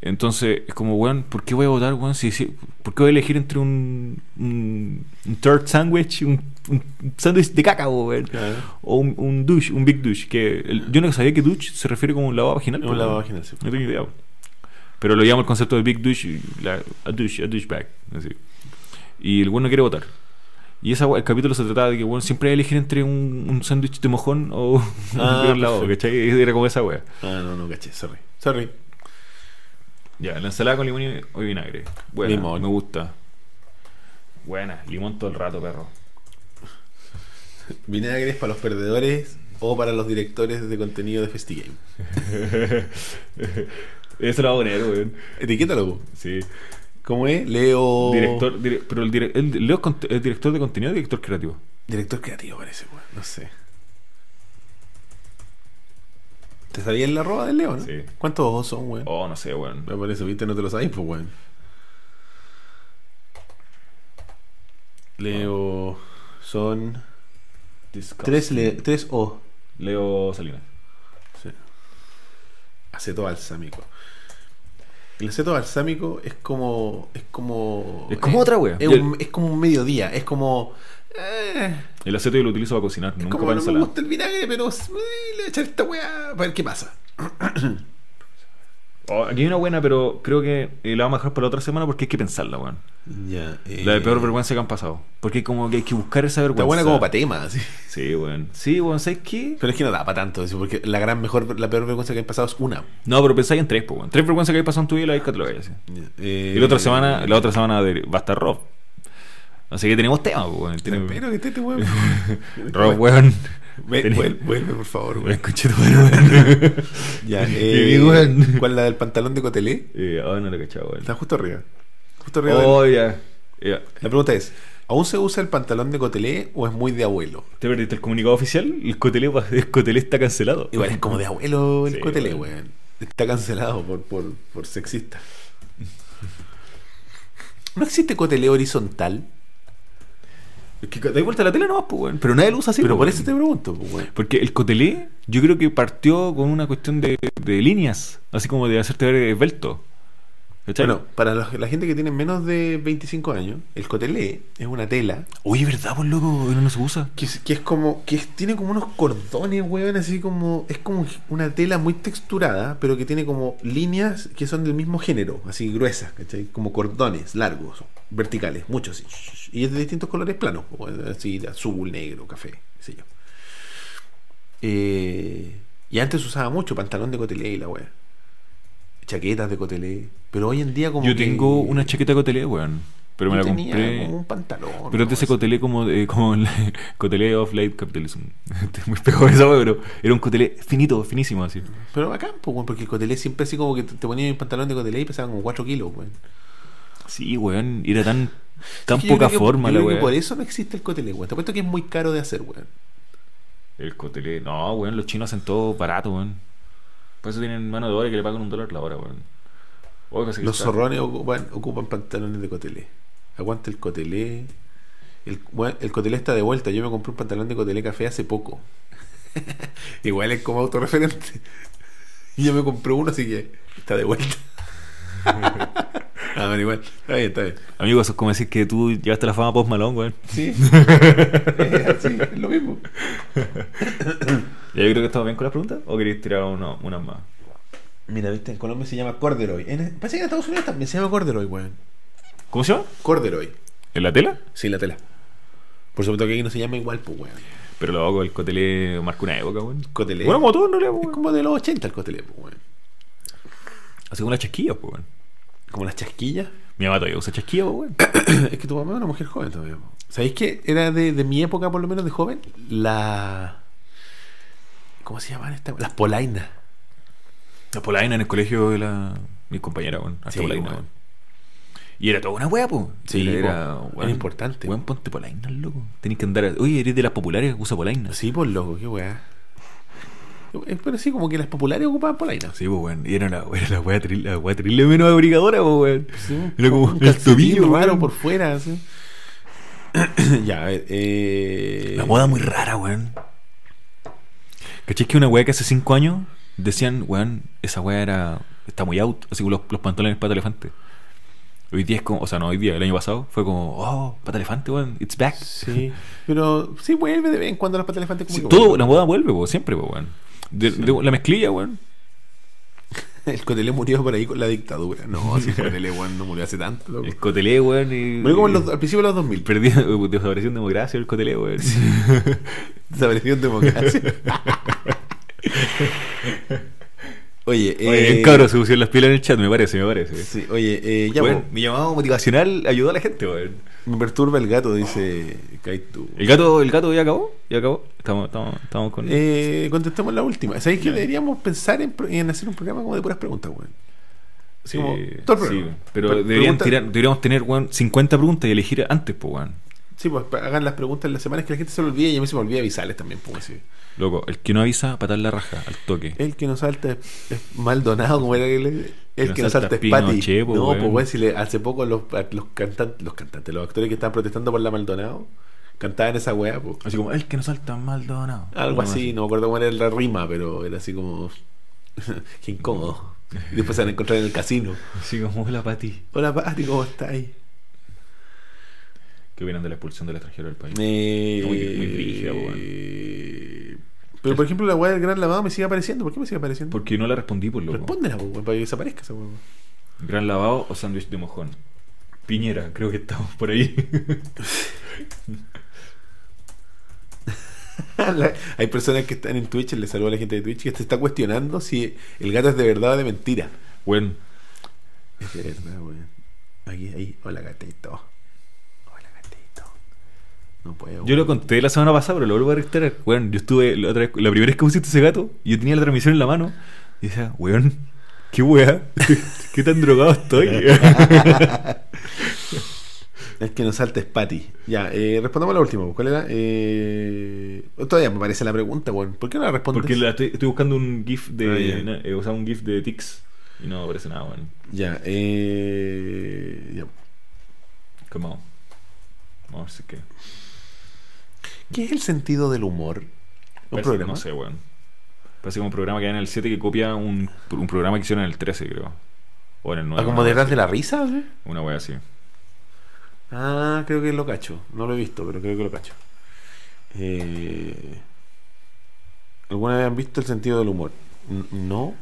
Entonces, es como, weón, ¿por qué voy a votar, weón? Si, si- ¿Por qué voy a elegir entre un, un, un third sandwich, un, un un sándwich de caca, weón? Claro. O un, un douche, un big douche. Que el- yo no sabía que douche se refiere como un lavado vaginal. Es pero un lavado vaginal, sí. No tengo idea. weón. Pero lo llamo el concepto de big douche, y la, a douche, a douchebag. Así. Y el weón no quiere votar. Y esa, weá- el capítulo se trataba de que, weón, siempre hay que elegir entre un, un sándwich de mojón o un Ah, peor lavado, perfecto. ¿cachai? Era como esa wea. Ah, no, no, caché, sorry. Sorry. Ya, la ensalada con limón y o vinagre. Buena, Limón. me gusta. Buena, limón todo el rato, perro. Vinagres para los perdedores o para los directores de contenido de FestiGame. Eso lo va a poner, weón. Etiquétalo, po. Sí. ¿cómo es? Leo. Director, dire- pero el, dire- el- Leo es cont- el director de contenido o director creativo. Director creativo parece, weón. No sé. ¿Te sabías la arroba del Leo, no? Sí. ¿Cuántos ojos son, weón? Oh, no sé, weón. Me parece, viste, no te lo sabéis, pues, weón. Leo. Son. Disgust. Tres, le- tres O. Leo Salinas. Aceto balsámico. El aceto balsámico es como. Es como. Es como otra wea. Es, Yo- un- es como un mediodía. Es como. eh, El aceite yo lo utilizo para cocinar, es nunca como para no me ensalada. gusta el vinagre, pero. eh, le voy a echar esta weá. A ver qué pasa. Oh, aquí hay una buena, pero creo que eh, la vamos a dejar para la otra semana porque hay que pensarla, weón. Ya. La de peor vergüenza que han pasado. Porque como que hay que buscar esa vergüenza. Eh. Está buena como para tema, así. Sí, weón. Sí, weón, ¿sabes qué? Pero es que no da para tanto, así, porque la gran mejor, la peor vergüenza que he pasado es una. No, pero pensáis en tres, pues, weón. Tres vergüenzas que hay pasado en tu vida y la hay catalogáis así. Eh, Y la otra semana, la otra semana de- va a estar Rob. Así que tenemos tema, pues, weón. Tiene- Espero que esté este weón. Rob, weón. Ve- Tenés- vuel- Vuelve, por favor, Weón, weón. conche tu madre, weón. Ya, Y eh, mi weón. ¿Cuál la del pantalón de Cotelé? Eh, ah, no lo he cachado, weón. Está justo arriba. Justo arriba. Oh, ya. Ya. del- La pregunta es: ¿aún se usa el pantalón de Cotelé o es muy de abuelo? ¿Te perdiste el comunicado oficial? El cotelé, va- el cotelé está cancelado. Igual es como de abuelo el Sí, Cotelé, weón. weón. Está cancelado por, por, por sexista. ¿No existe Cotelé horizontal? Es que dais vuelta a la tele nomás, pues, weón. Pero nadie lo usa así. Pero pues, por weón. eso te pregunto, pues, weón. Porque el cotelé, yo creo que partió con una cuestión de, de líneas. Así como de hacerte ver esbelto. ¿Cachai? Bueno, para los- la gente que tiene menos de 25 años, el cotelé es una tela Oye, ¿verdad, pues, loco? No nos usa. que, es- que es como que es- tiene como unos cordones, weón, así como es como una tela muy texturada, pero que tiene como líneas que son del mismo género, así gruesas, ¿cachai? Como cordones largos, verticales, muchos, así, y es de distintos colores planos, weón, así azul, negro, café, qué sé yo. Eh, y antes usaba mucho pantalón de cotelé y la weá. Chaquetas de cotelé, pero hoy en día como Yo que- tengo una chaqueta cotelé, weón. Pero me Yo la tenía compré. como un pantalón. Pero ¿no? antes se cotelé como, de- como el- cotelé of late capitalism. Estoy muy pegado a esa weón, pero era un cotelé finito, finísimo así. Pero bacán, pues, weón, porque el cotelé siempre así como que te te ponías un pantalón de cotelé y pesaban como 4 kilos, weón. Sí, weón. y Era tan, tan Es que yo poca creo que- forma yo la creo que weón. Por eso no existe el cotelé, weón. Te apuesto que es muy caro de hacer, weón. El cotelé. No, weón, los chinos hacen todo barato, weón. Por eso tienen mano de obra que le pagan un dólar la hora, weón. Oye, que se Los está- zorrones ocupan, ocupan pantalones de cotelé. Aguanta el cotelé. El, weón, el cotelé está de vuelta. Yo me compré un pantalón de cotelé café hace poco. Igual es como autorreferente. Y yo me compré uno, así que está de vuelta. Ah, bueno, igual. Está bien, está bien. Amigo, eso es como decir que tú llevaste la fama post Malone, weón. Sí. es así, es lo mismo. Ya yo creo que estamos bien con las preguntas. ¿O queréis tirar uno- unas más? Mira, viste, en Colombia se llama Corderoy. En, parece que en Estados Unidos también se llama Corderoy, weón. ¿Cómo se llama? Corderoy. ¿En la tela? Sí, la tela. Por supuesto que aquí no se llama igual, pues, weón. Pero loco, el cotelé marcó una época, weón. Cotelé. Bueno, como todo en realidad, po, Es weón. como de los 80 el cotelé, pues, weón. Así como las chasquillas, po, weón. Como las chasquillas. Mi mamá todavía usa chasquillas, po, weón. es que tu mamá era una mujer joven todavía. po. ¿Sabéis que era de, de mi época, por lo menos de joven? La. ¿Cómo se llaman estas? Las polainas. La polaina en el colegio de la... mi compañera, weón. Hacía Sí, polaina, weón. weón. Y era toda una wea, po. Sí, era, po. Era weón, importante. Weón, ponte polainas, loco. Tenés que andar. a- Oye, eres de las populares, usa polainas. Sí, por loco, qué weá. Es pero sí, como que las populares ocupaban polainas. Sí, po, weón. Y era la, era la wea terrible, la wea terrible menos abrigadora, po, weón. Sí, Era como un el calcetín tobillo, raro weón. por fuera. así. ya, a ver. eh, La moda muy rara, weón. ¿Cachai que una weá que hace 5 años decían, weón, esa weá era. está muy out, así como los, los pantalones pata elefante. Hoy día es como, o sea, no hoy día, el año pasado, fue como, oh, pata elefante, weón, it's back. Sí, pero sí vuelve de vez en cuando las patas elefantes. como Sí, que todo, vuelve. la moda vuelve, po, siempre, po, weón. De- de- la mezclilla, weón. El Cotelé murió por ahí con la dictadura. No, si el Cotelé, weón, no murió hace tanto, loco. El cotelé, weón. Y, Murió como en los- al principio de los 2000. Perdí, desapareció en democracia el cotelé, weón. Desapareció en democracia. oye, eh, Oye, bien cabros, se pusieron las pilas en el chat, me parece, me parece. sí, oye, eh, ya, Weón, po, mi llamado motivacional ayudó a la gente, weón. me perturba el gato, dice Kaitu. ¿El gato, el gato ya acabó? ¿Ya acabó? Estamos, estamos, estamos con... Eh, contestemos la última. ¿Sabéis que deberíamos pensar en, pro- en hacer un programa como de puras preguntas, weón? Así como Eh, todo el sí, programa. pero Pre- deberían preguntas- tirar- deberíamos tener weón, 50 preguntas y elegir antes, pues, weón. Sí, pues pa- hagan las preguntas en las semanas que la gente se lo olvida y a mí se me olvida avisarles también, pues así. Loco, el que no avisa, patar la raja al toque. El que nos salta es, es Maldonado, como era el, el nos que nos salta salta es Pinochet, Pati. po, no, weón. pues bueno, si le- hace poco los, los, cantan- los cantantes, los actores que estaban protestando por la Maldonado, cantaban esa weá, pues. Así como, el que no salta Maldonado. Algo así, no me acuerdo cómo era la rima, pero era así como. Qué incómodo. Y después se van a encontrar en el casino. Así como, hola, Pati. Hola, Pati, ¿cómo estáis? ¿Qué opinan de la expulsión del extranjero del país? Eh, Muy- muy brígida, po, Pero por ejemplo, la weá del gran lavado me sigue apareciendo. ¿Por qué me sigue apareciendo? Porque no la respondí, por loco. Respóndela, po, weón, para que desaparezca esa weá. weón. Gran lavado o sándwich de mojón. Piñera, creo que estamos por ahí. La- Hay personas que están en Twitch, les saludo a la gente de Twitch, que se está cuestionando si el gato es de verdad o de mentira. Bueno, Es de verdad, weón. Aquí, ahí. Hola, gatito. Hola, gatito. No puedo. yo lo conté la semana pasada, pero lo vuelvo a reiterar. Bueno, yo estuve la, otra vez- la primera vez que pusiste ese gato, yo tenía la transmisión en la mano y decía, weón, qué weá, qué tan drogado estoy. Es que nos salta es Patty. Ya, eh, respondamos la última. ¿Cuál era? Eh, Todavía me aparece la pregunta, weón. ¿Por qué no la respondes? Porque la estoy, estoy buscando un GIF de. Ah, ya. na- eh, o sea, un GIF de Tix. Y no aparece nada, weón. Ya, eh... ya. Come on. Vamos a ver si es que. ¿Qué es el sentido del humor? Un parece- programa. No sé, weón. Parece como un programa que hay en el 7 que copia un, un programa que hicieron en el 13, creo. O en el 9. Ah, como detrás de la risa, ¿sí? Una wea así. Ah, creo que lo cacho. No lo he visto, pero creo que lo cacho. Eh, ¿Alguna vez han visto el sentido del humor? N- No.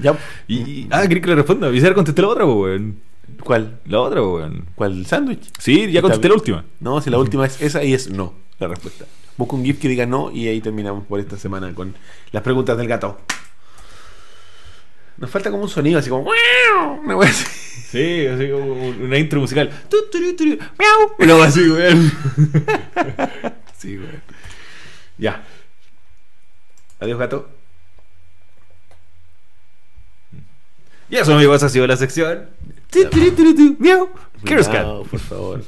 ya. Y, y- ah, quería que le responda. Y ya contesté la otra, po, weón. ¿Cuál? La otra, po, weón. ¿Cuál? ¿El sándwich? Sí, ya Está contesté la bien. última. No, si la última es esa y es no la respuesta. Busca un GIF que diga no y ahí terminamos por esta semana con las preguntas del gato. Nos falta como un sonido así como... "Miau", Una wea así. Sí, así como una intro musical. Tu, turu, turu, miau. Una wea así, weón. Sí, güey. Ya. Adiós, gato. Y eso, amigos, ha sido la sección. Tu, turu, turu, tu, miau. Curious Cat. Cuidado, por favor.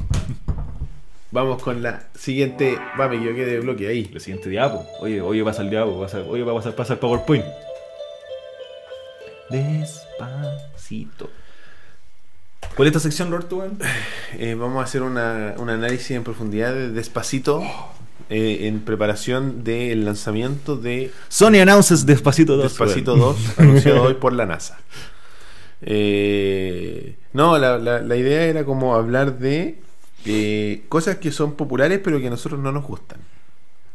Vamos con la siguiente. Va, me equivoqué de bloque ahí. El siguiente diabo. Oye, oye, pasa el diabo. Pasa, oye, va a pasar, pasa el PowerPoint. Despacito. ¿Cuál es esta sección, Roberto? weón? Eh, vamos a hacer una- un análisis en profundidad de despacito eh, en preparación del lanzamiento de Sony announces Despacito 2. Despacito weón. 2, anunciado hoy por la NASA. Eh, no, la, la- la idea era como hablar de eh, cosas que son populares pero que a nosotros no nos gustan.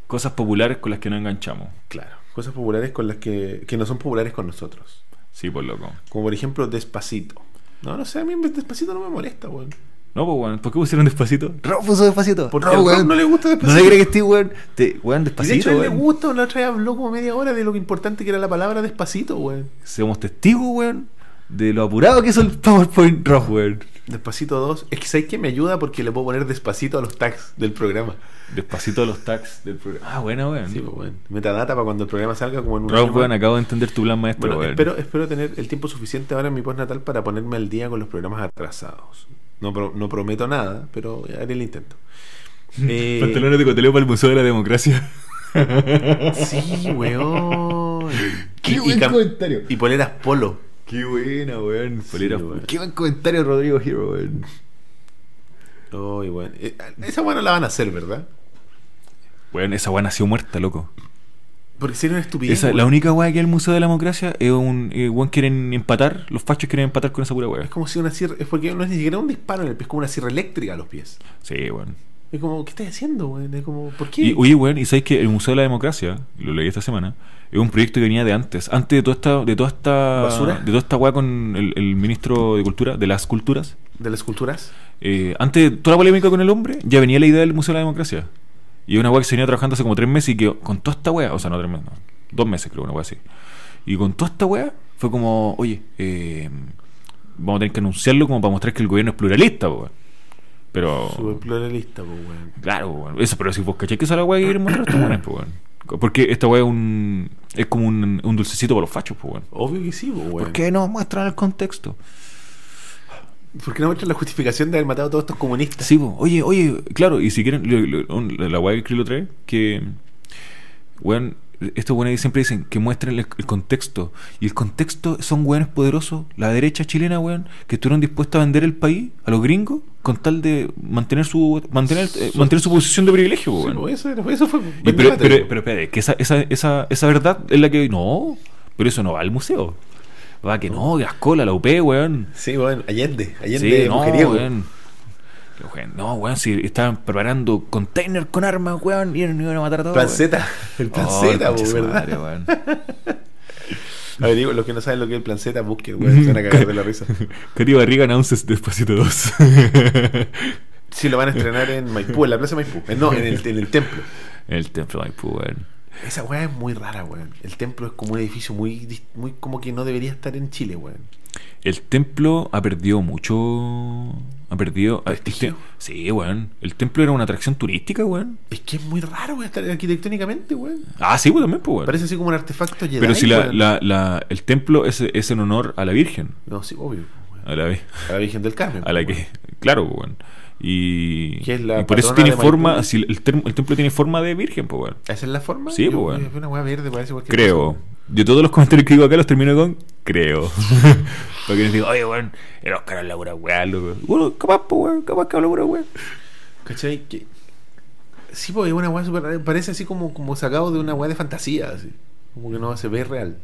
Cosas populares con las que no enganchamos. Claro. Cosas populares con las que, que no son populares con nosotros. Sí, pues, por loco. Como por ejemplo Despacito. No, no sé, a mí Despacito no me molesta, weón. No, pues, weón. ¿Por qué pusieron despacito? Rob puso despacito. Por El Rob, Ah, weón no le gusta Despacito. No le cree que estoy, weón. Te, weón, Y de hecho despacito, a él le weón. gusta, la otra vez habló como media hora de lo importante que era la palabra Despacito, weón. Somos testigos, weón, de lo apurado que es el PowerPoint Rob, weón. Despacito 2. Es que sabes que me ayuda porque le puedo poner Despacito a los tags del programa. Despacito los tags del programa. Ah, buena, weón. Sí, pues, weón. Metadata para cuando el programa salga como en un año Rob, más. weón, acabo de entender tu plan maestro, Bueno, weón. espero, espero tener el tiempo suficiente ahora en mi postnatal para ponerme al día con los programas atrasados. No, pro- no prometo nada, pero haré el intento. Eh, Pantalones de coteleo para el Museo de la Democracia. Sí, weón. Qué Y- y buen cam- comentario. Y poleras polo. Qué buena, weón. Polera- Qué buen comentario, Rodrigo Hero, weón. Ay, weón. Eh, Esa weón no la van a hacer, ¿verdad? Weón, esa weón nació muerta, loco. Porque sería una estupidez. Esa, weón. la única weá que hay en el Museo de la Democracia es un. eh, weón, quieren empatar. Los fachos quieren empatar con esa pura weá. Es como si una sierra. Es porque no es ni siquiera un disparo en el pie, es como una sierra eléctrica a los pies. Sí, weón. Es como, ¿qué estás haciendo, weón? Es como, ¿por qué? Y, oye, weón, y sabéis que el Museo de la Democracia, lo leí esta semana, es un proyecto que venía de antes, antes de toda esta, de toda esta ¿Basura? de toda esta weá con el, el ministro de Cultura, de las culturas, De las culturas. eh, antes de toda la polémica con el hombre, ya venía la idea del Museo de la Democracia. Y es una weá que se venía trabajando hace como tres meses y que con toda esta weá, o sea, no tres meses, no, dos meses creo, una weá así. Y con toda esta weá fue como, oye, eh, vamos a tener que anunciarlo como para mostrar que el gobierno es pluralista, po, weón. Pero... Súper pluralista, pues, weón. Claro, weón. Eso, pero si vos caché que esa es la weá que quieren mostrar estos weones, pues, weón. Porque esta weá es, un, es como un, un dulcecito para los fachos, pues, weón. Obvio que sí, pues, weón. ¿Por qué no muestran el contexto? ¿Por qué no muestran la justificación de haber matado a todos estos comunistas? Sí, po. oye, oye, claro, y si quieren, lo- lo- un- la weá que escribí lo trae, que, weón, estos weones siempre dicen que muestren el, el contexto. Y el contexto son weones poderosos, la derecha chilena, weón, que estuvieron dispuestos a vender el país a los gringos con tal de mantener su mantener, eh, mantener su posición de privilegio, po, Sí, weón. pues, eso, era- eso fue. Y pero, Vendimate, pero, pues. pero espérate, que esa, esa, esa, esa verdad es la que. No, pero eso no va al museo. Va que no, Gascola, la UP, weón. Sí, weón. Allende. Allende Sí, no, mujeriego. weón. Pero, weón, No, weón, si estaban preparando container con armas, weón, y no iban a matar a todos. Plan weón. Z. El plan Oh, Z, concha pues, su ¿verdad? madre, weón. A ver, digo, los que no saben lo que es el plan Z, busquen, weón. Se van a cagar de la risa. Katy Barriga announces Despacito 2. Sí, lo van a estrenar en Maipú, en la plaza de Maipú. Eh, No, en el, en el templo. el templo de Maipú, weón. Esa weá es muy rara, weón. El templo es como un edificio muy, dis- muy como que no debería estar en Chile, weón. El templo ha perdido mucho. Ha perdido. ah, Prestigio. Sí, weón. El templo era una atracción turística, weón. Es que es muy raro, weón, estar arquitectónicamente, weón. Ah, sí, pues también, pues, weón. Parece así como un artefacto Jedi, Pero si la, weón. la- la- el templo es, es en honor a la Virgen, No, sí, obvio. weón. a la, vi- A la Virgen del Carmen. a la weón. que, claro, pues, weón. Y, Que es la y por eso patrona tiene de forma, Maipú. si el, tem- el templo tiene forma de Virgen, pues, weón. ¿Esa es la forma? Sí, Yo- pues, weón. es Una weá verde, parece cualquier Creo. cosa. Yo todos los comentarios que digo acá los termino con creo. Porque les digo, oye, weón, el Oscar habla pura weá, loco. Bueno, capaz, pues, weón, capaz que habla pura weá. ¿Cachai? Que... Sí, pues es una weá súper rara. Parece así como, como sacado de una weá de fantasía, así. Como que no se ve real.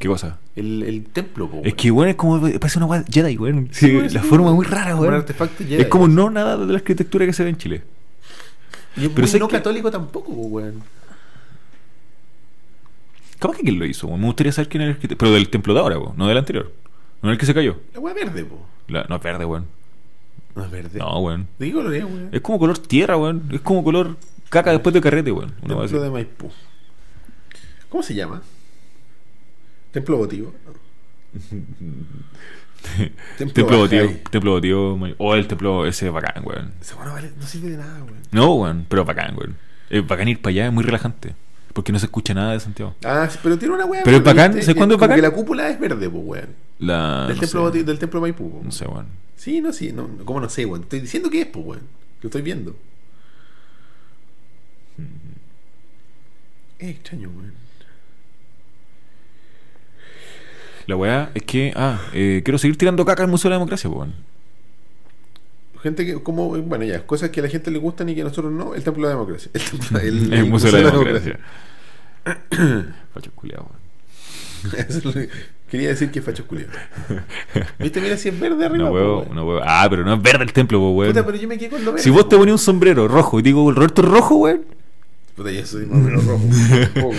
¿Qué cosa? El, el templo, po, Es que, weón, es como, parece una weá Jedi, weón. Sí, Sí, weón, la sí, forma weón. muy rara, Como un weón. artefacto Jedi. Es como no nada de la arquitectura que se ve en Chile. Y es pero muy sé no que- católico tampoco, po, weón. Capaz que quién lo hizo, weón. me gustaría saber quién era el arquitecto. Pero del templo de ahora, weón, no del anterior. No el que se cayó. La weá verde, po. La- no es verde, weón. No es verde. No, weón. ¿De qué color es, weón? Es como color tierra, weón. Es como color caca después de carrete, weón. Una Templo cosa así. de Maipú. ¿Cómo se llama? Templo votivo. Templo, Templo Bajay. botío. Templo botío. may- O Oh, el templo ese bacán, weón. Esa weá no, vale- no sirve de nada, weón. No, weón, pero bacán, weón. Es bacán ir para allá, es muy relajante. Porque no se escucha nada de Santiago. Ah, sí, pero tiene una weá. Pero es verde, bacán, ¿viste? ¿sabes cuándo es Como bacán? que la cúpula es verde, po, weón. La. del, no templo sé. Bauti- del templo Maipú. po. No sé, weón. Sí, no, sí. No, no, ¿Cómo no sé, weón? Estoy diciendo que es, pues, weón. Lo estoy viendo. Es extraño, weón. La weá es que. Ah, eh, quiero seguir tirando caca al Museo de la Democracia, po, weón. Gente que, como, bueno, ya, cosas que a la gente le gustan y que a nosotros no, el templo de la democracia. El, templo, El, Museo de la Democracia. Facho culiao, weón. Eso es lo que- Quería decir que es facho culiao. ¿Viste? Mira si es verde arriba. No po, huevo, weón. no huevo. Ah, pero no es verde el templo, po, weón. Puta, pero yo me quedé con lo verde. Si vos te po. pones un sombrero rojo y digo, el Roberto es rojo, weón. Puta, yo soy más o menos rojo. un poco.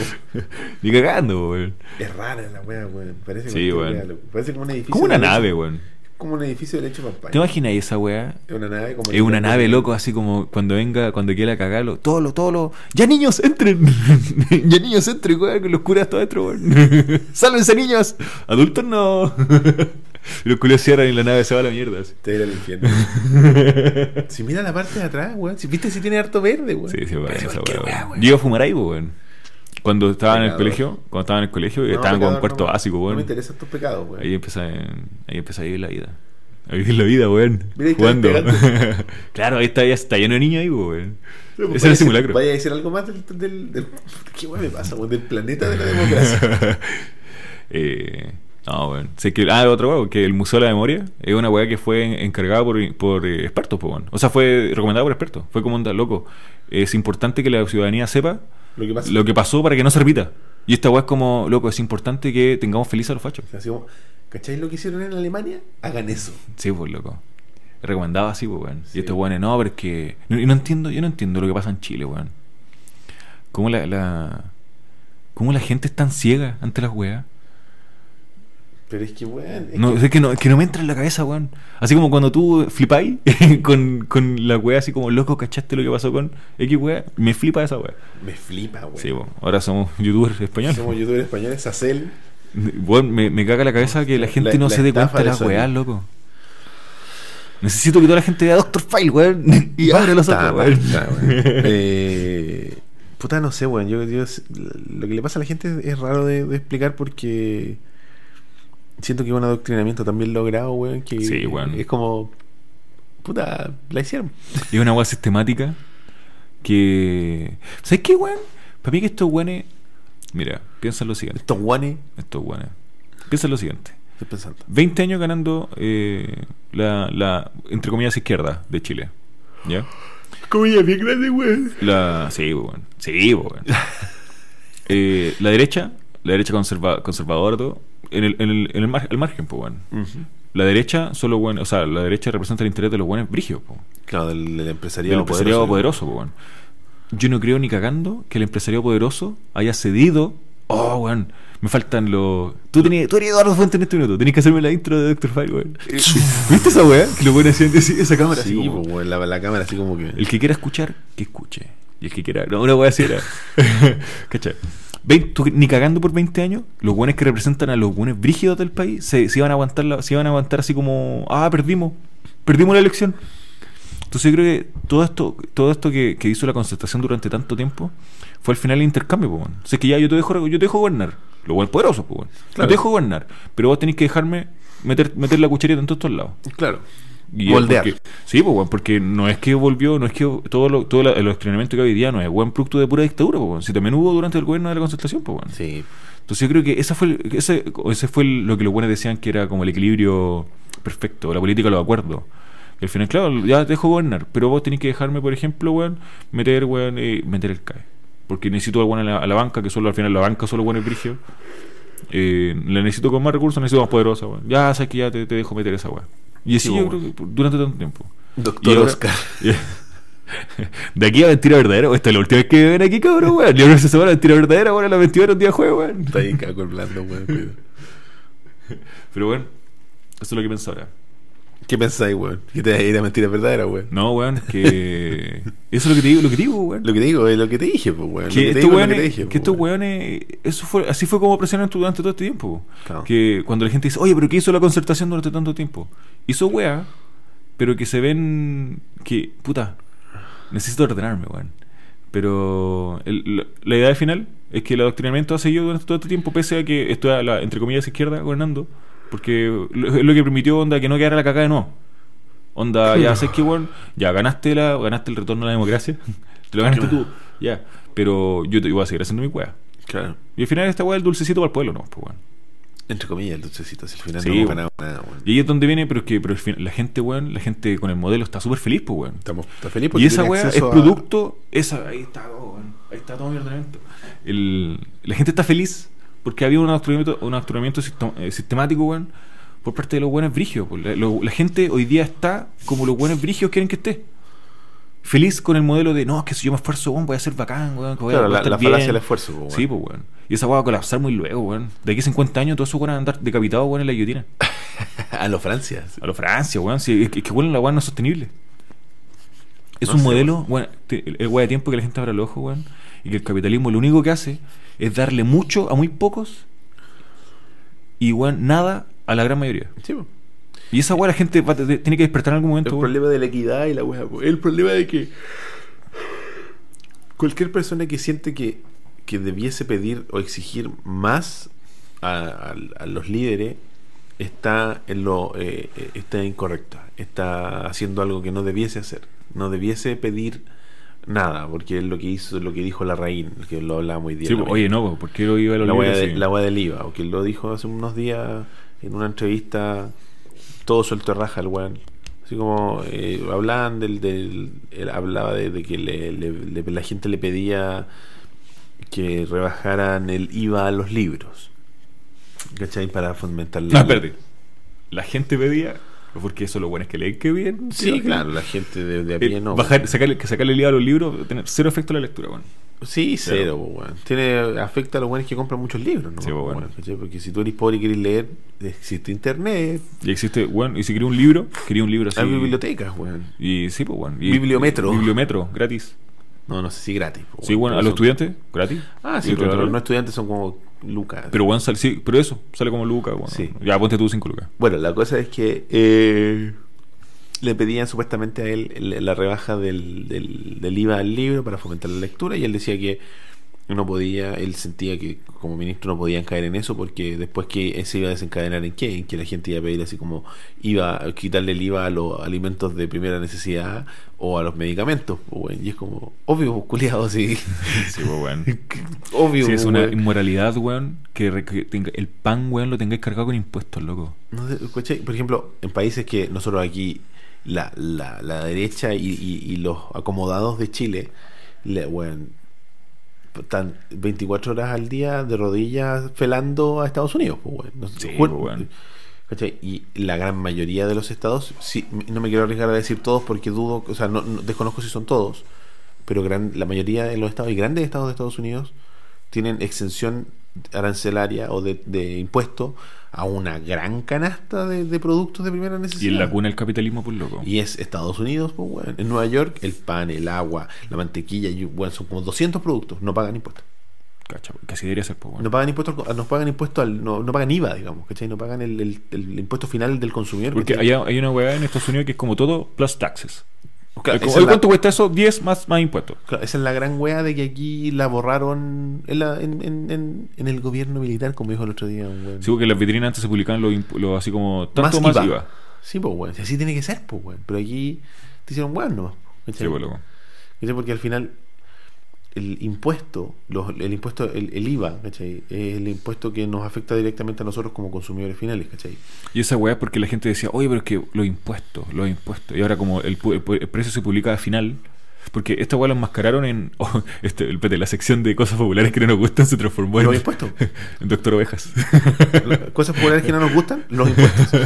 Ni cagando, po, weón. Es rara la wea, weón. Parece, Sí, cualquier weón. wea, loco. Parece como un edificio. Como una de leche- nave, weón. Como un edificio de leche ¿Te pampaña. imaginas esa weá? Es una nave como. Es una nave, loco, así como cuando venga, cuando quiera cagarlo. Todo lo, todo lo. ¡Ya niños, entren! ¡Ya niños, entren, weón! Con los curas todo adentro, weón. ¡Sálvense, niños! ¡Adultos no! Y los culos cierran y la nave se va a la mierda. así. Te irá al infierno. si mira la parte de atrás, weón. Si viste si tiene harto verde, weón. Sí, sí, Pero weón, es esa cualquier weá, wea, weón. weón. Yo iba a fumar ahí, pues, weón. Cuando estaba en el Pecador. colegio, cuando estaba en el colegio, No, estaba con pecador, cuarto no me- básico, No me weón. interesan tus pecados, weón. Ahí empecé, ahí empecé a vivir la vida. A vivir la vida, weón. Mira, ahí está Jugando. pegando. claro, ahí está, ya está lleno de niños ahí, weón. Pero, pues, Ese era vaya a el decir- simulacro. Vaya a decir algo más del. del, del- ¿Qué weón me pasa, weón? Del planeta de la democracia. eh, no, weón. Sé que, ah, otra weón, que el Museo de la Memoria es una weá que fue en- encargada por, por eh, expertos, po, weón. O sea, fue recomendada por expertos. Fue como onda, loco. Es importante que la ciudadanía sepa Lo que pasa. lo que pasó para que no se repita. Y esta weá es como, loco, es importante que tengamos feliz a los fachos. Así como, ¿Cacháis lo que hicieron en Alemania? Hagan eso. Sí, pues loco. Recomendaba así, pues, weón. Sí. Y estos weones, no, pero es que. No, y no entiendo, yo no entiendo lo que pasa en Chile, weón. ¿Cómo la, la. cómo la gente es tan ciega ante las weas? Pero es que, weón. es No, que- es que no, es que no me entra en la cabeza, weón. Así como cuando tú flipáis con, con la wea, así como loco, ¿cachaste lo que pasó con X wea? Me flipa esa wea. Me flipa, weón. Sí, pues, ahora somos youtubers españoles. Somos youtubers españoles, Sacel. Weón, me, me caga la cabeza que la gente La- no la se dé estafa cuenta de de las Sony. weas, loco. Necesito que toda la gente vea Doctor File, weón. Y abre los ojos, weón. Eh, puta, no sé, weón. Yo, yo- lo que le pasa a la gente es raro de, de explicar porque siento que es un adoctrinamiento también logrado, weón. Que Sí, weón. es como. Puta, la hicieron. Es una weá sistemática que. ¿Sabes qué, weón? Para mí que estos weones. Mira, piensa en lo siguiente. Estos guanes. Estos weones. Piensa en lo siguiente. Estoy pensando. 20 años ganando eh, la, la, entre comillas, izquierda de Chile. ¿Ya? Comida bien grande, weón. La, sí, po, weón. Sí, po, weón. Eh, la derecha, la derecha conserva- conservadora, todo, en el, en el, en el, mar- el margen, pues, weón. Mm. La derecha solo, weón, o sea, la derecha representa el interés de los buenos pues. brígidos, po. Claro, del, del empresariado, El empresariado poderoso. poderoso, po, weón. Yo no creo ni cagando que el empresariado poderoso haya cedido. Oh, weón. Me faltan los. Tú tenías, tú eres Eduardo Fuentes en este minuto. Tenías que hacerme la intro de Doctor Fire, weón. Eh, ¿Viste esa weá? Que lo ponen así, así, esa cámara. así Sí, como- po, weón, la, la cámara así como que. el que quiera escuchar, que escuche. Y el que quiera. No, una weá así era. ¿Cachai? Vein- tú ni cagando por 20 años, los buenos que representan a los buenos brígidos del país se, se iban a aguantar la- se iban a aguantar así como ah perdimos, perdimos la elección. Entonces yo creo que todo esto, todo esto que, que hizo la concertación durante tanto tiempo fue al final el intercambio, pues. O sea, es que ya yo te dejo, rego- yo te dejo gobernar. Los buenos poderosos, pues. weón. Yo Claro. te dejo gobernar. Pero vos tenés que dejarme meter, meter la cucharita en todos estos lados. Claro. Y Moldear. es porque- sí, pues, weón, porque no es que volvió, no es que todo, lo, todo la- el adoctrinamiento que había hoy día no es buen producto de pura dictadura, pues, weón. si también hubo durante el gobierno de la concertación, pues, weón. Sí. Entonces yo creo que esa fue, el- ese, ese fue el- lo que los buenos decían que era como el equilibrio perfecto, la política de los acuerdos. Y al final, claro, ya te dejo gobernar, pero vos tenés que dejarme, por ejemplo, weón, meter, weón, eh, meter el CAE. Porque necesito al weón a la, a la banca, que solo al final la banca solo bueno es brigio. Eh, la necesito con más recursos, necesito más poderosa, weón. Ya sabes que ya te, te dejo meter esa weón. Y así Sí, yo weón. creo que por- durante tanto tiempo. Doctor Y ahora- Oscar. De aquí a mentira verdadera, esta es la última vez que ven aquí, cabrón, weón. Yo no se semana mentira verdadera, ahora la 22 era un día de juego, weón. Está ahí caco el blando, weón. cuidado. Pero bueno, eso es lo que pienso ahora. ¿Qué pensáis, weón? Que te era mentira verdadera, weón. No, weón, que. Eso es lo que te digo, lo que te digo, weón. Lo que te digo es lo que te dije, pues, weón. Lo que te estos digo es lo weones, te dije, que pues, estos weón. weones, eso fue, así fue como presionan tu- durante todo este tiempo. Claro. Que cuando la gente dice, oye, pero ¿qué hizo la concertación durante tanto tiempo? Hizo weá, pero que se ven que, puta, necesito ordenarme, weón. Pero el- la, la idea final es que el adoctrinamiento ha seguido durante todo este tiempo, pese a que esto era la, entre comillas, izquierda gobernando, porque lo- es lo que permitió onda que no quedara la cagada de nuevo. Onda, ya sé que, weón, ya ganaste, la, ganaste el retorno a la democracia, te lo ganaste tú, ya. Pero yo te voy a seguir haciendo mi weá. Claro. Y al final esta weá es el dulcecito para el pueblo, ¿no? Pues, weón. Entre comillas, el dulcecito. Si al final Sí, no hemos weón. ganado nada, weón. Y ahí es donde viene, pero es que pero al final, la gente, weón, la gente con el modelo está súper feliz, pues, weón. Estamos está feliz porque Y esa tiene weá es acceso a- producto, esa, ahí está, oh, weón, ahí está todo mi ordenamiento. El- la gente está feliz Porque había un adoctrinamiento, un adoctrinamiento sistem- eh, sistemático, weón, por parte de los buenos brigios. pues. La, lo- la gente hoy día está como los buenos brigios quieren que esté. Feliz con el modelo de, no, es que si yo me esfuerzo, weón, voy a ser bacán, weón. que voy a- voy Claro, a la, estar la bien". falacia del esfuerzo, pues, weón. Sí, pues, weón. Y esa weá va a colapsar muy luego, weón. De aquí a 50 años, todos esos weón van a andar decapitados, weón, en la guillotina. A los Francia. A lo Francia, weón. Sí, es que, es que, weón, la weá no es sostenible. Es No un sé, modelo, weón, te- el el weá de tiempo que la gente abra el ojo, weón. Y que el capitalismo lo único que hace es darle mucho a muy pocos y, weón, nada a la gran mayoría. Sí, pues. Y esa weá la gente va a te- tiene que despertar en algún momento, El weón. problema de la equidad y la weá. po. El problema de que cualquier persona que siente que, que debiese pedir o exigir más a, a- a los líderes está en lo eh, eh, está incorrecta. Está haciendo algo que no debiese hacer. No debiese pedir nada, porque es lo que hizo, lo que dijo la reina, que lo hablábamos hoy día. Sí, en la pues, oye, no, pues, porque lo iba a los la libros, wea, de- sí. la wea del IVA, o que lo dijo hace unos días en una entrevista, todo suelto de raja el weón. Así como eh, hablaban del, del él hablaba de, de que le- le- le- la gente le pedía que rebajaran el IVA a los libros. ¿Cachai? Para fomentar la. No, Ah, espérate. La gente pedía, porque eso lo bueno es que leen que bien. Sí, que- claro, la gente de, de a Eh, pie no. bajar, sacarle, que sacarle el hilo a los libros va a tener cero efecto a la lectura, weón. Sí, cero, po, weón. Tiene, afecta a los weones que compran muchos libros, ¿no? Sí, po, weón. Weón, ¿cachai? Porque si tú eres pobre y querés leer, existe internet, Y existe, weón, y si quería un libro, quería un libro así. hay bibliotecas, weón. Y sí, pues, weón. Y- Ah, Bibliometro. Bibliometro, gratis. No, no sé si gratis. po, Sí, bueno, a pero los son- estudiantes, gratis. Ah, sí, Y pero otro- los no estudiantes son como lucas. Pero, weón, sale, sí, pero eso, sale como lucas, weón. Sí. Ya, ponte tú 5 lucas. bueno, la cosa es que eh, le pedían supuestamente a él el- la rebaja del, del, del IVA al libro para fomentar la lectura y él decía que no podía, él sentía que como ministro no podían caer en eso porque después que se iba a desencadenar en qué, en que la gente iba a pedir así como iba a quitarle el IVA a los alimentos de primera necesidad o a los medicamentos. Bueno, y es como obvio, pues, culiado, sí. Sí, pues, weón. obvio. pues, Sí, es una weón. inmoralidad, weón, que, re- que tenga- el pan, weón, lo tengáis cargado con impuestos, loco. No sé, ¿cachai? Por ejemplo, en países que nosotros aquí, la, la, la derecha y, y- y los acomodados de Chile, le, bueno, están 24 horas al día de rodillas felando a Estados Unidos. Pues, bueno. No sé, Sí, bueno, pues, bueno. ¿cachai? Y la gran mayoría de los estados, sí, no me quiero arriesgar a decir todos porque dudo, o sea, no, no- desconozco si son todos, pero gran, la mayoría de los estados y grandes estados de Estados Unidos tienen exención arancelaria o de, de impuesto a una gran canasta de, de productos de primera necesidad. Y en la cuna del capitalismo, pues, loco. Y es Estados Unidos, pues bueno. En Nueva York, el pan, el agua, la mantequilla, y, bueno, son como 200 productos, no pagan impuestos. Cacha, weón, que así debería ser, pues, weón. No pagan impuestos, al- no pagan impuestos al, no, no pagan IVA, digamos, ¿cachai? No pagan el, el- el impuesto final del consumidor. Porque ¿cachai? hay, hay una weá en Estados Unidos que es como todo plus taxes. Claro, Es como, esa, es "Oye, la, ¿Cuánto cuesta eso? 10 más, más impuestos. claro, esa es la gran wea de que aquí la borraron en, la- en- en- en- en el gobierno militar, como dijo el otro día un weón. Sí, porque en las vitrinas antes se publicaban los impu- los así como tanto más, Más IVA. IVA. Sí, pues, weón. Si Así tiene que ser, pues, weón. Pero aquí te hicieron weón nomás. Sí, ¿cachai? pues, loco. ¿Cachai? Porque al final el impuesto, los- el impuesto, el, el IVA, ¿cachai? Es el impuesto que nos afecta directamente a nosotros como consumidores finales, ¿cachai? Y esa weá es porque la gente decía, oye, pero es que los impuestos, los impuestos. Y ahora como el, pu- el pu- el precio se publica al final, porque esta weá lo enmascararon en... oh, este, el- espérate, la sección de cosas populares que no nos gustan se transformó Los en, impuestos. en Doctor Ovejas. Las Cosas populares que no nos gustan, los impuestos.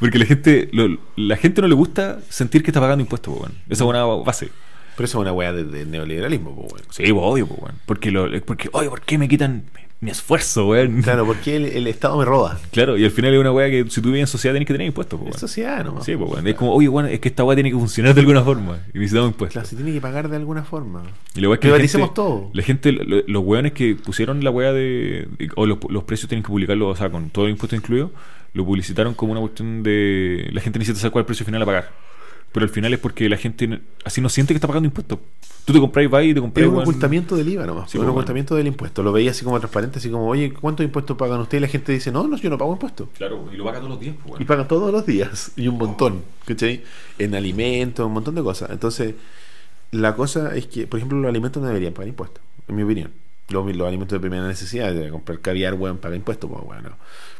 porque la gente lo- la gente no le gusta sentir que está pagando impuestos, pues, weón. Esa es una base. Pero eso es una weá de, de neoliberalismo, pues, weón. Sí, pues, obvio, pues, weón. Porque, lo, porque, oye, ¿por qué me quitan mi esfuerzo, weón? Claro, porque el, el Estado me roba. Claro, y al final es una weá que si tú vives en sociedad tenés que tener impuestos, pues, Es weón. sociedad nomás. Sí, pues, weón. Es como, oye, weón, es que esta weá tiene que funcionar de alguna forma. Y necesitamos impuestos. Claro, se tiene que pagar de alguna forma. Y la weá es que la Privaticemos gente, todo. La gente, lo- los weones que pusieron la weá de. O los, los precios tienen que publicarlo, o sea, con todo el impuesto incluido, lo publicitaron como una cuestión de. La gente necesita saber cuál es el precio final a pagar. Pero al final es porque la gente n- así no siente que está pagando impuestos. Tú te compráis, vas y te compráis. Era un weón. ocultamiento del IVA nomás, Sí, un pues, ocultamiento del impuesto. Lo veía así como transparente, así como, oye, ¿cuántos impuestos pagan ustedes? Y la gente dice, no, no, yo no pago impuestos. Claro, y lo paga todos los días, pues, Y weón. pagan todos los días, y un montón, ¿cachai? En alimentos, un montón de cosas. Entonces, la cosa es que, por ejemplo, los alimentos no deberían pagar impuestos, en mi opinión. Los, los alimentos de primera necesidad, de comprar caviar, weón, paga impuestos, pues, bueno.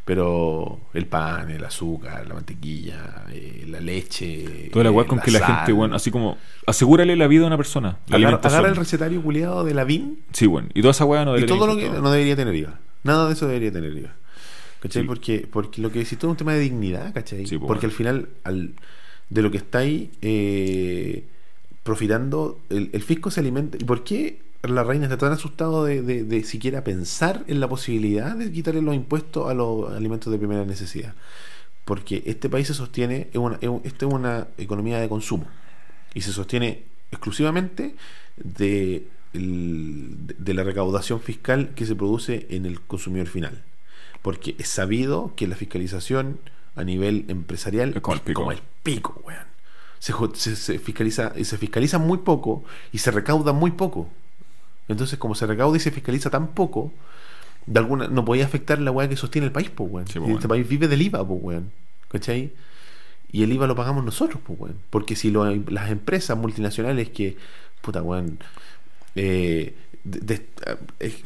Pero el pan, el azúcar, la mantequilla, eh, la leche. Toda la weá eh, con que la gente, sal. weón, así como. Asegúrale la vida a una persona. La Agarra, alimentación. agarra el recetario culiado de la VIN Sí, weón. Y toda esa weá no y debería todo lo tener que impuesto. no debería tener IVA. Nada de eso debería tener IVA. ¿Cachai? Sí. Porque, porque lo que decís tú es un tema de dignidad, ¿cachai? Sí, po, porque bueno. al final, al, de lo que estáis eh, profitando, el, el fisco se alimenta. ¿Y por qué la reina está tan asustado de, de, de siquiera pensar en la posibilidad de quitarle los impuestos a los alimentos de primera necesidad? Porque este país se sostiene, es una, es un- esta es una economía de consumo y se sostiene exclusivamente de, el- de la recaudación fiscal que se produce en el consumidor final. Porque es sabido que la fiscalización a nivel empresarial Es como el es pico. como el pico, weón. Se, jo- se- se fiscaliza, se fiscaliza muy poco y se recauda muy poco. Entonces, como se recauda y se fiscaliza tan poco, de alguna no podía afectar la weá que sostiene el país, pues, weón. Sí, po, Y weón. Este país vive del IVA, pues, weón. ¿Cachai? Y el IVA lo pagamos nosotros, pues, weón. Porque si lo- las empresas multinacionales que, puta, weón, eh, de- de- eh,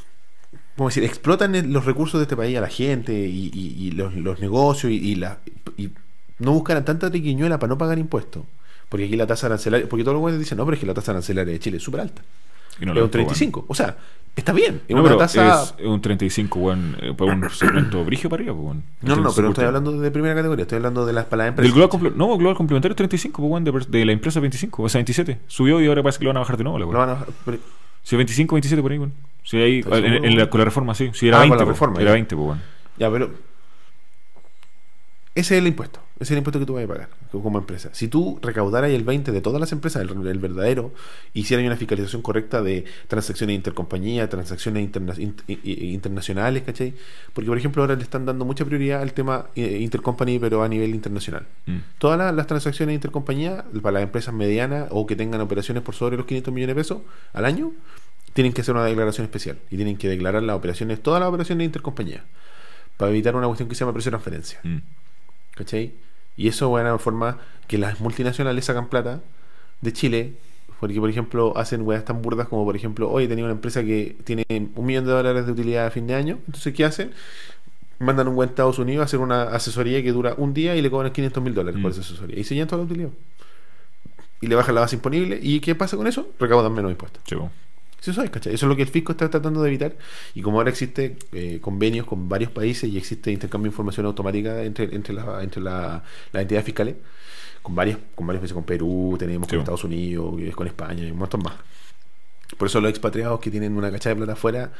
¿cómo decir? explotan el- los recursos de este país a la gente y, y- y los, los negocios y, y la, y no buscaran tanta triquiñuela para no pagar impuestos. Porque aquí la tasa arancelaria, porque todos los güeyes dicen, no, pero es que la tasa arancelaria de Chile es súper alta. Y no es lo un busco, weón. 35. O sea, está bien. Es No, una pero tasa... es un 35, weón, eh, para un segmento brigio para arriba, pues, weón. No, no, no, Entonces, pero no estoy puta. hablando de primera categoría, estoy hablando de las para las Del empresas. global, comple- no, global complementario es 35, pues, weón, de, per- de la empresa 25, o sea, 27. Subió y ahora parece que lo van a bajar de nuevo, la Lo weón. van a- pero- Sí, 25, 27 por ahí, weón. Sí, ahí, ¿Estás en- en seguro? la- con la reforma, sí. Sí, era Ah, con 20. la po. reforma, era ya. 20, pues, weón. Ya, pero. Ese es el impuesto. Ese es el impuesto que tú vas a pagar co- como empresa. Si tú recaudaras el 20 de todas las empresas, el, el verdadero, hicieran una fiscalización correcta de transacciones intercompañía, transacciones interna- int- i- i- internacionales, ¿cachai? Porque, por ejemplo, ahora le están dando mucha prioridad al tema eh, intercompany, pero a nivel internacional. Mm. Todas la- las, transacciones intercompañía para las empresas medianas o que tengan operaciones por sobre los 500 millones de pesos al año tienen que hacer una declaración especial y tienen que declarar las operaciones, todas las operaciones intercompañía para evitar una cuestión que se llama precio de transferencia. Mm. ¿Cachai? Y eso es una forma que las multinacionales sacan plata de Chile porque, por ejemplo, hacen weas tan burdas como, por ejemplo, hoy tenía una empresa que tiene un millón de dólares de utilidad a fin de año. Entonces, ¿qué hacen? Mandan un buen a Estados Unidos a hacer una asesoría que dura un día y le cobran 500 mil dólares por Mm. esa asesoría. Y se llevan toda la utilidad. Y le bajan la base imponible. ¿Y qué pasa con eso? Recaudan menos impuestos. Sí, po. Sí, eso es, ¿cachai? Eso es lo que el fisco está tratando de evitar. Y como ahora existe eh, convenios con varios países y existe intercambio de información automática entre, entre, la- entre la- las entidades fiscales, con varios, con varios países, con Perú, tenemos Sí. con Estados Unidos, eh, con España y un montón más. Por eso los expatriados que tienen una cachada de plata afuera,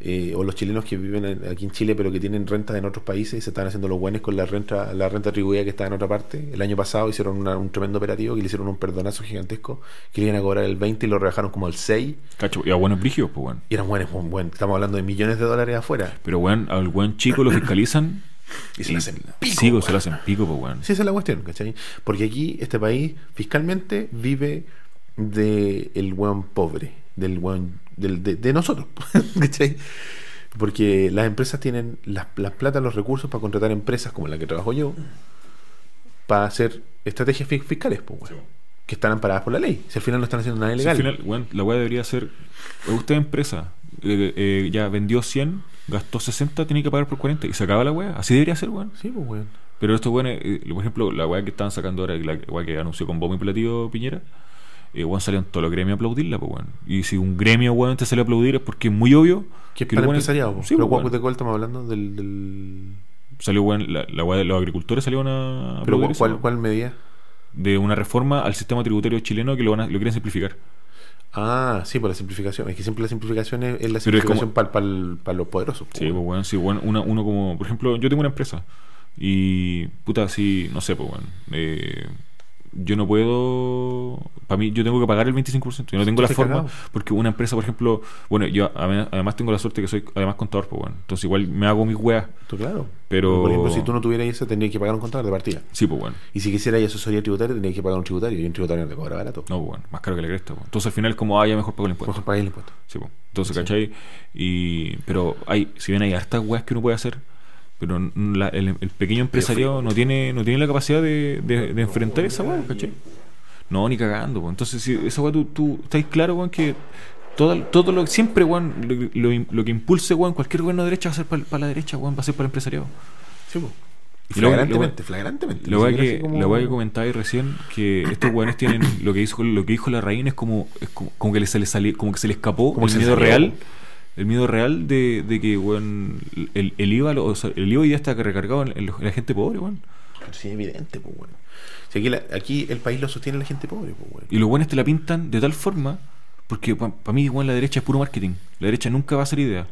eh, o los chilenos que viven en- aquí en Chile pero que tienen rentas en otros países, se están haciendo los buenos con la renta, la renta atribuida que está en otra parte. El año pasado hicieron una- un tremendo operativo que le hicieron un perdonazo gigantesco, que le iban a cobrar el 20 y lo rebajaron como al 6. Cacho, y a buenos brigios, pues, weón. Y eran buenos, buen, buen. Estamos hablando de millones de dólares afuera. Pero, weón, al buen chico lo fiscalizan. Y se le hacen pico, Sí, weón. se lo hacen pico, pues, weón. Sí, esa es la cuestión, ¿cachai? Porque aquí, este país, fiscalmente, vive del el weón pobre, del weón, del- de, de nosotros, ¿cachai? Porque las empresas tienen las, las plata, los recursos para contratar empresas como la que trabajo yo, para hacer estrategias fi- fiscales, pues, weón, que están amparadas por la ley. Si al final no están haciendo nada Si al ilegal. final, weón, la weá debería ser. Usted empresa. eh, eh, ya vendió 100, gastó 60, tiene que pagar por 40 y se acaba la weá. Así debería ser, weón. Sí, pues, weón. Pero estos weones, eh, por ejemplo, la weá que estaban sacando ahora, la weá que anunció con bombo y platillo Piñera, eh, weón salieron todos los gremios a aplaudirla, pues weón. Y si un gremio weón te sale a aplaudir es porque es muy obvio Que es el para weón- empresariado, pues. Sí, Pero, pues, ¿cuál weón. de cuál estamos hablando? Del. del... Salió weón, la, la weá de los agricultores salió una. Pero, aplaudir Ah, eso, ¿cuál, weón. cuál medida? De una reforma al sistema tributario chileno que lo, van a- lo quieren simplificar. Ah, sí, por la simplificación. Es que siempre la simplificación es, es la Pero es como- simplificación para los poderosos. po, Sí, pues weón. weón, sí, weón, una- uno como, por ejemplo, yo tengo una empresa y puta, sí, no sé, pues weón. eh, yo no puedo, para mí, yo tengo que pagar el 25%, yo no tengo la Estoy forma, cagado. porque una empresa, por ejemplo, bueno, yo además, además tengo la suerte que soy además contador, pues weón, entonces igual me hago mis weas, Tú, claro. Pero- Por ejemplo, si tú no tuvieras eso, tendrías que pagar un contador de partida. sí, pues weón. Y si quisieras asesoría tributaria, tendrías que pagar un tributario. Y un tributario no te cobra barato. No, pues weón, más caro que la cresta, pues. Entonces al final como, ah, ya mejor pago el impuesto. Mejor pagar el impuesto. Sí, po. Entonces, ¿cachai? Y, pero hay, si bien hay hartas weas que uno puede hacer, pero n- la- el, el pequeño empresario no tiene, no tiene la capacidad de, de- de enfrentar esa wea, ¿cachai? No, ni cagando, po. Entonces, si esa wea tú, tú estás claro, weón, que todo, todo lo siempre, weón, lo, lo- lo que impulse, weón, cualquier gobierno de derecha va a ser para la derecha, weón, va a ser para el empresariado. Sí, po. Y luego- Flagrantemente, luego- flagrantemente. La Ni wea siquiera que, así como- la wea que comentaba ahí recién, que estos weones tienen lo que hizo, lo que dijo la reina es como, es como, como que les- se les salió, como que se les escapó Como el que se miedo salió. real El miedo real de, de que, weón, el, el IVA, lo- o sea, el IVA ya está recargado en, en los- en la gente pobre, weón. Pero sí, es evidente, pues, weón. Si aquí, la- aquí el país lo sostiene la gente pobre, pues, weón. Y los buenos te la pintan de tal forma, porque para mí, weón, la derecha es puro marketing. La derecha nunca va a ser idea.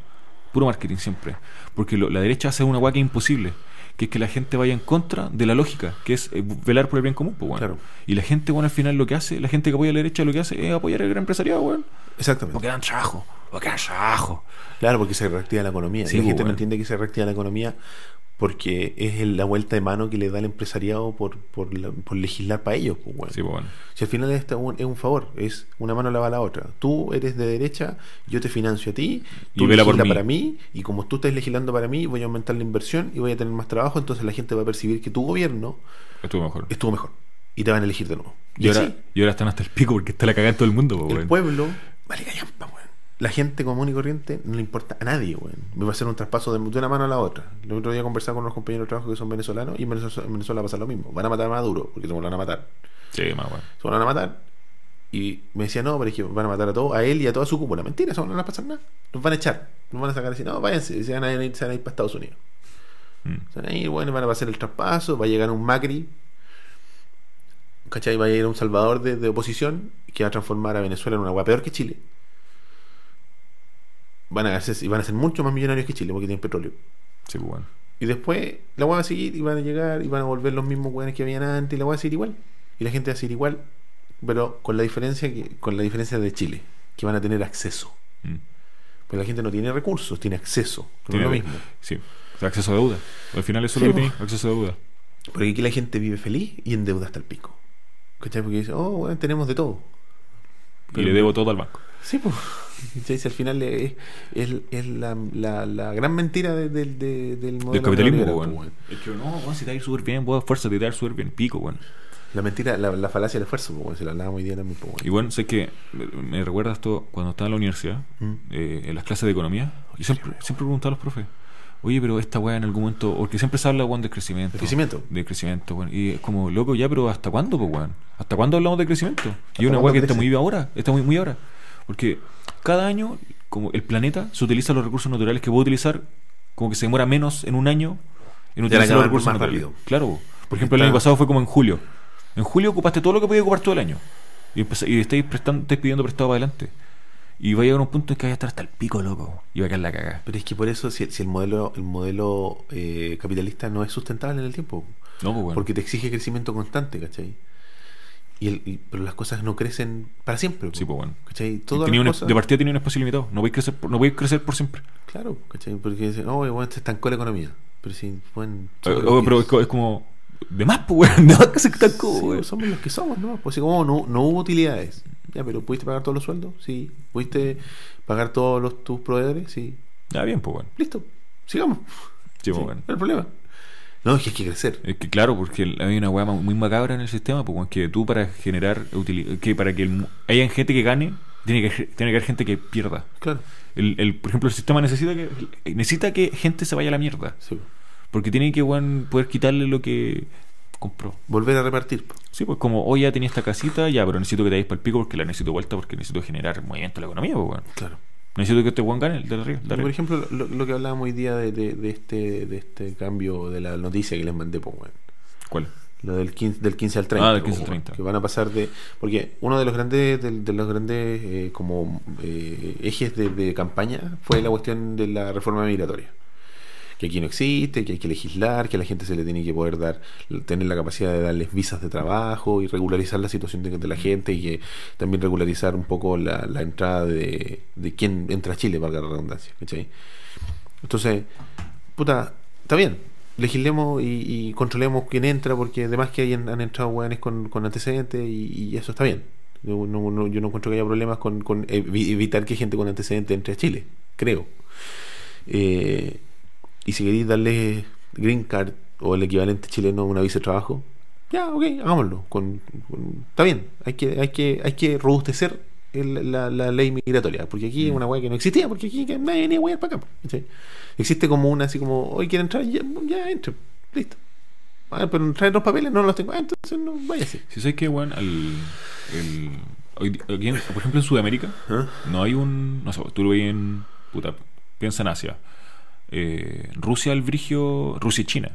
Puro marketing siempre. Porque lo- la derecha hace una guaca imposible, que es que la gente vaya en contra de la lógica, que es eh, velar por el bien común, pues, weón. Claro. Y la gente, bueno, al final lo que hace, la gente que apoya a la derecha lo que hace es apoyar al gran empresariado, weón. Exactamente. Porque dan trabajo, porque dan trabajo. Claro, porque se reactiva la economía. Sí, la pues, gente no weón. entiende que se reactiva la economía porque es el- la vuelta de mano que le da el empresariado por, por, la- por legislar para ellos, pues, weón. Sí, pues, bueno. Si al final esto es este un, es un favor, es una mano lava la otra. Tú eres de derecha, yo te financio a ti, Y tú vela legisla por mí. para mí, y como tú estás legislando para mí, voy a aumentar la inversión y voy a tener más trabajo, entonces la gente va a percibir que tu gobierno Estuvo mejor. estuvo mejor y te van a elegir de nuevo. Y ahora, así, y ahora están hasta el pico porque está la cagada en todo el mundo, pues, el weón. pueblo, vale callampa, weón. La gente común y corriente no le importa a nadie, weón. Me va a hacer un traspaso de, de una mano a la otra. El otro día conversaba con unos compañeros de trabajo que son venezolanos y en Venezuela, en Venezuela pasa lo mismo. Van a matar a Maduro porque se lo van a matar. Sí, más, weón. se van a matar. Y me decía, no, pero es que van a matar a todos, a él y a toda su cúpula. Mentira, eso no van a pasar nada. Nos van a echar, nos van a sacar así, no, váyanse, se van a ir, se van a ir para Estados Unidos. Mm. Se van a ir, bueno, van a pasar el traspaso, va a llegar un Macri, ¿cachai? Va a llegar un salvador de, de oposición que va a transformar a Venezuela en una hueá peor que Chile. Van a, hacerse- y van a ser mucho más millonarios que Chile porque tienen petróleo. Sí, pues, weón. Y después la weá va a seguir y van a llegar y van a volver los mismos weones que habían antes y la weá va a seguir igual. Y la gente va a seguir igual, pero con la diferencia que, con la diferencia de Chile, que van a tener acceso. Mm. Porque la gente no tiene recursos, tiene acceso. que Tiene no es lo mismo. Sí. O sea, acceso a deuda. Al final eso Sí, es lo po. que tenés, acceso a deuda. Porque aquí la gente vive feliz y en deuda hasta el pico. ¿Cachai? Porque dice, oh, weón, tenemos de todo. Y le debo todo al banco. Sí, pues. ¿Cachai? Si al final es, es, es la, la, la gran mentira de- del- de- del modelo. Del capitalismo, neoliberal, weón. pues, weón. Es que no, weón, si te va a ir súper bien, weón, fuerza, te va a ir súper bien, pico, weón. La mentira, la, la falacia del esfuerzo, pues, weón. Se la hablábamos hoy día también, pues, Y weón. bueno, sé que me- me recuerda esto cuando estaba en la universidad, Mm. eh, en las clases de economía. Y siempre, siempre preguntaba a los profes, oye, pero esta weá en algún momento, porque siempre se habla, weón, del crecimiento. El crecimiento. De crecimiento, weón. Y es como, loco, ya, pero ¿hasta cuándo, pues, weón? ¿Hasta cuándo hablamos de crecimiento? Y es una cuándo weá que está crece? muy ahora, está muy, muy ahora. Porque cada año, como el planeta se utiliza los recursos naturales que puede utilizar, como que se demora menos en un año en la utilizar acaban los recursos más naturales. rápido. Claro. Por Porque ejemplo, el está- año pasado fue como en julio. En julio ocupaste todo lo que podías ocupar todo el año. Y, empe- y estáis, prestando, estáis pidiendo prestado para adelante. Y va a llegar un punto en que vaya a estar hasta el pico, loco. Y va a caer la cagada. Pero es que por eso, si, si el modelo, el modelo eh, capitalista no es sustentable en el tiempo, No, pues, weón. porque te exige crecimiento constante, ¿cachai? Y el- y- pero las cosas no crecen para siempre. Sí, pues, bueno. ¿cachai? Y Todas tenía las un- cosas- de partida tenía un espacio limitado. No podéis crecer, por- no podéis crecer por siempre. Claro, ¿cachai? Porque dicen, oh, bueno, se estancó la economía. Pero si, bueno, Eh, somos oh, los pero que- es, co- es como. De más, pues, weón. De más que se estancó, sí, weón. somos los que somos, ¿no? Pues si como no, no hubo utilidades. Ya, pero ¿pudiste pagar todos los sueldos? Sí. ¿Pudiste pagar todos los, tus proveedores? Sí. Ya, bien, pues, weón. Listo. Sigamos. Sí, pues, Sí, weón. No hay problema. No, es que hay que crecer. Es que claro, porque el- hay una weá ma- muy macabra en el sistema, pues weón, que tú para generar utili- que para que el mu- haya gente que gane, tiene que, tiene que haber gente que pierda. Claro. El, el- por ejemplo, el sistema necesita que necesita que gente se vaya a la mierda, Sí. pues. porque tiene que weón, poder quitarle lo que compró. Volver a repartir. po. Sí, pues como, hoy ya tenía esta casita, ya, pero necesito que te vayas para el pico porque la necesito vuelta porque necesito generar movimiento en la economía, pues weón. Claro. Necesito que este weón gane el de arriba. el de Por arriba. ejemplo, lo, lo que hablábamos hoy día de, de- de este, de este cambio de la noticia que les mandé, pues, weón. ¿Cuál? Lo del 15, del 15 al 30. Ah, del po, 15 al weón, 30. Que van a pasar de. Porque uno de los grandes, del- de, los grandes eh, como eh, ejes de, de campaña fue la cuestión de la reforma migratoria. Que aquí no existe, que hay que legislar, que a la gente se le tiene que poder dar, tener la capacidad de darles visas de trabajo y regularizar la situación de, de la gente y que también regularizar un poco la, la entrada de, de quién entra a Chile, valga la redundancia. ¿Cachai? Entonces, puta, está bien. Legislemos y, y controlemos quién entra, porque además que hayan- han entrado hueones con, con antecedentes y, y eso está bien. Yo no, no- yo no encuentro que haya problemas con, con evi- evitar que gente con antecedentes entre a Chile, creo. Eh, y si queréis darle green card o el equivalente chileno a una visa de trabajo, ya, ok, hagámoslo. Con, con- está bien, hay que, hay que, hay que robustecer el- la, la ley migratoria, porque aquí es una hueá que no existía, porque aquí que nadie venía a huear para acá. ¿cachai? Existe como una así como, hoy quiere entrar, ya, ya entre, listo. Ah, pero traen los papeles, no los tengo. Ah, entonces no, váyase. Si sabes que, weón, al- ¿Ah? el- hoy di- aquí en- por ejemplo, en Sudamérica, no hay un. No sé, tú lo veis en. puta, puta, piensa en Asia. Eh, Rusia, el brigio. Rusia y China.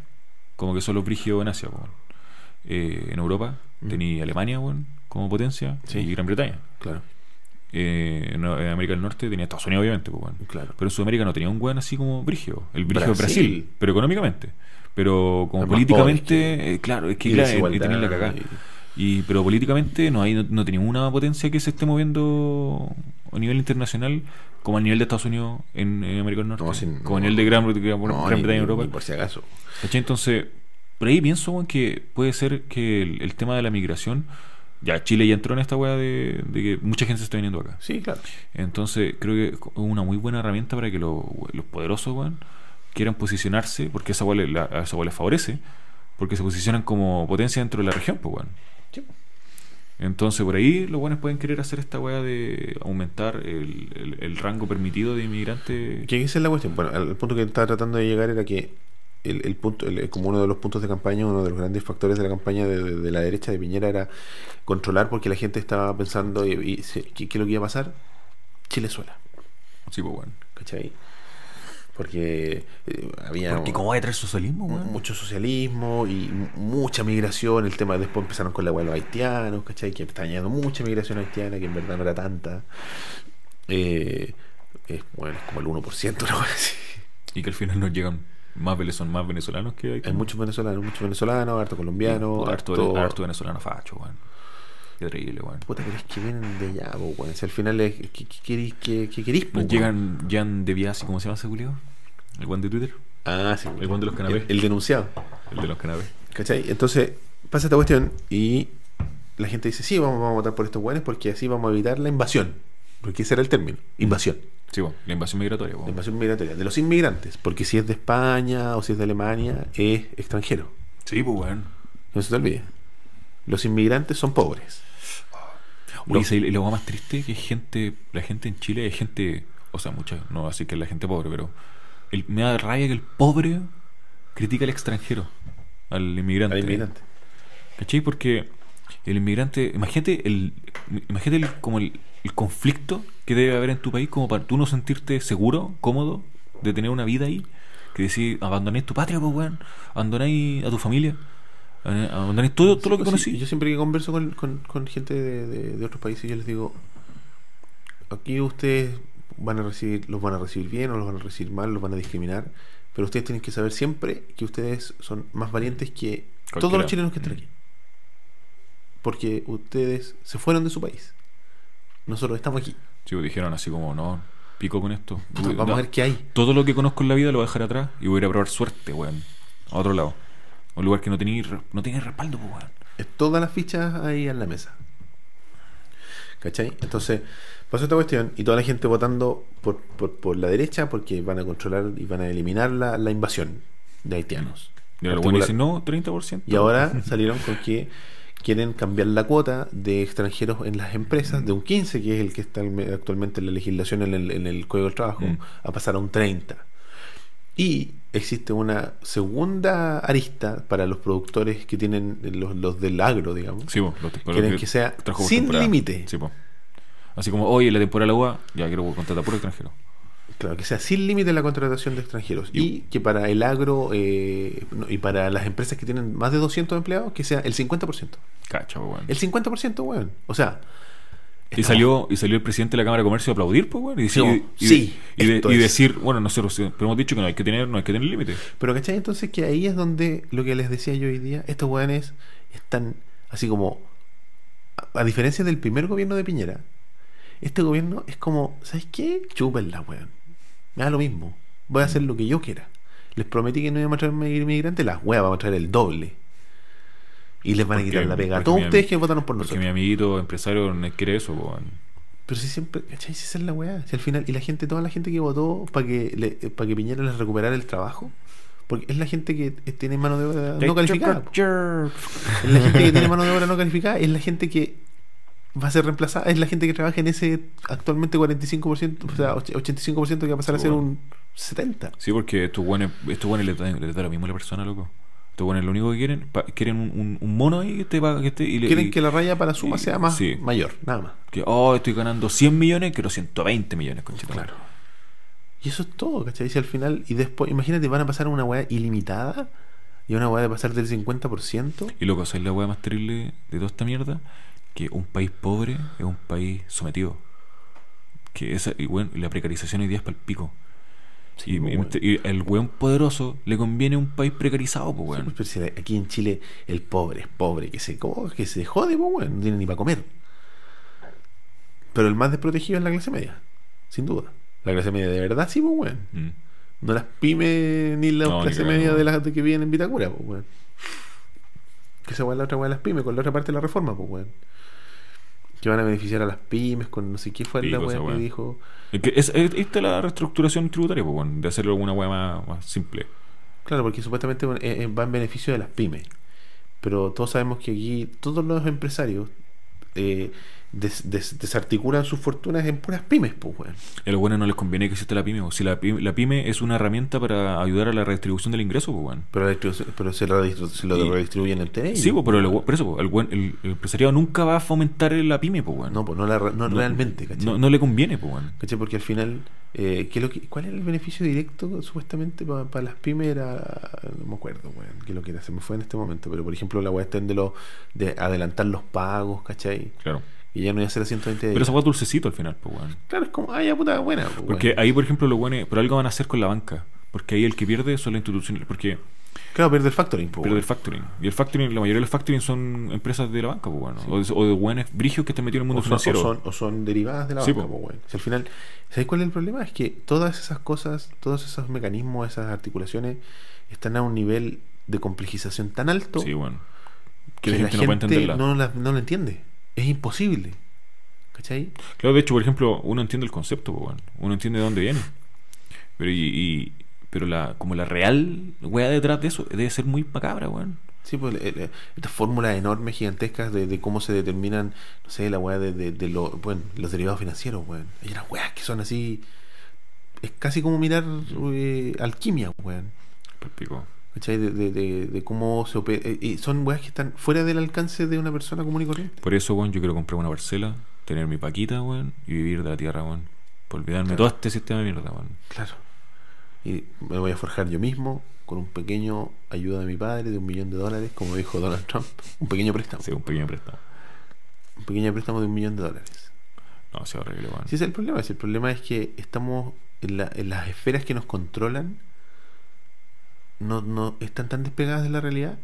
Como que son los brigios en Asia, po, weón. Eh, En Europa, Mm. tenía Alemania, weón, como potencia, Sí. y Gran Bretaña. Claro, Eh, en, en América del Norte tenía Estados Unidos, obviamente, pues, weón. claro. Pero en Sudamérica no tenía un weón así como Brigio. El Brigio es Brasil. Brasil, pero económicamente. Pero como Pero más políticamente, pobres que- eh, claro, es que Y claro, eh, desigualdad, tenía la cagada. y- Y, pero políticamente no hay no, no tenía una potencia que se esté moviendo a nivel internacional como a nivel de Estados Unidos en, en América del Norte. No, sin- como a no, nivel de Gran, Gran- no, Gran ni- Bretaña en ni Europa. Por si acaso. ¿Cachai? Entonces, por ahí pienso weón, que puede ser que el, el tema de la migración, ya Chile ya entró en esta weá de, de que mucha gente se está viniendo acá. Sí, claro. Entonces, creo que es una muy buena herramienta para que los, los poderosos, weón, quieran posicionarse, porque esa weá le- la- a esa weá les favorece, porque se posicionan como potencia dentro de la región, pues, weón. Sí. Entonces, por ahí los buenos pueden querer hacer esta weá de aumentar el, el- el rango permitido de inmigrantes. Que esa es la cuestión. Bueno, el punto que estaba tratando de llegar era que el, el punto, el- como uno de los puntos de campaña, uno de los grandes factores de la campaña de, de- de la derecha de Piñera era controlar porque la gente estaba pensando y, y se- ¿qué, qué es lo que iba a pasar? Chilezuela, Sí, pues, weón. ¿cachai? Porque eh, había Porque ¿cómo va a traer socialismo, mu- weón? mucho socialismo y mu- mucha migración, el tema después empezaron con la hueá de los haitianos, ¿cachai? Que está llegando mucha migración haitiana, que en verdad no era tanta. Eh, es, bueno, es como el 1%, una hueá así. Y que al final nos llegan más, vele- son más venezolanos que Hay muchos venezolanos, muchos venezolanos, harto colombiano, Puta, harto, harto, harto venezolano facho, weón. Qué terrible, weón. Puta, pero es que vienen de allá, po, weón. Si al final es... ¿Qué, qué querís? ¿Qué, qué querís, po, Nos weón? llegan Jan de Biasi, ¿cómo se llama ese culiao? El guan de Twitter, Ah, sí. el guan de los canapés. El, el denunciado. el de los canapés. ¿Cachai? Entonces, pasa esta cuestión y la gente dice, sí, vamos, vamos a votar por estos weones porque así vamos a evitar la invasión. Porque ese era el término. Invasión. Sí, bueno, la invasión migratoria, La weón. invasión migratoria. De los inmigrantes. Porque si es de España o si es de Alemania, es extranjero. Sí, pues, weón. No se te olvide. Los inmigrantes son pobres. Oye, Lo- ¿sabes lo más triste que es gente, la gente en Chile es gente, o sea, mucha, no así que es la gente pobre, pero el- me da rabia que el pobre critica al extranjero, al inmigrante. Al inmigrante. ¿Cachai? Porque el inmigrante, imagínate el, imagínate el- como el, el conflicto que debe haber en tu país como para tú no sentirte seguro, cómodo de tener una vida ahí, que decir, abandonáis tu patria, pues, weón, abandonáis a tu familia, abandonáis todo, todo lo que Sí, conocí. Yo siempre que converso con, con- con gente de, de- de otros países, yo les digo, aquí ustedes van a recibir, los van a recibir bien o los van a recibir mal, los van a discriminar, pero ustedes tienen que saber siempre que ustedes son más valientes que todos Cualquiera. los chilenos que están aquí. Porque ustedes se fueron de su país. Nosotros estamos aquí. Sí, pues, dijeron así como, no, pico con esto. Puta, Uy, vamos no, a ver qué hay. Todo lo que conozco en la vida lo voy a dejar atrás y voy a ir a probar suerte, weón. A otro lado. A un lugar que no tenía, re- no tenía respaldo, pues, weón. Es Todas las fichas ahí en la mesa. ¿Cachai? Entonces, pasó esta cuestión y toda la gente votando por, por, por la derecha porque van a controlar y van a eliminar la, la invasión de haitianos. Y ahora el weón Particular. dice, no, 30%. Y ahora salieron con que quieren cambiar la cuota de extranjeros en las empresas de un 15, que es el que está al- actualmente en la legislación en el, en el Código del Trabajo, Mm. a pasar a un 30. Y existe una segunda arista para los productores que tienen los, los del agro, digamos. Sí, pues, los- los Quieren que sea trajo por sin temporada. límite. Sí, pues. Así como, oye, la temporada de la UA, ya quiero contratar por extranjero. Claro, que sea sin límite la contratación de extranjeros. Y, que para el agro eh, no, y para las empresas que tienen más de 200 empleados, que sea el 50%. Cacha, pues, weón. El 50%, weón. O sea, Y salió, y salió el presidente de la Cámara de Comercio a aplaudir, pues, weón. Y, decir- y- Sí, y- sí, y de- esto y es. decir, bueno, nosotros sí, pero hemos dicho que no hay que tener, no hay que tener límite. Pero ¿cachai? Entonces que ahí es donde lo que les decía yo hoy día, estos weones están así como, a, a diferencia del primer gobierno de Piñera, este gobierno es como, ¿sabes qué? Chúpenla, weón. Me da lo mismo. Voy a hacer lo que yo quiera. Les prometí que no iba a traer inmigrantes, las weas van a traer el doble. Y les van a Porque- quitar la pega a porque todos mi ami- ustedes que votaron por Porque nosotros. mi amiguito empresario no quiere eso, pues, weón. Pero si siempre, ¿cachai? Si esa es la weá. Si al final, y la gente, toda la gente que votó para que, le- eh, pa' que Piñera les recuperara el trabajo, porque es la gente que eh, tiene mano de obra no calificada. po. Es la gente que tiene mano de obra no calificada, es la gente que va a ser reemplazada, es la gente que trabaja en ese actualmente 45%, o sea, och- 85% que va a pasar a ser un 70%. Sí, porque estos buenos, estos buenos les, da, les da lo mismo a la persona, loco. Estos buenos lo único que quieren, pa- quieren un, un, un mono ahí que te paga, que esté y le Quieren y- que la raya para suma y- sea más sí. mayor, nada más. que, oh, estoy ganando 100 millones, quiero 120 millones, conchito. Y eso es todo, ¿cachai? Si al final, y después, imagínate, van a pasar a una weá ilimitada y a una weá de pasar del 50%. Y loco, ¿sabes la hueá más terrible de toda esta mierda? Que un país pobre es un país sometido. Que esa, y bueno, la precarización hoy día es para el pico. Sí, y, pues, y- weón. y el weón poderoso le conviene un país precarizado, pues Sí, weón. pues, pero si aquí en Chile el pobre es pobre, que se, co- que se jode, pues, weón, no tiene ni para comer. Pero el más desprotegido es la clase media, sin duda. La clase media de verdad, sí, pues, weón. Mm. No las pymes ni la No, ni clase cagando. media de las que viven en Vitacura, pues, weón. Que esa weá es la otra weá de las pymes, con la otra parte de la reforma, pues, weón. Que van a beneficiar a las pymes, con no sé qué fue la Pico pues esa weá weá. que dijo. Es que es- es- esta es la reestructuración tributaria, pues weón, de hacerlo alguna hueá más, más simple. Claro, porque supuestamente bueno, eh, eh, va en beneficio de las pymes. Pero todos sabemos que aquí todos los empresarios eh, des- des- desarticulan sus fortunas en puras pymes, pues, weón. Y a los buenos no les conviene que exista la pyme. o Si la pyme, la pyme es una herramienta para ayudar a la redistribución del ingreso, pues weón. Pero, la distribu- pero se, la distru- se lo Y- redistribuyen entre ellos. Sí, pues, pero el hue- por eso, pues, el, buen- el- el empresariado nunca va a fomentar la pyme, pues weón. No, pues no, la re- no No- realmente, ¿cachai? No, no le conviene, pues weón. ¿Cachai? Porque al final, eh, ¿qué es lo que, ¿cuál era el beneficio directo supuestamente para las pymes? Era, no me acuerdo, weón, que lo que era, se me fue en este momento. Pero por ejemplo, la weá está en de, los de adelantar los pagos, ¿cachai? Claro. Y ya no iba a ser a 120 días. Pero esa hueá es dulcecito al final, pues weón. Claro, es como, ay, ya puta, buena. pues, Porque bueno. ahí, por ejemplo, los buenos, pero algo van a hacer con la banca. Porque ahí el que pierde son las instituciones. Porque Claro, pierde el factoring, pues, pierde el bueno. factoring. Y el factoring, la mayoría de los factoring son empresas de la banca, pues bueno. Sí. O, de, o de buenos brigios que están metidos en el mundo o son, financiero. o son- o son derivadas de la Sí, banca, po. pues, bueno. Si al final, ¿sabes cuál es el problema? Es que todas esas cosas, todos esos mecanismos, esas articulaciones, están a un nivel de complejización tan alto Sí, bueno. Que que la gente no puede entenderla. no la- no la entiende. Es imposible. ¿Cachai? Claro, de hecho, por ejemplo, uno entiende el concepto, pues, weón. uno entiende de dónde viene. Pero, y, y- pero la, como la real weá detrás de eso debe ser muy macabra, weón. Sí, pues el- el- estas fórmulas enormes, gigantescas de, de cómo se determinan, no sé, la weá de, de, de lo- bueno, los derivados financieros, weón. Hay unas weas que son así. Es casi como mirar eh, alquimia, weón. Pal pico. ¿Cachai? De, de, de, de cómo se opera. Y son weas que están fuera del alcance de una persona común y corriente. Por eso, weón, yo quiero comprar una parcela, tener mi paquita, weón, y vivir de la tierra, weón. Por olvidarme de Claro. todo este sistema de mierda, weón. Claro. Y me voy a forjar yo mismo con un pequeño ayuda de mi padre de un millón de dólares, como dijo Donald Trump. Un pequeño préstamo. Sí, un pequeño préstamo. Un pequeño préstamo de un millón de dólares. No, sea horrible, weón. Sí, ese es el problema. si el problema es que estamos en, la- en las esferas que nos controlan. No, no están tan despegadas de la realidad.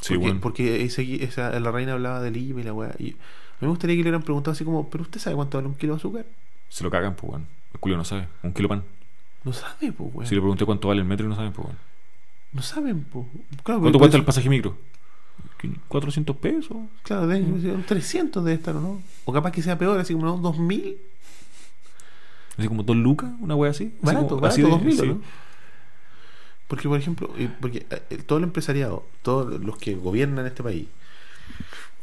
Sí, porque weón. porque ese- esa- la reina hablaba del IVA y la weá. Y a mí me gustaría que le hubieran preguntado así como, ¿pero usted sabe cuánto vale un kilo de azúcar? Se lo cagan, pues, weón. El culo no sabe. Un kilo de pan. No sabe, pues, weón. Si le pregunté cuánto vale el metro, no saben, pues, weón. No saben, pues. Claro, ¿Cuánto pero cuesta por el pasaje micro? ¿400 pesos? eso- Claro, deben Mm. ser un 300 debe estar, ¿o no? O capaz que sea peor, así como, ¿no? 2000. Así como dos lucas, una wea así. Así Barato, como- barato, así de- 2000, ¿o sí. ¿no? Porque, por ejemplo, eh, porque eh, todo el empresariado, todos los que gobiernan este país,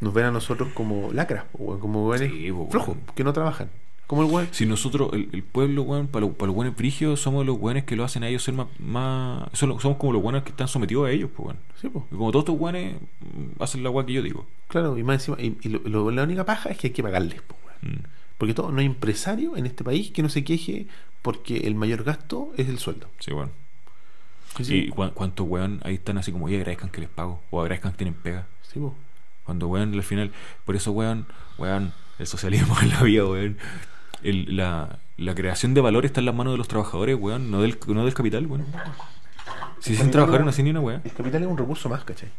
nos ven a nosotros como lacras, po, weón, como weones Sí, po, weón. flojos, que no trabajan. Como el weón. Si nosotros, el, el pueblo, weón, para los, para los buenos brígidos, somos los buenos que lo hacen a ellos ser más. más son los- somos como los buenos que están sometidos a ellos, pues, weón. Sí, po, Y como todos estos buenos mm, hacen la weá que yo digo. claro, y más encima, y, y lo- lo- la única paja es que hay que pagarles, po, weón. Mm. porque todo, no hay empresario en este país que no se queje porque el mayor gasto es el sueldo. Sí, weón. Sí, Y cua- cuántos weón ahí están así como, oye, agradezcan que les pago. O agradezcan que tienen pega. sí, po. Cuando, weón, al final. Por eso, weón, weón, el socialismo es la vida, weón. El- la, la creación de valor está en las manos de los trabajadores, weón, no del, no del capital, weón. Si sin trabajar no hacen ni una weá. El capital es un recurso más, ¿cachai?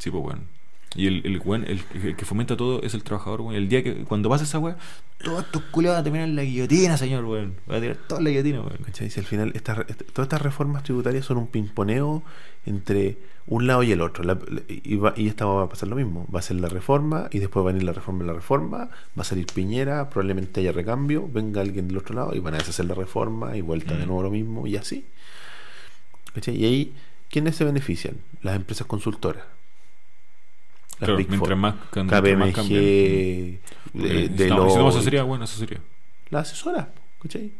Sí, pues, weón. Y el, el, weón, el, el que fomenta todo es el trabajador, weón. El día que, cuando pasa esa weá, todos tus culiados van a terminar en la guillotina, señor, weón. Va a tirar toda la guillotina, weón. ¿Cachai? Si al final estas re- est- todas estas reformas tributarias son un pimponeo entre un lado y el otro. La- la- y, va- y esta va a pasar lo mismo. Va a ser la reforma y después va a venir la reforma y la reforma. Va a salir Piñera, probablemente haya recambio, venga alguien del otro lado y van a deshacer la reforma y vuelta de Mm. nuevo lo mismo y así. ¿Cachai? Y ahí, ¿quiénes se benefician? Las empresas consultoras. Las Claro, Big Four. mientras más, can- mientras más KPMG, cambien. Mm. eh, de, Porque de no, si no, Deloitte eso sería, bueno, eso sería. las asesoras, po, ¿cachai?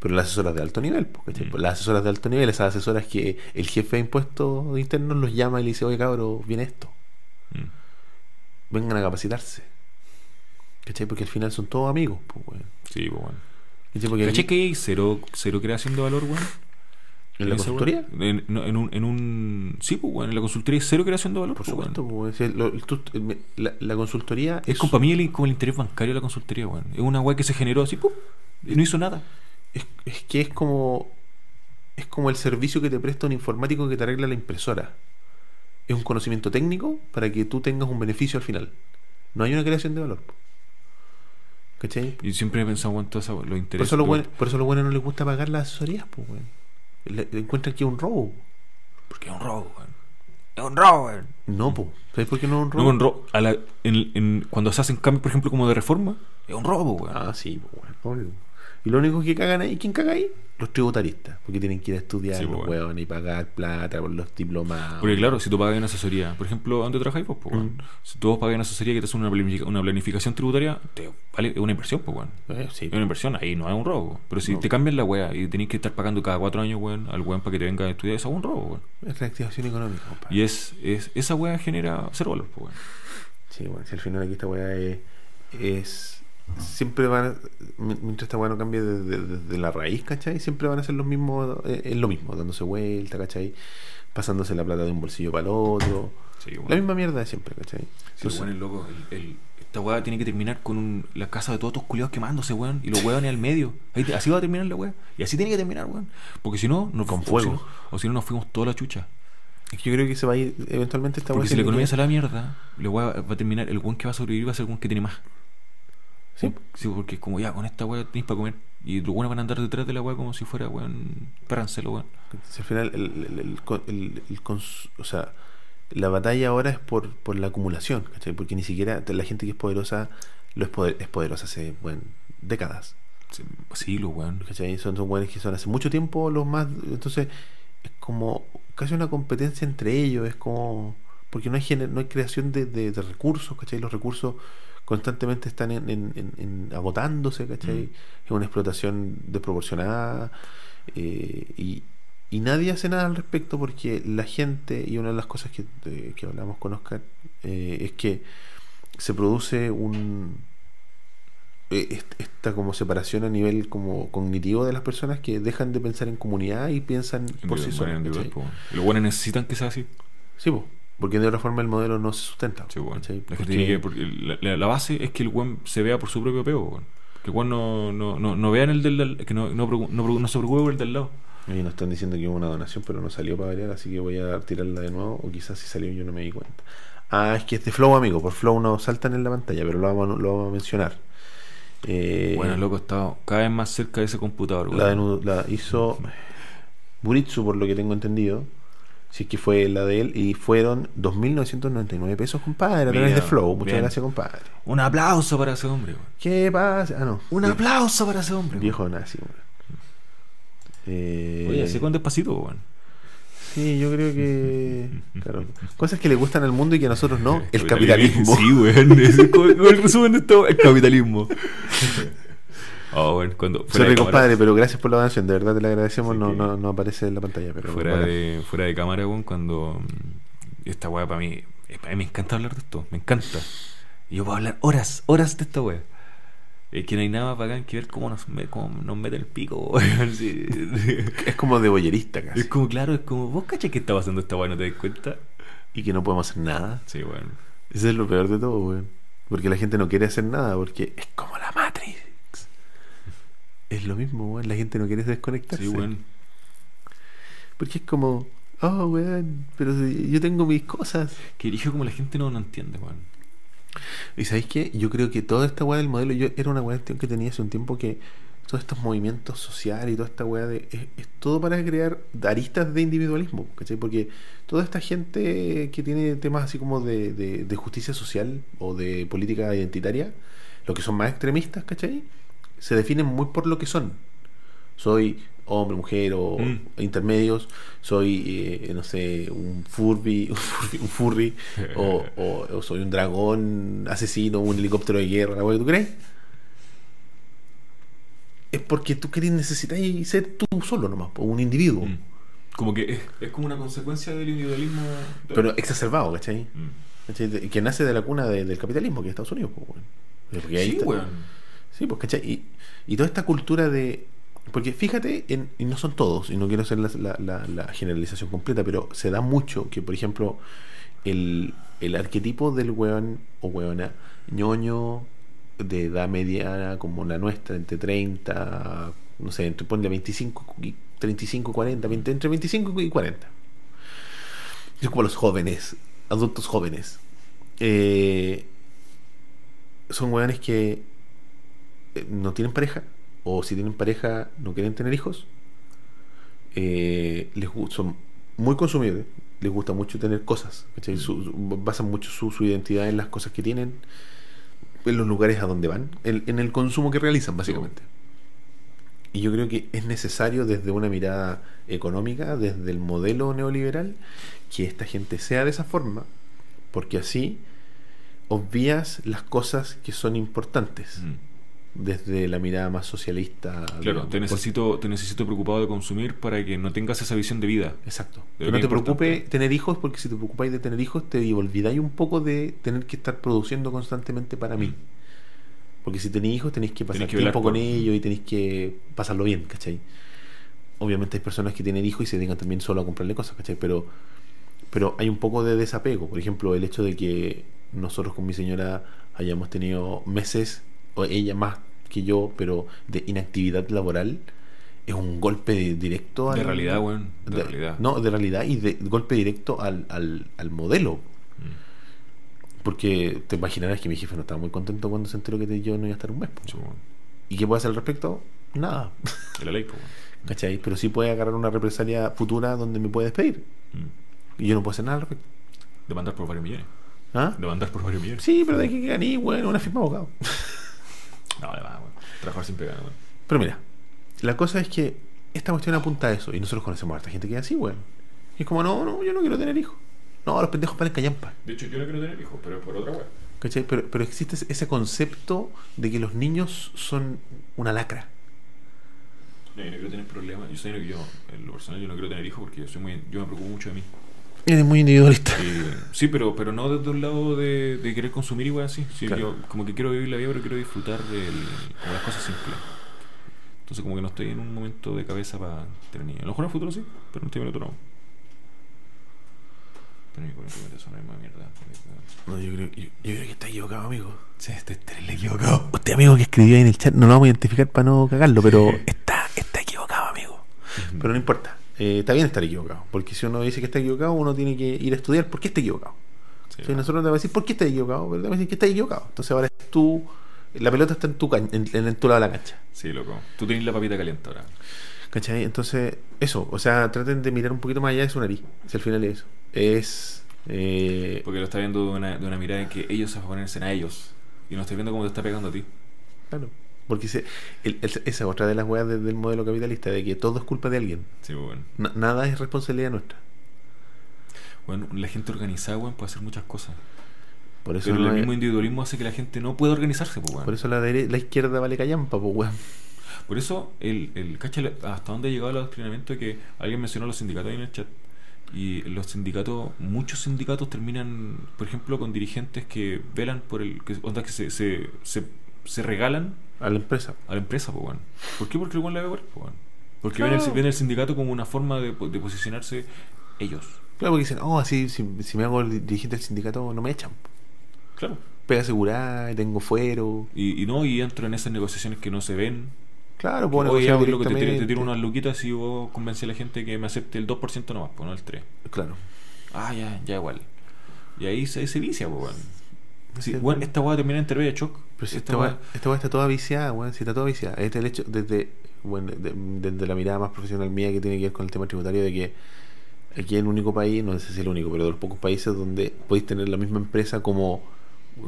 Pero las asesoras de alto nivel, po, ¿cachai? Mm. Pues Las asesoras de alto nivel, esas asesoras que el jefe de impuestos internos los llama y le dice, oye cabro, viene esto, Mm. vengan a capacitarse. ¿Cachai? Porque al final son todos amigos, pues, weón. Sí, pues, weón. ¿Cachai? Porque ¿Caché aquí- que hay cero, cero creación de valor, weón? ¿En la esa consultoría? weá? En, no, en un, en un. Sí, pues, weón. En la consultoría hay cero creación de valor, Por pues, weón. supuesto, pues, si lo- tú- me- la, la consultoría Es como para mí el, como el interés bancario de la consultoría, weón. Es una weá que se generó así, ¡pum! Y no hizo nada. es, es que es como es como el servicio que te presta un informático que te arregla la impresora. Es un conocimiento técnico para que tú tengas un beneficio al final. No hay una creación de valor. po. ¿Cachai? Y siempre he pensado, weón, todos los intereses. Por eso, lo weón. bueno, por eso lo bueno no les gusta pagar las asesorías, pues, weón. Le- le encuentran que es un robo. Porque es un robo, weón. Es un robo, weón. No, pues. ¿Sabes por qué no es un robo? No, un robo. A la- en- en- cuando se hacen cambios, por ejemplo, como de reforma, es un robo, weón. Ah, sí, po, weón, obvio. Y lo único que cagan ahí, ¿quién caga ahí? Los tributaristas, porque tienen que ir a estudiar Sí, po, los weón. huevones y pagar plata por los diplomados. Porque claro, si tú pagas en asesoría, por ejemplo, ¿dónde trabajáis vos, po, weón? Si tú pagas en asesoría que te hacen una, planific- una planificación tributaria, te vale, es una inversión, pues, weón. Eh, sí, Es una inversión, ahí no es un robo. Pero si te cambian la weá y tenés que estar pagando cada cuatro años, weón, al weón para que te venga a estudiar, eso es un robo, weón. es reactivación económica, compadre. Y es, es esa weá genera cero valor, pues, weón. Sí, bueno, si al final aquí esta weá es. es- siempre van. a- mi- Mientras esta weá no cambie desde de, de la raíz, ¿cachai? Siempre van a ser los mismos. eh, Es lo mismo, dándose vuelta, ¿cachai? Pasándose la plata de un bolsillo para el otro. Sí, La misma mierda de siempre, ¿cachai? Sí, lo Entonces, bueno es loco. El, el- esta weá tiene que terminar con un- la casa de todos tus culiados quemándose, weón. Y los weones al medio. Ahí te- así va a terminar la weá. Y así tiene que terminar, weón. Porque si no, nos Con o fuego. si no- O si no, nos fuimos toda la chucha. es que yo creo que se va a ir eventualmente esta Porque weá si la tiene economía que- sale a la mierda, la weá va a terminar. El weón que va a sobrevivir va a ser el weón que tiene más. Sí. Sí, porque es como ya, con esta weá tenéis para comer. Y los weones van a andar detrás de la weá como si fuera, weón, Parancelo, weón. Si al final, el, el- el co- el- el cons- o sea, la batalla ahora es por, por la acumulación, ¿cachai? Porque ni siquiera la gente que es poderosa lo es, poder- es poderosa hace bueno, décadas, Sí, Sí, los weón. ¿cachai? Son, son buenos que son hace mucho tiempo los más. Entonces, es como casi una competencia entre ellos, es como. Porque no hay, gener- no hay creación de, de- de recursos, ¿cachai? Los recursos constantemente están en, en- en- en agotándose, ¿cachai? Mm. Es una explotación desproporcionada. eh, y, y nadie hace nada al respecto porque la gente, y una de las cosas que, de- que hablamos con Oscar, eh, es que se produce un eh, est- esta como separación a nivel como cognitivo de las personas que dejan de pensar en comunidad y piensan por sí solos. ¿cachai? Los weones necesitan que sea así. Sí, po, porque de otra forma el modelo no se sustenta. Sí, weón. ¿cachai? La, gente Porque- tiene que- porque la- la- la base es que el weón se vea por su propio peo, weón. Que el weón no, no, no, no vea en el del, del- que no, no, preocu- no, preocu- no se preocupe por el del lado. Oye, nos están diciendo que hubo una donación, pero no salió para variar, así que voy a tirarla de nuevo. O quizás si salió yo no me di cuenta. Ah, es que este Flow, amigo, por Flow no saltan en la pantalla, pero lo vamos a, lo vamos a mencionar. Eh, bueno, loco, está cada vez más cerca de ese computador, weón. La, denu- la hizo Buritsu, por lo que tengo entendido. Si es que fue la de él, y fueron 2.999 pesos, compadre, a través Mira, de Flow. Muchas bien. gracias, compadre. Un aplauso para ese hombre, weón. ¿Qué pasa? Ah, no. Un Vie- aplauso para ese hombre, weón. Viejo nazi, weón. Eh, Oye, se con despacito, weón. Sí, yo creo que. Claro. Cosas que le gustan al mundo y que a nosotros no. El capitalismo. Sí, weón. Ese es como- como el resumen de esto, el capitalismo. Oh, weón, cuando. fuera Sorry, de cámara- compadre, pero gracias por la donación. De verdad te la agradecemos. Así No, que- no, no aparece en la pantalla, pero. fuera bacán. de fuera de cámara weón, cuando mm, esta weá para mí eh, pa' mí me encanta hablar de esto me encanta y yo puedo hablar horas horas de esta weá es que no hay nada más bacán que ver cómo nos, me- cómo nos mete el pico weón, sí. Es como de boyerista casi. es como claro es como vos cachas que está pasando esta weá no te das cuenta Y que no podemos hacer nada. sí bueno Eso es lo peor de todo, weón. Porque la gente no quiere hacer nada, porque es como la Matrix. Es lo mismo, weón. La gente no quiere desconectarse. sí bueno Porque es como, oh, weón, pero si yo tengo mis cosas. que dirijo como la gente no, no entiende weón ¿Y sabéis qué? Yo creo que toda esta weá del modelo, yo era una cuestión que tenía hace un tiempo que todos estos movimientos sociales y toda esta weá de, es, es todo para crear aristas de individualismo, ¿cachai? Porque toda esta gente que tiene temas así como de, de- de justicia social o de política identitaria, los que son más extremistas, ¿cachai? Se definen muy por lo que son. Soy hombre, mujer o Mm. intermedios, soy, eh, no sé, un furby, un furby, un furry, o, o- o soy un dragón asesino, un helicóptero de guerra, la wea que tú crees. Es porque tú querés, necesitas ser tú solo nomás, po, un individuo, Mm. como que es, es como una consecuencia del individualismo de- pero exacerbado, ¿cachai? Mm. ¿Cachai? De- Que nace de la cuna de- del capitalismo, que es Estados Unidos, po, weón. Porque ahí sí está- weón Sí, pues, ¿cachai? Y, y toda esta cultura de. Porque fíjate, en- y no son todos, y no quiero hacer la, la- la- la generalización completa, pero se da mucho que, por ejemplo, el, el arquetipo del weón o weona ñoño de edad mediana como la nuestra, entre 30, no sé, entre, ponle 25, y 35, 40, 20, entre 25 y 40. Es como los jóvenes, adultos jóvenes. Eh, son weones que eh, no tienen pareja o si tienen pareja no quieren tener hijos eh, les gu- son muy consumibles les gusta mucho tener cosas ¿cachai? Su- su- basan mucho su, su identidad en las cosas que tienen en los lugares a donde van en, en el consumo que realizan básicamente y yo creo que es necesario desde una mirada económica desde el modelo neoliberal que esta gente sea de esa forma porque así obvias las cosas que son importantes Mm. desde la mirada más socialista. Claro, digamos. te necesito, te necesito preocupado de consumir para que no tengas esa visión de vida. Exacto. De Que lo no que te es preocupe importante. tener hijos, porque si te preocupáis de tener hijos, te olvidáis un poco de tener que estar produciendo constantemente para mí. Mm. Porque si tenéis hijos, tenéis que pasar Tenés que velar tiempo por- con ellos y tenéis que pasarlo bien, ¿cachai? Obviamente hay personas que tienen hijos y se dedican también solo a comprarle cosas, ¿cachai? Pero, pero hay un poco de desapego. Por ejemplo, el hecho de que nosotros con mi señora hayamos tenido meses, o ella más que yo, pero de inactividad laboral, es un golpe di- directo De al- realidad, weón. De, realidad. no, de realidad y de golpe directo al, al, al modelo. Mm. Porque te imaginarás que mi jefe no estaba muy contento cuando se enteró que te- yo no iba a estar un mes. po. Sí, weón. ¿Y qué puede hacer al respecto? Nada. De la ley, po, ¿Cachai? Pero sí puede agarrar una represalia futura donde me puede despedir. weón. Mm. Y yo no puedo hacer nada al respecto. Demandar por varios millones. ¿Ah? Demandar por varios millones. Sí, pero de que gané, bueno, una firma de abogado. No, además, weón. Trabajar sin pegar, weón. Pero mira, la cosa es que esta cuestión apunta a eso. Y nosotros conocemos a harta gente que es así, weón. Y es como, no, no, yo no quiero tener hijos. No, los pendejos para callampa. De hecho, yo no quiero tener hijos, pero por otra weón. ¿Cachai? Pero, pero existe ese concepto de que los niños son una lacra. No, yo no quiero tener problemas. Yo, soy, yo, en lo personal, yo no quiero tener hijos porque yo, soy muy, yo me preocupo mucho de mí. Eres muy individualista. Eh, sí, pero, pero no desde un lado de, de querer consumir igual así. Sí, Claro. yo como que quiero vivir la vida, pero quiero disfrutar de las cosas simples. Entonces como que no estoy en un momento de cabeza para tener niños. A lo mejor en el futuro sí, pero no estoy en el otro lado. Pero mi cuarenta minutos son la misma mierda. No, yo creo, yo, yo creo que está equivocado, amigo. Sí, estoy terrible equivocado. Usted, amigo, que escribió ahí en el chat, no lo vamos a identificar para no cagarlo, pero está, está equivocado, amigo. Pero no importa. Eh, está bien estar equivocado, porque si uno dice que está equivocado, uno tiene que ir a estudiar por qué está equivocado. Entonces nosotros no te vamos a decir por qué está equivocado, pero te vamos a decir que está equivocado. Entonces ahora es tú, la pelota está en tu, can- en, en- en tu lado de la cancha. Sí, loco. Tú tenés la papita caliente ahora. ¿Cachai? Entonces, eso, o sea, traten de mirar un poquito más allá de su nariz, si al final es eso. Es... eh, Porque lo está viendo de una, de una mirada en que ellos se ponerse a ellos. Y no estoy viendo cómo te está pegando a ti. Claro. Porque se- el- el- esa es otra de las weas de- del modelo capitalista, de que todo es culpa de alguien. Sí, bueno. Na- nada es responsabilidad nuestra. Bueno, la gente organizada, weón, puede hacer muchas cosas. Por eso, Pero no el es- mismo individualismo hace que la gente no pueda organizarse, pues, weón. por eso la, dere- la izquierda vale callampa, pues weón. Por eso, el, el cacha la- hasta dónde ha llegado el adoctrinamiento que alguien mencionó los sindicatos ahí en el chat. Y los sindicatos, muchos sindicatos terminan, por ejemplo, con dirigentes que velan por el. que, onda, que se, se, se, se regalan A la empresa. a la empresa, pues, weón. ¿Por qué? Porque el weón la ve por pues, weón. Porque ven, el, Claro. ven el sindicato como una forma de, po- de posicionarse ellos. Claro, porque dicen, oh, así, si, si me hago el dirigente del sindicato, no me echan. Claro. Pega asegurada, tengo fuero. Y, y no, y entran en esas negociaciones que no se ven, Claro, pues Oye, negociar ya, lo que te, tiro- te tiro directamente. unas luquitas y vos convencí a la gente que me acepte el 2% nomás, pues no el 3%. Claro. Ah, ya, ya igual. Y ahí se, se vicia, pues, weón. Sí, Sí, weón, esta weá termina en terapia de shock. Pero si Esta esta weá- weá esta weá está toda viciada, weón. Si está toda viciada. Este es el hecho, desde, bueno, de- de- desde la mirada más profesional mía que tiene que ver con el tema tributario, de que aquí en el único país, no sé si el único, pero de los pocos países donde podéis tener la misma empresa como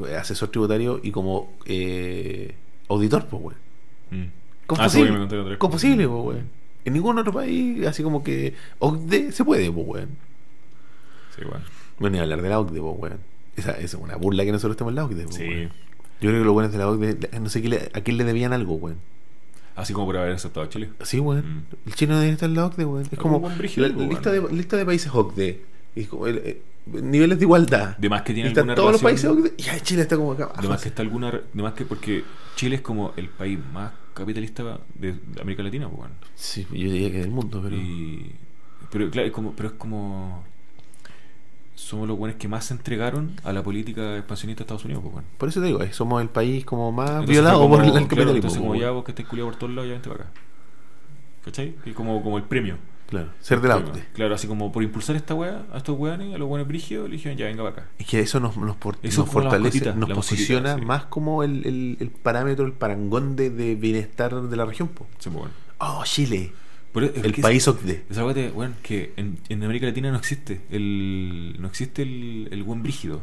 eh, asesor tributario y como eh, auditor, pues, weón. Mm. ¿Cómo Ah, sí, porque me posible? contaron otra vez. ¿Cómo posible, pues, weón? En ningún otro país, así como que OCDE se puede, pues, weón. Sí, weón. Bueno, ni hablar de la OCDE, pues, weón. Esa esa es una burla que nosotros estamos en la OCDE, pues, Sí. weón. Yo creo que los buenos de la OCDE, no sé qué le- a quién le debían algo, weón. Así como por haber aceptado Chile. Sí, weón. Mm. El chino debe estar en la OCDE, weón. Es Algún como buen brígido, la- weón. lista, de, lista de países OCDE. Y es como el- eh, niveles de igualdad. De más que tiene Están alguna todos los países. relación- Y ahí Chile está como acá. abajo, De más así. que está alguna. re- De más que porque Chile es como el país más capitalista de de América Latina, pues, weón. Sí, yo diría que del mundo, pero. Y- pero claro, es como, pero es como. Somos los buenos que más se entregaron a la política expansionista de Estados Unidos, pues, weón. Por eso te digo, eh, somos el país como más Entonces Ah, violado fue como- por el claro, capitalismo. entonces, como pues, ya vos que estés culiado por todos lados, ya vente para acá. ¿Cachai? Y como, como el premio. claro, ser del Claro, auto. Claro, así como por impulsar esta wea, a estos weones, a los weones brígidos, le dijeron, ya venga para acá. Es que eso nos, nos, por- Eso nos es como la fortalece, mascotita, nos la mascotita, posiciona sí. más como el, el- el parámetro, el parangón de, de bienestar de la región. po. Se fue, weón. Oh, Chile, pues, Pero es el que país OCDE. Esa weá te- weón, que en, en América Latina no existe. El, no existe el, el buen brígido.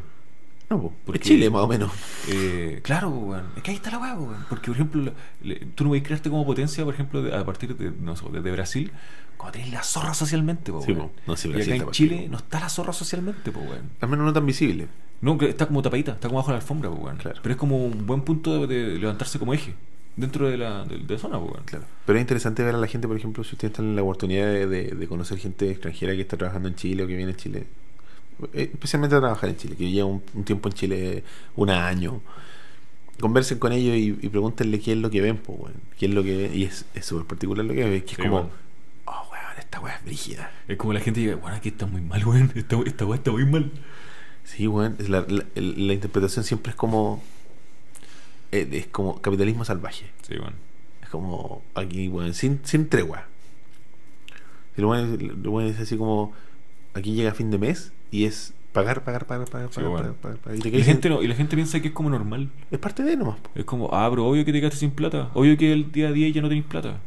No, po, Porque- es Chile más o menos. Eh, claro, po, weón. Es que ahí está la weá, po, weón. Porque, por ejemplo, la- le- tú no podés crearte como potencia, por ejemplo, de- a partir de, no sé, desde Brasil, como tenés la zorra socialmente, po, Sí, weón. po. No, sí, y Brasil acá está en pa' Chile pico. no está la zorra socialmente, po, weón. Al menos no tan visible. No, que está como tapadita, está como bajo la alfombra, po, weón. Claro. Pero es como un buen punto de, de levantarse como eje dentro de la, de, de zona, po, weón. Claro. Pero es interesante ver a la gente, por ejemplo, si ustedes están en la oportunidad de, de- de conocer gente extranjera que está trabajando en Chile o que viene a Chile, eh, especialmente a trabajar en Chile, que lleva un, un tiempo en Chile, un año. Conversen con ellos y, y pregúntenle qué es lo que ven, pues, weón. ¿Qué es lo que ven? Y es es súper particular lo que ven, que es Sí, como, weón. oh, weón, esta weá es brígida. Es como la gente dice, bueno, aquí está muy mal, weón. Esta, esta weá está muy mal. Sí, weón. es La, la- el- la interpretación siempre es como, eh, es como capitalismo salvaje. Sí, weón. Es como aquí, weón, sin, sin tregua. Y lo bueno, es- lo bueno es así como aquí llega fin de mes y es pagar, pagar, pagar, pagar, Sí, pagar, bueno. pagar, pagar, pagar. Y te Y la, quedas gente sin- no, y la gente piensa que es como normal. Es parte de nomás. po. Es como, ah, pero obvio que te quedaste sin plata. Obvio que el día a día ya no tenés plata.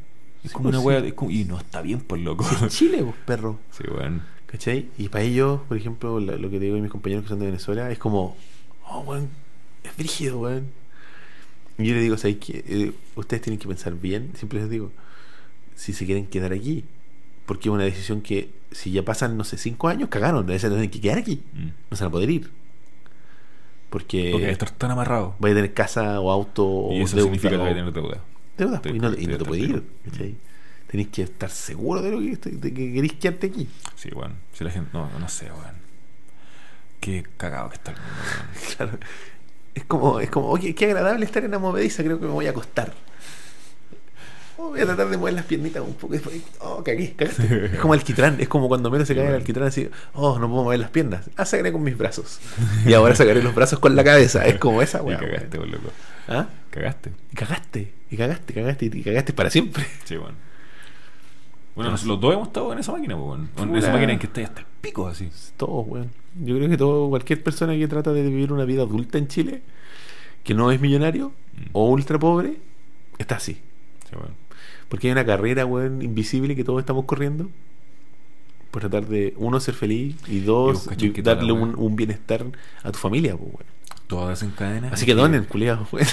Es Sí, como pues, una wea. sí. es como- y no está bien, por loco. Es Chile, vos, perro. Sí, weón. ¿Cachai? Y para ellos, por ejemplo, la- lo que te digo a mis compañeros que son de Venezuela, es como, oh, weón, es brígido, weón. Y yo les digo, ¿sabes qué? Eh, ustedes tienen que pensar bien, siempre les digo, si se quieren quedar aquí. Porque es una decisión que, si ya pasan, no sé, cinco años, cagaron, de esa tienen que quedar aquí. Mm. no se van a poder ir. Porque Porque estar tan amarrado. vaya a tener casa o auto o Y eso deuda significa que o- va a tener deuda. deudas, pues, y no, y estoy no te puedes ir. tranquilo. ¿cachai? Tenés que estar seguro de lo que, estoy- de que querés quedarte aquí. Sí, weón. Si la gente. No, no sé, weón. Qué cagado que está el mundo, weón. Claro. Es como, es como oye, qué agradable estar en la movediza, creo que me voy a acostar. Oh, voy a tratar de mover las piernitas un poco. y después, oh, cagué, cagaste. Es como alquitrán, es como cuando menos se cae el alquitrán así, oh, no puedo mover las piernas. Ah, sacaré con mis brazos. Y ahora sacaré los brazos con la cabeza. Es como esa, Y weá. cagaste, por loco. ¿Ah? Cagaste. Y cagaste, y cagaste, cagaste, y cagaste para siempre. Sí, weón. Bueno, nosotros los dos hemos estado en esa máquina, pues, weón. En esa Puta. máquina en que está hasta el pico, así. Todo, weón. Yo creo que todo, cualquier persona que trata de vivir una vida adulta en Chile, que no es millonario Mm. o ultra pobre, está así. Sí, weón. Porque hay una carrera, weón, invisible que todos estamos corriendo. Por tratar de, uno, ser feliz y dos, vos, cachai, que toda darle la un, weá- un bienestar a tu familia, pues, weón. Todas en cadena. Así que donen, culiados, weón.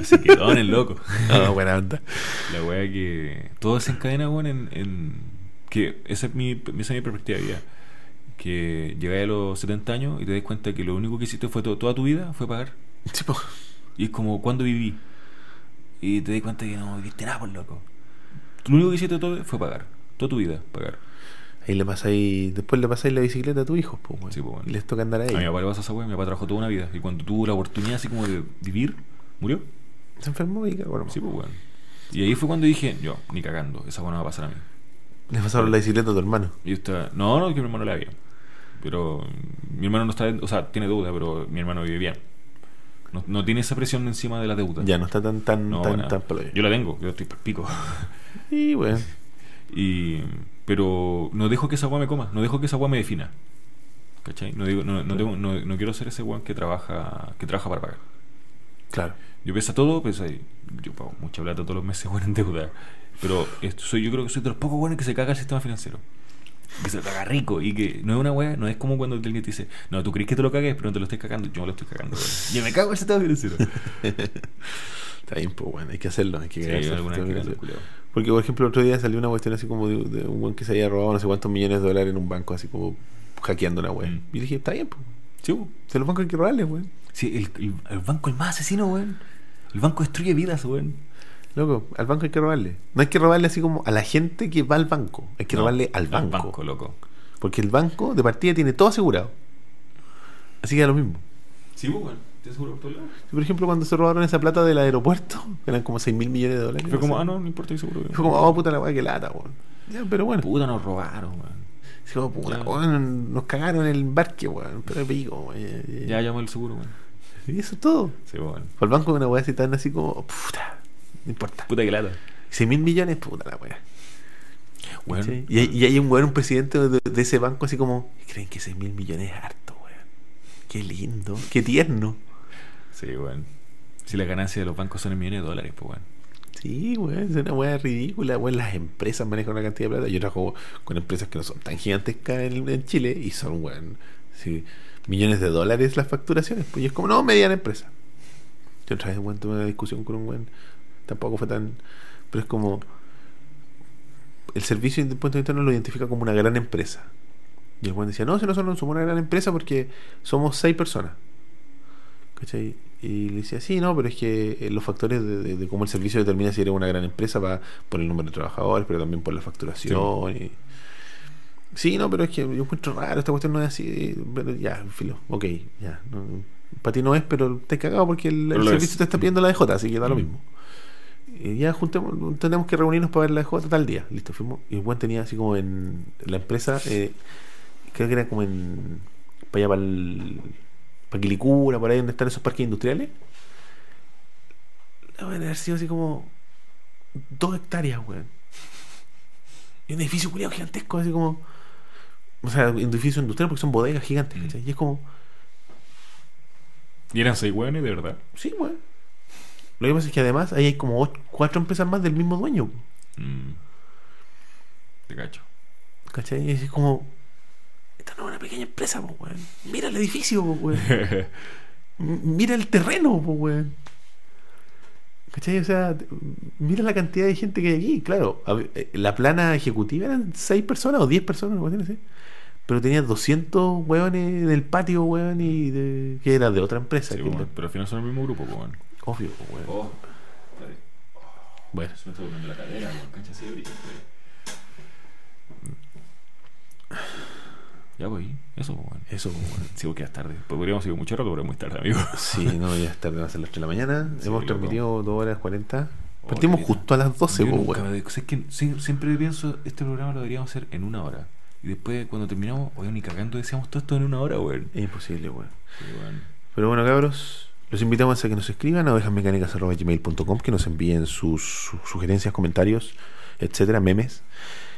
Así que donen, loco. Ah, buena onda. La wea que. Todo desencadena, weón, en, en. Que esa es mi, esa es mi perspectiva de vida. Que llegáis a los 70 años y te das cuenta que lo único que hiciste fue to- toda tu vida fue pagar. Sí, po. Y es como, ¿cuándo viví? Y te das cuenta que no viviste nada, por loco. Lo único que hiciste todo fue pagar. Toda tu vida, pagar. Ahí le pasáis, después le pasáis la bicicleta a tu hijo, pues, weón. Sí, po, weón. Y Les toca andar A mi ahí. papá le pasó esa wea, mi papá trabajó toda una vida. Y cuando tuvo la oportunidad así como de vivir, murió. Se enfermó y cagó, Sí, pues, weón. Y ahí fue cuando dije, yo, ni cagando, esa wea no va a pasar a mí. Le pasaron la bicicleta a tu hermano. Y está, no, no, que mi hermano la bien. Pero mm, mi hermano no está, o sea, tiene deuda, pero mi hermano vive bien. No, no tiene esa presión encima de la deuda. Ya no está tan tan No, tan nada. tan palo. Yo la tengo, yo estoy por pico. Y bueno, Y, pero no dejo que esa agua me coma, no dejo que esa agua me defina. ¿Cachai? No, digo, no, no, tengo- no- no quiero ser ese guan que trabaja, que trabaja para pagar. claro. Yo pesa todo, pues ahí, yo pago mucha plata todos los meses, bueno, en deuda. Pero esto soy, yo creo que soy de los pocos buenos que se caga el sistema financiero. Que se lo caga rico y que no es una wea, no es como cuando alguien te dice, no, tú crees que te lo cagues, pero no te lo estés cagando. Yo me lo estoy cagando, weón. Yo me cago en el sistema financiero. Está bien, pues bueno, hay que hacerlo, hay que Sí, cagarse. alguna vez que cago, culiao. Porque por ejemplo, el otro día salió una cuestión así como de, de un buen que se había robado no sé cuántos millones de dólares en un banco, así como hackeando una web. Mm. Y dije, está bien, pues. Sí, po. Se los bancos hay que robarles, weón. Sí, el, el- el banco es el más asesino, weón. El banco destruye vidas, weón. Loco, al banco hay que robarle. No hay que robarle así como a la gente que va al banco. Hay que No, robarle al banco. Al banco, loco. Porque Porque el banco de partida tiene todo asegurado. Así que da lo mismo. Sí, pues, weón. ¿Te seguro por todos lados? Por ejemplo, cuando se robaron esa plata del aeropuerto, eran como 6 mil millones de dólares. Fue como, sé. ah, no, no importa, yo seguro. Fue como, oh, puta la weá, que lata, weón. Ya, pero bueno. Puta, nos robaron, weón. Sí, como, puta, Ya. weón, nos cagaron el embarque, weón. Pero pico, weón. Ya, ya, Ya llamó el seguro, weón. Y eso es todo. Sí, pues, weón. Para el banco una weá así tan así como, puta, no importa. Puta que lata. 6 mil millones, puta la weá. Weón. ¿Cachai? Y, hay- y hay un weón, un presidente de, de ese banco así como, creen que 6 mil millones es harto, weón. Qué lindo, qué tierno. Sí, weón. Si las ganancias de los bancos son en millones de dólares, pues, weón. Sí, weón, es una weá ridícula, weón. Las empresas manejan una cantidad de plata. Yo trabajo con empresas que no son tan gigantescas en, en Chile y son, weón, sí, millones de dólares las facturaciones. Pues y es como, no, mediana empresa. Yo otra vez, weón, tuve una discusión con un weón. Tampoco fue tan. Pero es como. El servicio de impuestos internos lo identifica como una gran empresa. Y el weón decía, no, si nosotros no somos una gran empresa porque somos seis personas. ¿Cachai? Y le decía, sí, no, pero es que eh, los factores de, de- de cómo el servicio determina si eres una gran empresa va por el número de trabajadores, pero también por la facturación. y- Sí, no, pero es que yo encuentro raro, esta cuestión no es así. Pero ya, filo, ok, ya. para ti no es, pero te he cagado porque el, Pero el lo servicio es. te está pidiendo la DJ, así que da lo Mm. mismo. Y ya juntemos, tenemos que reunirnos para ver la DJ tal día. Listo, fuimos. Y el buen tenía así como en la empresa, eh, creo que era como en. para allá, para el. para Quilicura, por ahí donde están esos parques industriales. La van a haber sido así como. dos hectáreas, weón. Y un edificio culiado gigantesco, así como. O sea, un edificio industrial porque son bodegas gigantes, Mm. ¿cachai? Y es como. Y eran seis weones, de verdad. Sí, weón. Lo que pasa es que además ahí hay como ocho- cuatro empresas más del mismo dueño. Mm. Te cacho. ¿Cachai? Y es como. Esta no es una pequeña empresa, po, weón. Mira el edificio, po, weón. M- Mira el terreno, po, weón. ¿Cachai? O sea, te- mira la cantidad de gente que hay aquí. Claro, a ver, eh, la plana ejecutiva eran seis personas o 10 personas, una cuestión así. Pero tenía 200 weones del patio, weón, y de- que era de otra empresa. Sí, que pues, la- weón. Pero al final son el mismo grupo, pues, weón. Obvio, po, weón. Oh, Bueno. se me está volviendo la cadera, weón. Cancha así de brillo, weón. Ya, pues, y eso, pues, weón. Eso, po, weón. Sí, porque ya es tarde. Pues podríamos ir mucho rato, pero es muy tarde, amigo. Sí, no, ya es tarde, va a ser las 3 de la mañana. Sí, Hemos loco. transmitido 2 horas 40. Partimos caleta. justo a las 12, Yo po, nunca pues, weón. me- o sea, es que sie- siempre pienso, este programa lo deberíamos hacer en una hora. Y después, cuando terminamos, oye, ni cagando decíamos todo esto en una hora, weón. Es imposible, weón. Pero bueno, cabros, los invitamos a que nos escriban a ovejasmecánicas.gmail.com, que nos envíen sus su- sugerencias, comentarios, etcétera, memes.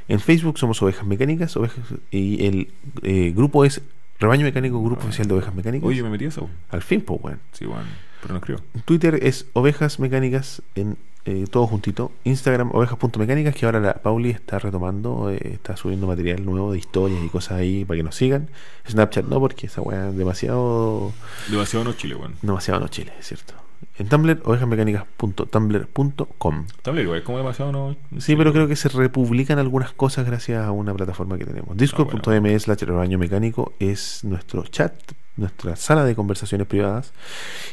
En Facebook somos Ovejas Mecánicas ovejas, y el eh, grupo es Rebaño Mecánico, Grupo Ah. Oficial de Ovejas Mecánicas. Oye, me metí a eso. Al fin, pues, weón. Sí, weón. Pero no escribo. Twitter es Ovejas Mecánicas en eh, todo juntito. Instagram ovejas.mecánicas, que ahora la Pauli está retomando, eh, está subiendo material nuevo de historias y cosas ahí para que nos sigan. Snapchat no, porque esa weá es demasiado Demasiado no chile, weón. Demasiado no Chile, es cierto. En Tumblr, ovejasmecánicas.tumblr.com. Tumblr igual, es como demasiado no. Sí, pero creo que se republican algunas cosas gracias a una plataforma que tenemos. Discord.me slash rebaño mecánico es nuestro chat, nuestra sala de conversaciones privadas.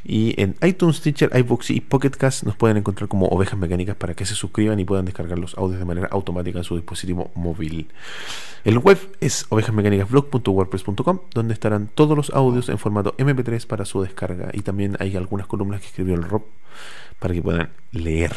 Y en iTunes, Teacher, iBooks y Pocket Cast nos pueden encontrar como ovejas mecánicas para que se suscriban y puedan descargar los audios de manera automática en su dispositivo móvil. El web es ovejasmecánicasblog.wordpress.com, donde estarán todos los audios en formato MP3 para su descarga. Y también hay algunas columnas que escribió el Rob para que puedan leer.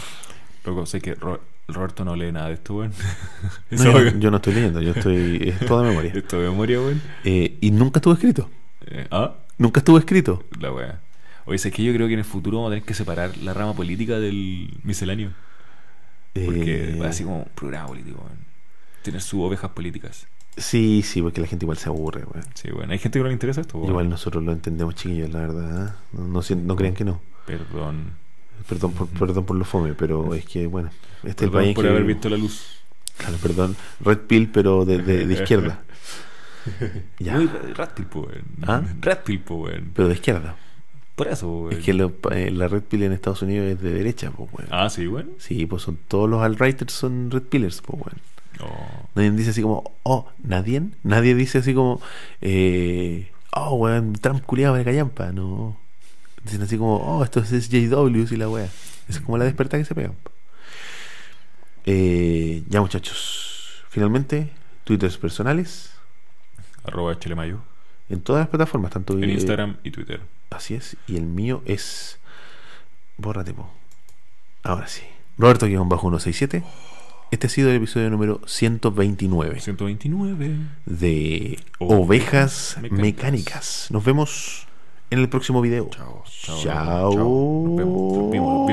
Loco, sé que Ro- Roberto no lee nada de esto, weón. No, Eso, yo, weón. no- yo no estoy leyendo, yo estoy. Es toda memoria. Esto de memoria, weón. Eh, y nunca estuvo escrito. Eh, ah, Nunca estuvo escrito. la weá. Oye, sé que yo creo que en el futuro vamos a tener que separar la rama política del misceláneo. Porque Eh, va así como un programa político, weón. Tiene sus ovejas políticas. Sí, sí, porque la gente igual se aburre. weón. Sí, bueno, hay gente que no le interesa esto, weón. Igual nosotros lo entendemos, chiquillos, la verdad. ¿eh? No, no sien- no crean que no. Perdón. Perdón por, perdón por lo fome, pero es que, bueno, este Perdón país. por que- haber visto la luz. Claro, perdón. Red Pill, pero de, de- de izquierda. Ya. Uy, Red Pill, po, weón. ¿Ah? Red Pill, po, weón. Pero de izquierda. Por eso, po, weón. Es que lo- eh, la Red Pill en Estados Unidos es de derecha, pues, weón. Ah, sí, weón. Sí, pues son todos los alt-righters son Red Pillers, pues, weón. No. Nadie dice así como, oh, nadie. Nadie dice así como, eh, oh, weón, Trump culiado vale callampa. No. Dicen así como, oh, esto es JW y la wea. Esa es como la despertada que se pegan. Eh, ya, muchachos. Finalmente, twitters personales. arroba chelemayo. En todas las plataformas, tanto En eh, Instagram y Twitter. Así es. Y el mío es. Bórrate, po. Ahora sí. Roberto-167. Este ha sido el episodio número 129 129. de Ovejas Ovejas Mecánicas. Mecánicas. Nos vemos en el próximo video. Chao. Chao. Nos vemos. Nos vimos.